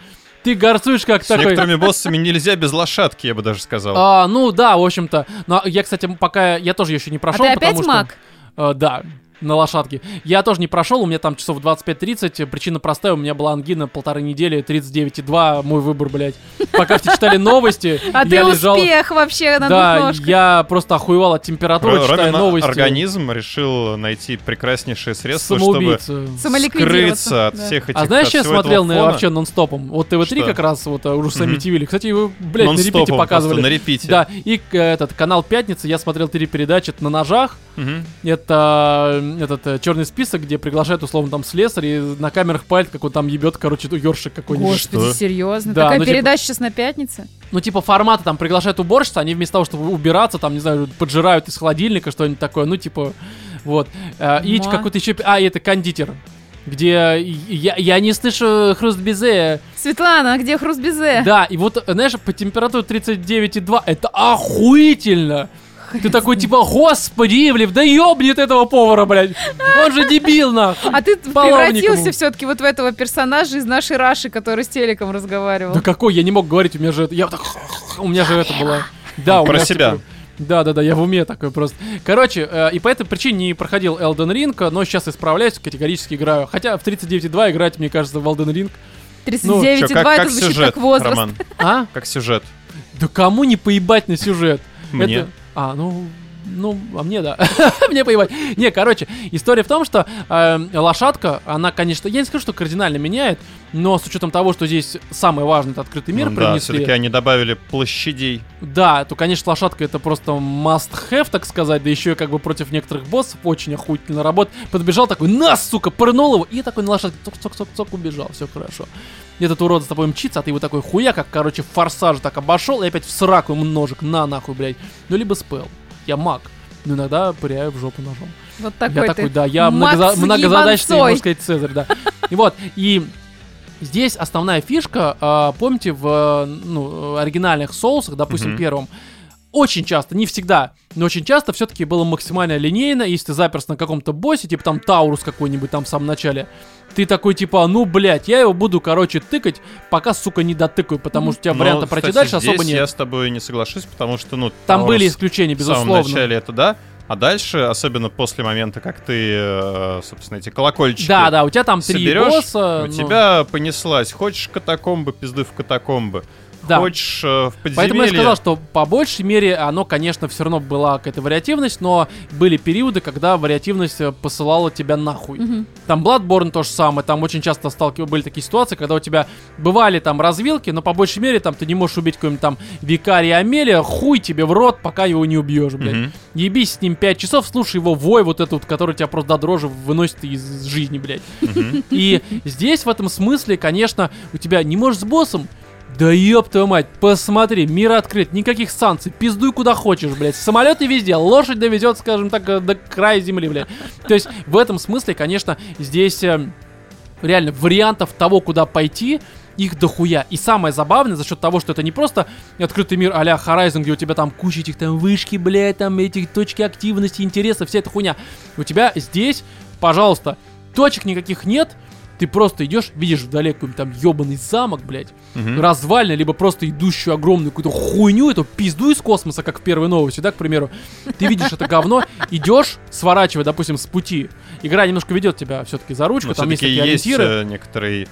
Speaker 1: Ты горцуешь как
Speaker 2: С
Speaker 1: такой...
Speaker 2: некоторыми боссами нельзя без лошадки, я бы даже сказал.
Speaker 1: А, ну да, в общем-то. Но я, кстати, пока... Я тоже еще не
Speaker 3: А
Speaker 1: прошел,
Speaker 3: ты опять
Speaker 1: потому что...
Speaker 3: маг?
Speaker 1: Э, да, на лошадке. Я тоже не прошел, у меня там часов 25-30. Причина простая, у меня была ангина полторы недели, 39,2, мой выбор, блядь. Пока все читали новости,
Speaker 3: А ты
Speaker 1: я лежал...
Speaker 3: успех вообще на двух
Speaker 1: Да,
Speaker 3: ножках.
Speaker 1: я просто охуевал от температуры,
Speaker 2: Ро-
Speaker 1: читая
Speaker 2: Ромин
Speaker 1: новости.
Speaker 2: организм решил найти прекраснейшее средство, чтобы
Speaker 1: Самоубийцу.
Speaker 3: Самоликвидироваться.
Speaker 2: скрыться от
Speaker 3: Да.
Speaker 2: всех этих
Speaker 1: А знаешь,
Speaker 2: от
Speaker 1: я
Speaker 2: всего этого
Speaker 1: смотрел на
Speaker 2: фона?
Speaker 1: вообще ну, нон-стопом. Вот ТВ-3
Speaker 2: Что?
Speaker 1: как раз, вот э, ужас сами
Speaker 2: Мгм.
Speaker 1: тв Кстати, его, блядь, на
Speaker 2: Нон-стопом
Speaker 1: репите
Speaker 2: просто, На
Speaker 1: показывали.
Speaker 2: репите.
Speaker 1: Да, и э, этот канал Пятница, я смотрел три передачи, это на ножах,
Speaker 2: Мгм.
Speaker 1: это э, этот э, черный список, где приглашают условно там слесарь и на камерах палит, как он там ебет, короче, ту- ёршик какой-нибудь.
Speaker 3: Господи,
Speaker 2: Что?
Speaker 3: серьезно?
Speaker 1: Да,
Speaker 3: Такая
Speaker 1: ну, типа-
Speaker 3: передача сейчас на пятнице?
Speaker 1: Ну, типа формата там приглашают уборщица, они вместо того, чтобы убираться, там, не знаю, поджирают из холодильника что-нибудь такое, ну, типа, вот. Э, И
Speaker 3: Ма.
Speaker 1: какой-то еще... А, и это кондитер, где э, я, я не слышу хруст безе,
Speaker 3: Светлана, а где хруст безе?
Speaker 1: Да, и вот, э, знаешь, по температуре 39,2 это охуительно! Ты такой, типа, господи, блин, да ёбнет этого повара, блядь! Он же дебил, нахуй!
Speaker 3: А ты
Speaker 1: Половникову.
Speaker 3: превратился все-таки вот в этого персонажа из нашей Раши, который с телеком разговаривал.
Speaker 1: Да ну, какой, я не мог говорить, у меня же это... Я вот так... У меня же это было... Да, у
Speaker 2: Про
Speaker 1: меня,
Speaker 2: себя.
Speaker 1: типа, да, да, да, я в уме такой просто. Короче, э, и по этой причине не проходил Elden Ring, но сейчас исправляюсь, категорически играю. Хотя в 39.2 играть, мне кажется, в Elden Ring.
Speaker 2: Чё,
Speaker 3: 39,2
Speaker 2: как,
Speaker 3: это
Speaker 2: как
Speaker 3: звучит
Speaker 2: сюжет,
Speaker 3: как возраст.
Speaker 2: Роман?
Speaker 1: А?
Speaker 2: Как сюжет?
Speaker 1: Да кому не поебать на сюжет?
Speaker 2: Мне?
Speaker 1: Это- А, ну... Ну, а мне да. мне поебать. Не, короче, история в том, что э, лошадка, она, конечно, я не скажу, что кардинально меняет, но с учетом того, что здесь самое важное, это открытый мир
Speaker 2: Ну да,
Speaker 1: привнесли.
Speaker 2: все-таки они добавили площадей.
Speaker 1: Да, то, конечно, лошадка это просто must-have, так сказать, да еще и как бы против некоторых боссов очень охуительно работает. Подбежал такой, на, сука, пырнул его, и такой на лошадке, цок-цок-цок-цок, убежал, все хорошо. Этот урод за тобой мчится, а ты его такой хуя, как, короче, форсаж так обошел, и опять в сраку ему ножик, на, нахуй, блядь. Ну, либо спел, я маг, но иногда пыряю в жопу ножом.
Speaker 3: Вот такой
Speaker 1: я
Speaker 3: ты.
Speaker 1: такой, да, я
Speaker 3: Макс
Speaker 1: многоза- многозадачный,
Speaker 3: Ебанцой.
Speaker 1: можно сказать, Цезарь, да. И вот, и здесь основная фишка, а, помните, в э, ну, оригинальных соусах, допустим,
Speaker 2: Мгм.
Speaker 1: первом, очень часто, не всегда, но очень часто все-таки было максимально линейно, если ты заперся на каком-то боссе, типа там Таурус какой-нибудь там в самом начале, ты такой типа, ну, блядь, я его буду, короче, тыкать, пока, сука, не дотыкаю, потому что у тебя
Speaker 2: Но,
Speaker 1: варианта пройти
Speaker 2: Ну, кстати,
Speaker 1: дальше особо
Speaker 2: здесь
Speaker 1: нет.
Speaker 2: я с тобой не соглашусь, потому что, ну...
Speaker 1: Там
Speaker 2: Таурус
Speaker 1: были исключения,
Speaker 2: В самом
Speaker 1: безусловно.
Speaker 2: начале это да, а дальше, особенно после момента, как ты, э, собственно, эти колокольчики
Speaker 1: Да, да, у тебя там три
Speaker 2: соберешь,
Speaker 1: босса.
Speaker 2: у
Speaker 1: ну,
Speaker 2: тебя понеслась. Хочешь катакомбы, пизды в катакомбы.
Speaker 1: да.
Speaker 2: Хочешь э, в подземелье.
Speaker 1: Поэтому я сказал, что по большей мере оно, конечно, все равно была какая-то вариативность, но были периоды, когда вариативность э, посылала тебя нахуй.
Speaker 3: Мгм.
Speaker 1: Там Bloodborne то же самое, там очень часто сталкивались были такие ситуации, когда у тебя бывали там развилки, но по большей мере там ты не можешь убить какой-нибудь там Викария Амелия, хуй тебе в рот, пока его не убьешь, блядь.
Speaker 2: Мгм.
Speaker 1: Ебись с ним 5 часов, слушай его вой вот этот, вот, который тебя просто до дрожи выносит из жизни, блядь.
Speaker 2: Мгм.
Speaker 1: И здесь в этом смысле, конечно, у тебя не можешь с боссом, да ёб твою мать, посмотри, мир открыт, никаких санкций, пиздуй куда хочешь, блядь. Самолеты везде, лошадь довезет, скажем так, э, до края земли, блядь. То есть в этом смысле, конечно, здесь э, реально вариантов того, куда пойти, их дохуя. И самое забавное, за счет того, что это не просто открытый мир а-ля Horizon, где у тебя там куча этих там вышки, блядь, там этих точки активности, интереса, вся эта хуйня. У тебя здесь, пожалуйста, точек никаких нет, ты просто идешь, видишь вдали какой-нибудь там ебаный замок, блядь,
Speaker 2: Мгм.
Speaker 1: развалины, либо просто идущую огромную какую-то хуйню, эту пизду из космоса, как в первой новости, да, к примеру. Ты видишь это говно, идешь, сворачивая, допустим, с пути. Игра немножко ведет тебя все-таки за ручку,
Speaker 2: Но
Speaker 1: там есть
Speaker 2: Ну, всё-таки
Speaker 1: такие
Speaker 2: есть
Speaker 1: ориентиры.
Speaker 2: э, некоторый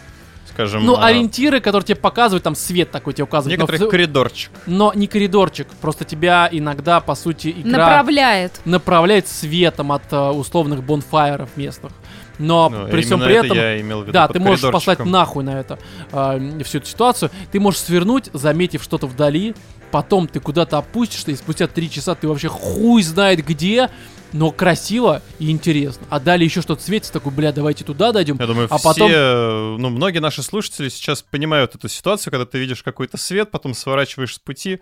Speaker 2: скажем.
Speaker 1: Ну,
Speaker 2: а,
Speaker 1: ориентиры, которые тебе показывают, там свет такой тебе указывает. но
Speaker 2: Некоторый
Speaker 1: в ц-
Speaker 2: коридорчик.
Speaker 1: Но, не коридорчик, просто тебя иногда, по сути, игра
Speaker 3: Направляет.
Speaker 1: направляет светом от э, условных бонфайеров местных. Но
Speaker 2: Ну,
Speaker 1: при всем
Speaker 2: именно
Speaker 1: при
Speaker 2: это
Speaker 1: этом...
Speaker 2: я имел в виду
Speaker 1: Да,
Speaker 2: под
Speaker 1: ты можешь послать
Speaker 2: коридорчиком.
Speaker 1: нахуй на это э, всю эту ситуацию. Ты можешь свернуть, заметив что-то вдали, потом ты куда-то опустишься, и спустя три часа ты вообще хуй знает где, но красиво и интересно. А далее еще что-то светится, такой, бля, давайте туда дойдем.
Speaker 2: Я думаю,
Speaker 1: А
Speaker 2: все,
Speaker 1: потом-
Speaker 2: э, ну, многие наши слушатели сейчас понимают эту ситуацию, когда ты видишь какой-то свет, потом сворачиваешь с пути,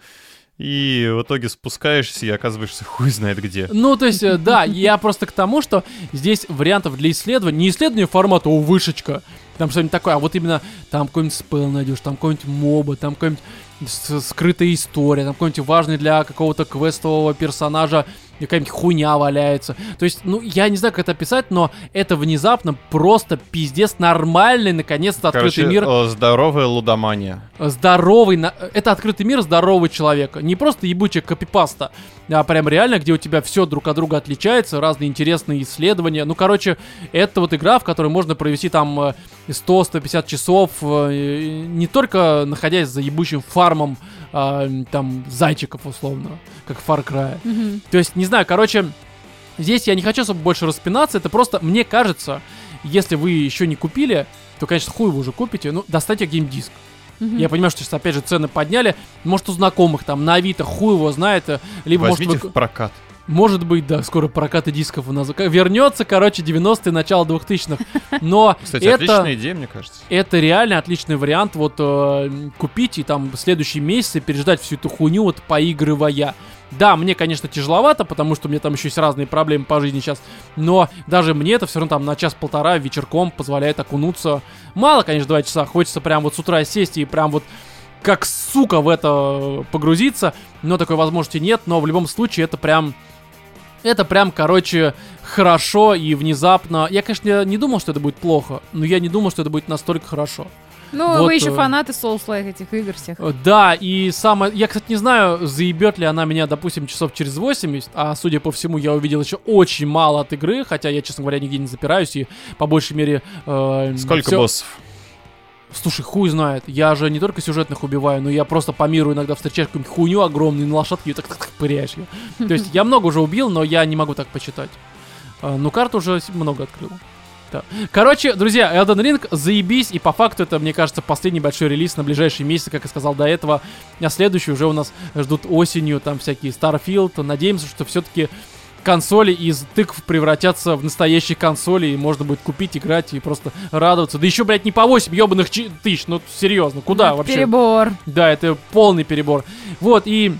Speaker 2: и в итоге спускаешься и оказываешься хуй знает где.
Speaker 1: Ну, то есть, э, да, я просто к тому, что здесь вариантов для исследования, не исследование формата, о, вышечка, там что-нибудь такое, а вот именно там какой-нибудь спел найдешь, там какой-нибудь моба, там какой-нибудь с- скрытая история, там какой-нибудь важный для какого-то квестового персонажа какая-нибудь хуйня валяется. То есть, ну, я не знаю, как это описать, но это внезапно просто пиздец нормальный, наконец-то, открытый
Speaker 2: Короче,
Speaker 1: мир
Speaker 2: э, здоровая лудомания.
Speaker 1: здоровый, на- это открытый мир здорового человека, не просто ебучая копипаста, а прям реально, где у тебя все друг от друга отличается, разные интересные исследования. Ну, короче, это вот игра, в которой можно провести там э, 100-150 часов, э, не только находясь за ебучим фармом э, там зайчиков условно, как в Far Cry.
Speaker 3: Мгм.
Speaker 1: То есть, не знаю, короче, здесь я не хочу особо больше распинаться, это просто, мне кажется, если вы еще не купили, то, конечно, хуй вы уже купите, ну, достаньте геймдиск.
Speaker 3: Мгм.
Speaker 1: Я понимаю, что сейчас опять же цены подняли. Может, у знакомых там на Авито, хуй его знает. э, Либо, может,
Speaker 2: Возьмите
Speaker 1: вы-
Speaker 2: в прокат.
Speaker 1: может быть, да, скоро прокаты дисков у нас зак- вернется. Короче, 90-е, начало 2000-х. Но
Speaker 2: Кстати, отличная
Speaker 1: это...
Speaker 2: идея, мне кажется.
Speaker 1: Это реально отличный вариант вот э, купить и там в следующий месяц и переждать всю эту хуйню вот поигрывая. Да, мне, конечно, тяжеловато, потому что у меня там еще есть разные проблемы по жизни сейчас, но даже мне это все равно там на час-полтора вечерком позволяет окунуться. Мало, конечно, два часа, хочется прям вот с утра сесть и прям вот как сука в это погрузиться, но такой возможности нет, но в любом случае это прям... Это прям, короче, хорошо и внезапно. Я, конечно, не думал, что это будет плохо, но я не думал, что это будет настолько хорошо.
Speaker 3: Ну,
Speaker 1: вот,
Speaker 3: вы еще
Speaker 1: э,
Speaker 3: фанаты Souls-like этих игр всех.
Speaker 1: Э, Да, и самое... Я, кстати, не знаю, заебет ли она меня, допустим, часов через 80, а, судя по всему, я увидел еще очень мало от игры, хотя я, честно говоря, нигде не запираюсь, и по большей мере... э,
Speaker 2: Сколько
Speaker 1: всё-
Speaker 2: боссов?
Speaker 1: Слушай, хуй знает. Я же не только сюжетных убиваю, но я просто по миру иногда встречаю какую-нибудь хуйню огромную на лошадке и так, так, так пыряешь её. То есть я много уже убил, но я не могу так почитать. А, Но карт уже с- много открыл. Да. Короче, друзья, Elden Ring, заебись, и по факту это, мне кажется, последний большой релиз на ближайшие месяцы, как я сказал до этого, а следующий уже у нас ждут осенью, там всякие Starfield, надеемся, что все-таки консоли из тыкв превратятся в настоящие консоли, и можно будет купить, играть и просто радоваться. Да еще, блядь, не по 8 ебаных чи- тысяч, ну серьезно, куда
Speaker 3: Это
Speaker 1: вообще?
Speaker 3: Перебор.
Speaker 1: Да, это полный перебор. Вот, и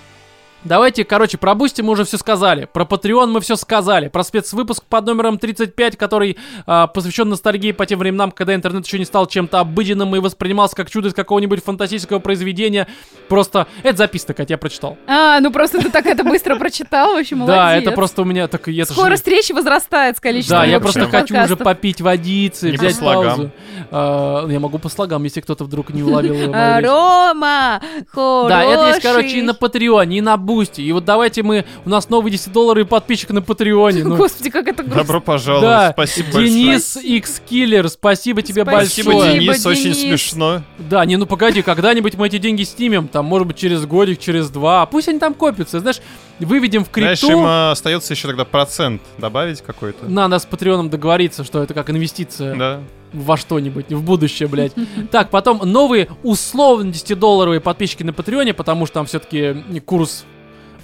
Speaker 1: давайте, короче, про Бусти мы уже все сказали. Про Patreon мы все сказали. Про спецвыпуск под номером 35, который а, посвящен ностальгии по тем временам, когда интернет еще не стал чем-то обыденным и воспринимался как чудо из какого-нибудь фантастического произведения. Просто... Это записка, Катя, я прочитал.
Speaker 3: А, ну просто ты так это быстро прочитал, вообще молодец.
Speaker 1: Да, это просто у меня... Так, я
Speaker 3: Скорость речи возрастает с количеством
Speaker 1: Да, я
Speaker 2: выпусков
Speaker 1: просто
Speaker 2: прям.
Speaker 1: хочу уже попить водицы,
Speaker 2: Не по
Speaker 1: взять
Speaker 2: слогам.
Speaker 1: паузу. А, я могу по слогам, если кто-то вдруг не
Speaker 3: А,
Speaker 1: уловил мою речь.
Speaker 3: Рома, хороший.
Speaker 1: Да, это есть, короче, и на Патреоне, и на Бусти. И вот давайте мы... У нас новые 10 долларов и подписчик на Патреоне. ну.
Speaker 3: Господи, как это грустно.
Speaker 2: Добро пожаловать,
Speaker 1: Да,
Speaker 2: спасибо большое.
Speaker 1: Денис X Киллер, спасибо тебе
Speaker 3: Спасибо,
Speaker 1: большое.
Speaker 2: Денис, очень
Speaker 3: Денис.
Speaker 2: смешно.
Speaker 1: Да, не, ну погоди, когда-нибудь мы эти деньги снимем, там, может быть, через годик, через два. а Пусть они там копятся, знаешь, выведем в
Speaker 2: Знаешь,
Speaker 1: крипту.
Speaker 2: им а, остается еще тогда процент добавить какой-то.
Speaker 1: Надо с Патреоном договориться, что это как инвестиция.
Speaker 2: Да.
Speaker 1: во что-нибудь, в будущее, блядь. Так, потом новые условно 10-долларовые подписчики на Патреоне, потому что там все-таки курс...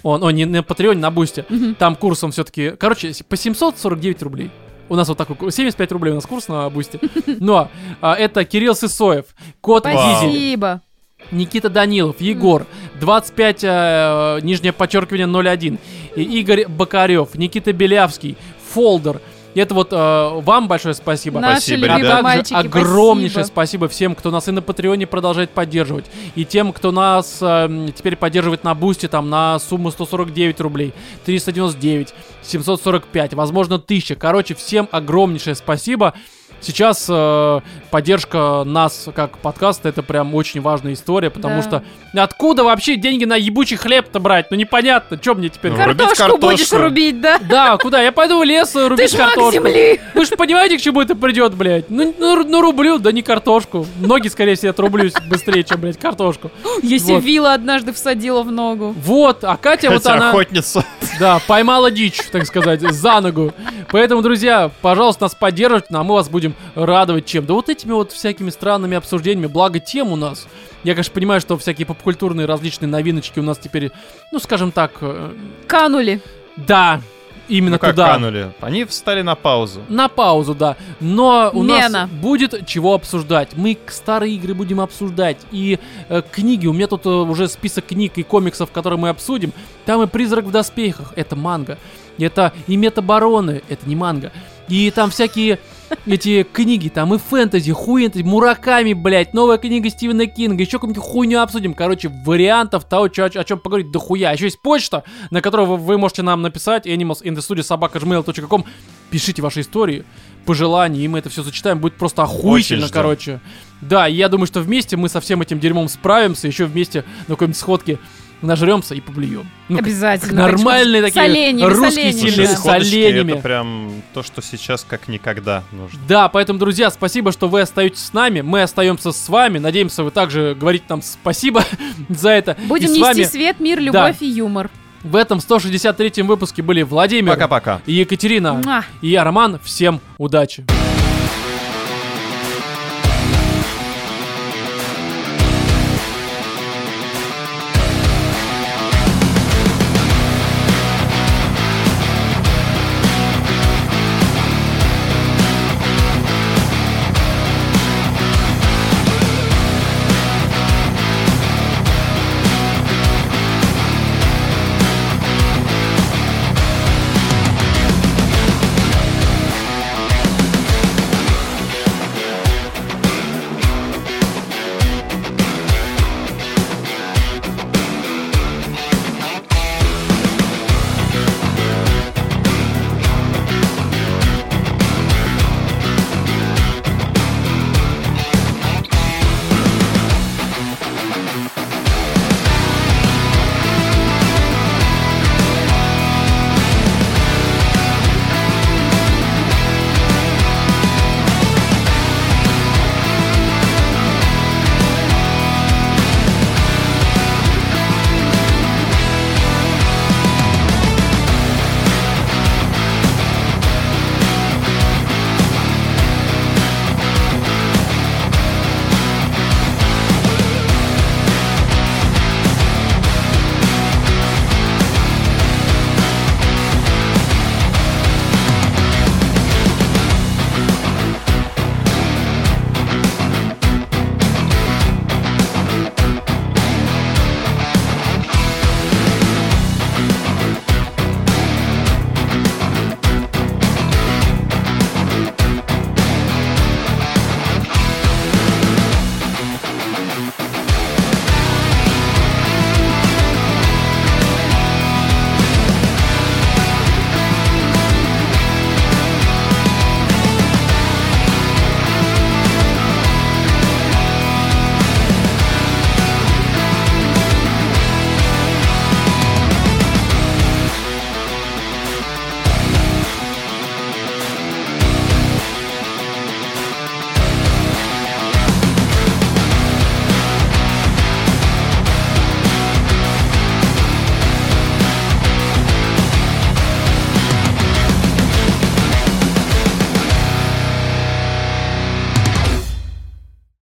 Speaker 1: Он, он не на Патреоне, на Бусте.
Speaker 3: Мгм.
Speaker 1: Там курс он все-таки... Короче, с- по 749 рублей. У нас вот такой курс. 75 рублей у нас курс на Бусте. Но а, это Кирилл Сысоев, Кот
Speaker 2: Вау.
Speaker 1: Дизель,
Speaker 3: Спасибо.
Speaker 1: Никита Данилов, Егор, 25, э, нижнее подчеркивание 01, и Игорь Бокарев, Никита Белявский, Фолдер. И это вот э, вам большое спасибо.
Speaker 3: Наши
Speaker 1: А
Speaker 2: Спасибо, ребята.
Speaker 3: любимые
Speaker 1: также
Speaker 3: мальчики,
Speaker 1: огромнейшее
Speaker 3: спасибо.
Speaker 1: спасибо. всем, кто нас и на Патреоне продолжает поддерживать, и тем, кто нас эм, теперь поддерживает на Бусте там на сумму 149 рублей, 399, 745, возможно, 1000. Короче, всем огромнейшее спасибо. Сейчас э, поддержка нас как подкаста это прям очень важная история, потому
Speaker 3: Да.
Speaker 1: что откуда вообще деньги на ебучий хлеб-то брать? Ну непонятно, что мне теперь.
Speaker 2: Ну,
Speaker 1: делать?
Speaker 2: рубить
Speaker 3: Картошку будешь
Speaker 2: картошку.
Speaker 3: рубить, да?
Speaker 1: Да, куда? Я пойду в лес э,
Speaker 3: Ты
Speaker 1: рубить
Speaker 3: ж маг
Speaker 1: картошку.
Speaker 3: земли!
Speaker 1: Вы же понимаете, к чему это придет, блядь? Ну, ну, ну, рублю, да не картошку. Ноги, скорее всего, отрублюсь быстрее, чем, блядь, картошку.
Speaker 3: Я себе
Speaker 1: Вот.
Speaker 3: вилла однажды всадила в ногу.
Speaker 1: Вот, а Катя вот
Speaker 2: Хотя
Speaker 1: она...
Speaker 2: охотница.
Speaker 1: Да, поймала дичь, так сказать, за ногу. Поэтому, друзья, пожалуйста, нас поддерживайте, а мы вас будем радовать чем? Да вот этими вот всякими странными обсуждениями, благо тем у нас. Я, конечно, понимаю, что всякие попкультурные различные новиночки у нас теперь, ну, скажем так, э,
Speaker 3: Канули.
Speaker 1: да, именно
Speaker 2: Ну как
Speaker 1: туда.
Speaker 2: канули? Они встали на паузу.
Speaker 1: На паузу, да. Но у
Speaker 3: Мена.
Speaker 1: нас будет чего обсуждать. Мы к- старые игры будем обсуждать. И э, книги. У меня тут э, уже список книг и комиксов, которые мы обсудим. Там и «Призрак в доспехах». Это манга. Это и «Метабороны». Это не манга. И там всякие эти книги, там и фэнтези, хуэнтези, мураками, блядь, новая книга Стивена Кинга, еще какую-нибудь хуйню обсудим. Короче, вариантов того, чё- о чем поговорить, да хуя. Еще есть почта, на которую вы, вы можете нам написать, animalsinthestudio.gmail.com. Пишите ваши истории, пожелания, и мы это все зачитаем. Будет просто охуительно,
Speaker 2: ждем.
Speaker 1: короче. Да, и я думаю, что вместе мы со всем этим дерьмом справимся, еще вместе на какой-нибудь сходке нажремся и поблюем. Ну,
Speaker 3: Обязательно.
Speaker 1: нормальные
Speaker 3: хочу.
Speaker 1: такие
Speaker 3: С оленями,
Speaker 1: русские
Speaker 3: с оленями,
Speaker 1: сильные
Speaker 2: Слушай,
Speaker 1: с
Speaker 3: да.
Speaker 2: сходочки
Speaker 1: оленями.
Speaker 2: Это прям то, что сейчас как никогда нужно.
Speaker 1: Да, поэтому, друзья, спасибо, что вы остаетесь с нами. Мы остаемся с вами. Надеемся, вы также говорите нам спасибо за это. и
Speaker 3: Будем
Speaker 1: с
Speaker 3: нести
Speaker 1: вами
Speaker 3: свет, мир, любовь и юмор.
Speaker 1: в этом 163-м выпуске были Владимир
Speaker 2: Пока-пока.
Speaker 1: и Екатерина
Speaker 3: Муа.
Speaker 1: и я, Роман. Всем удачи!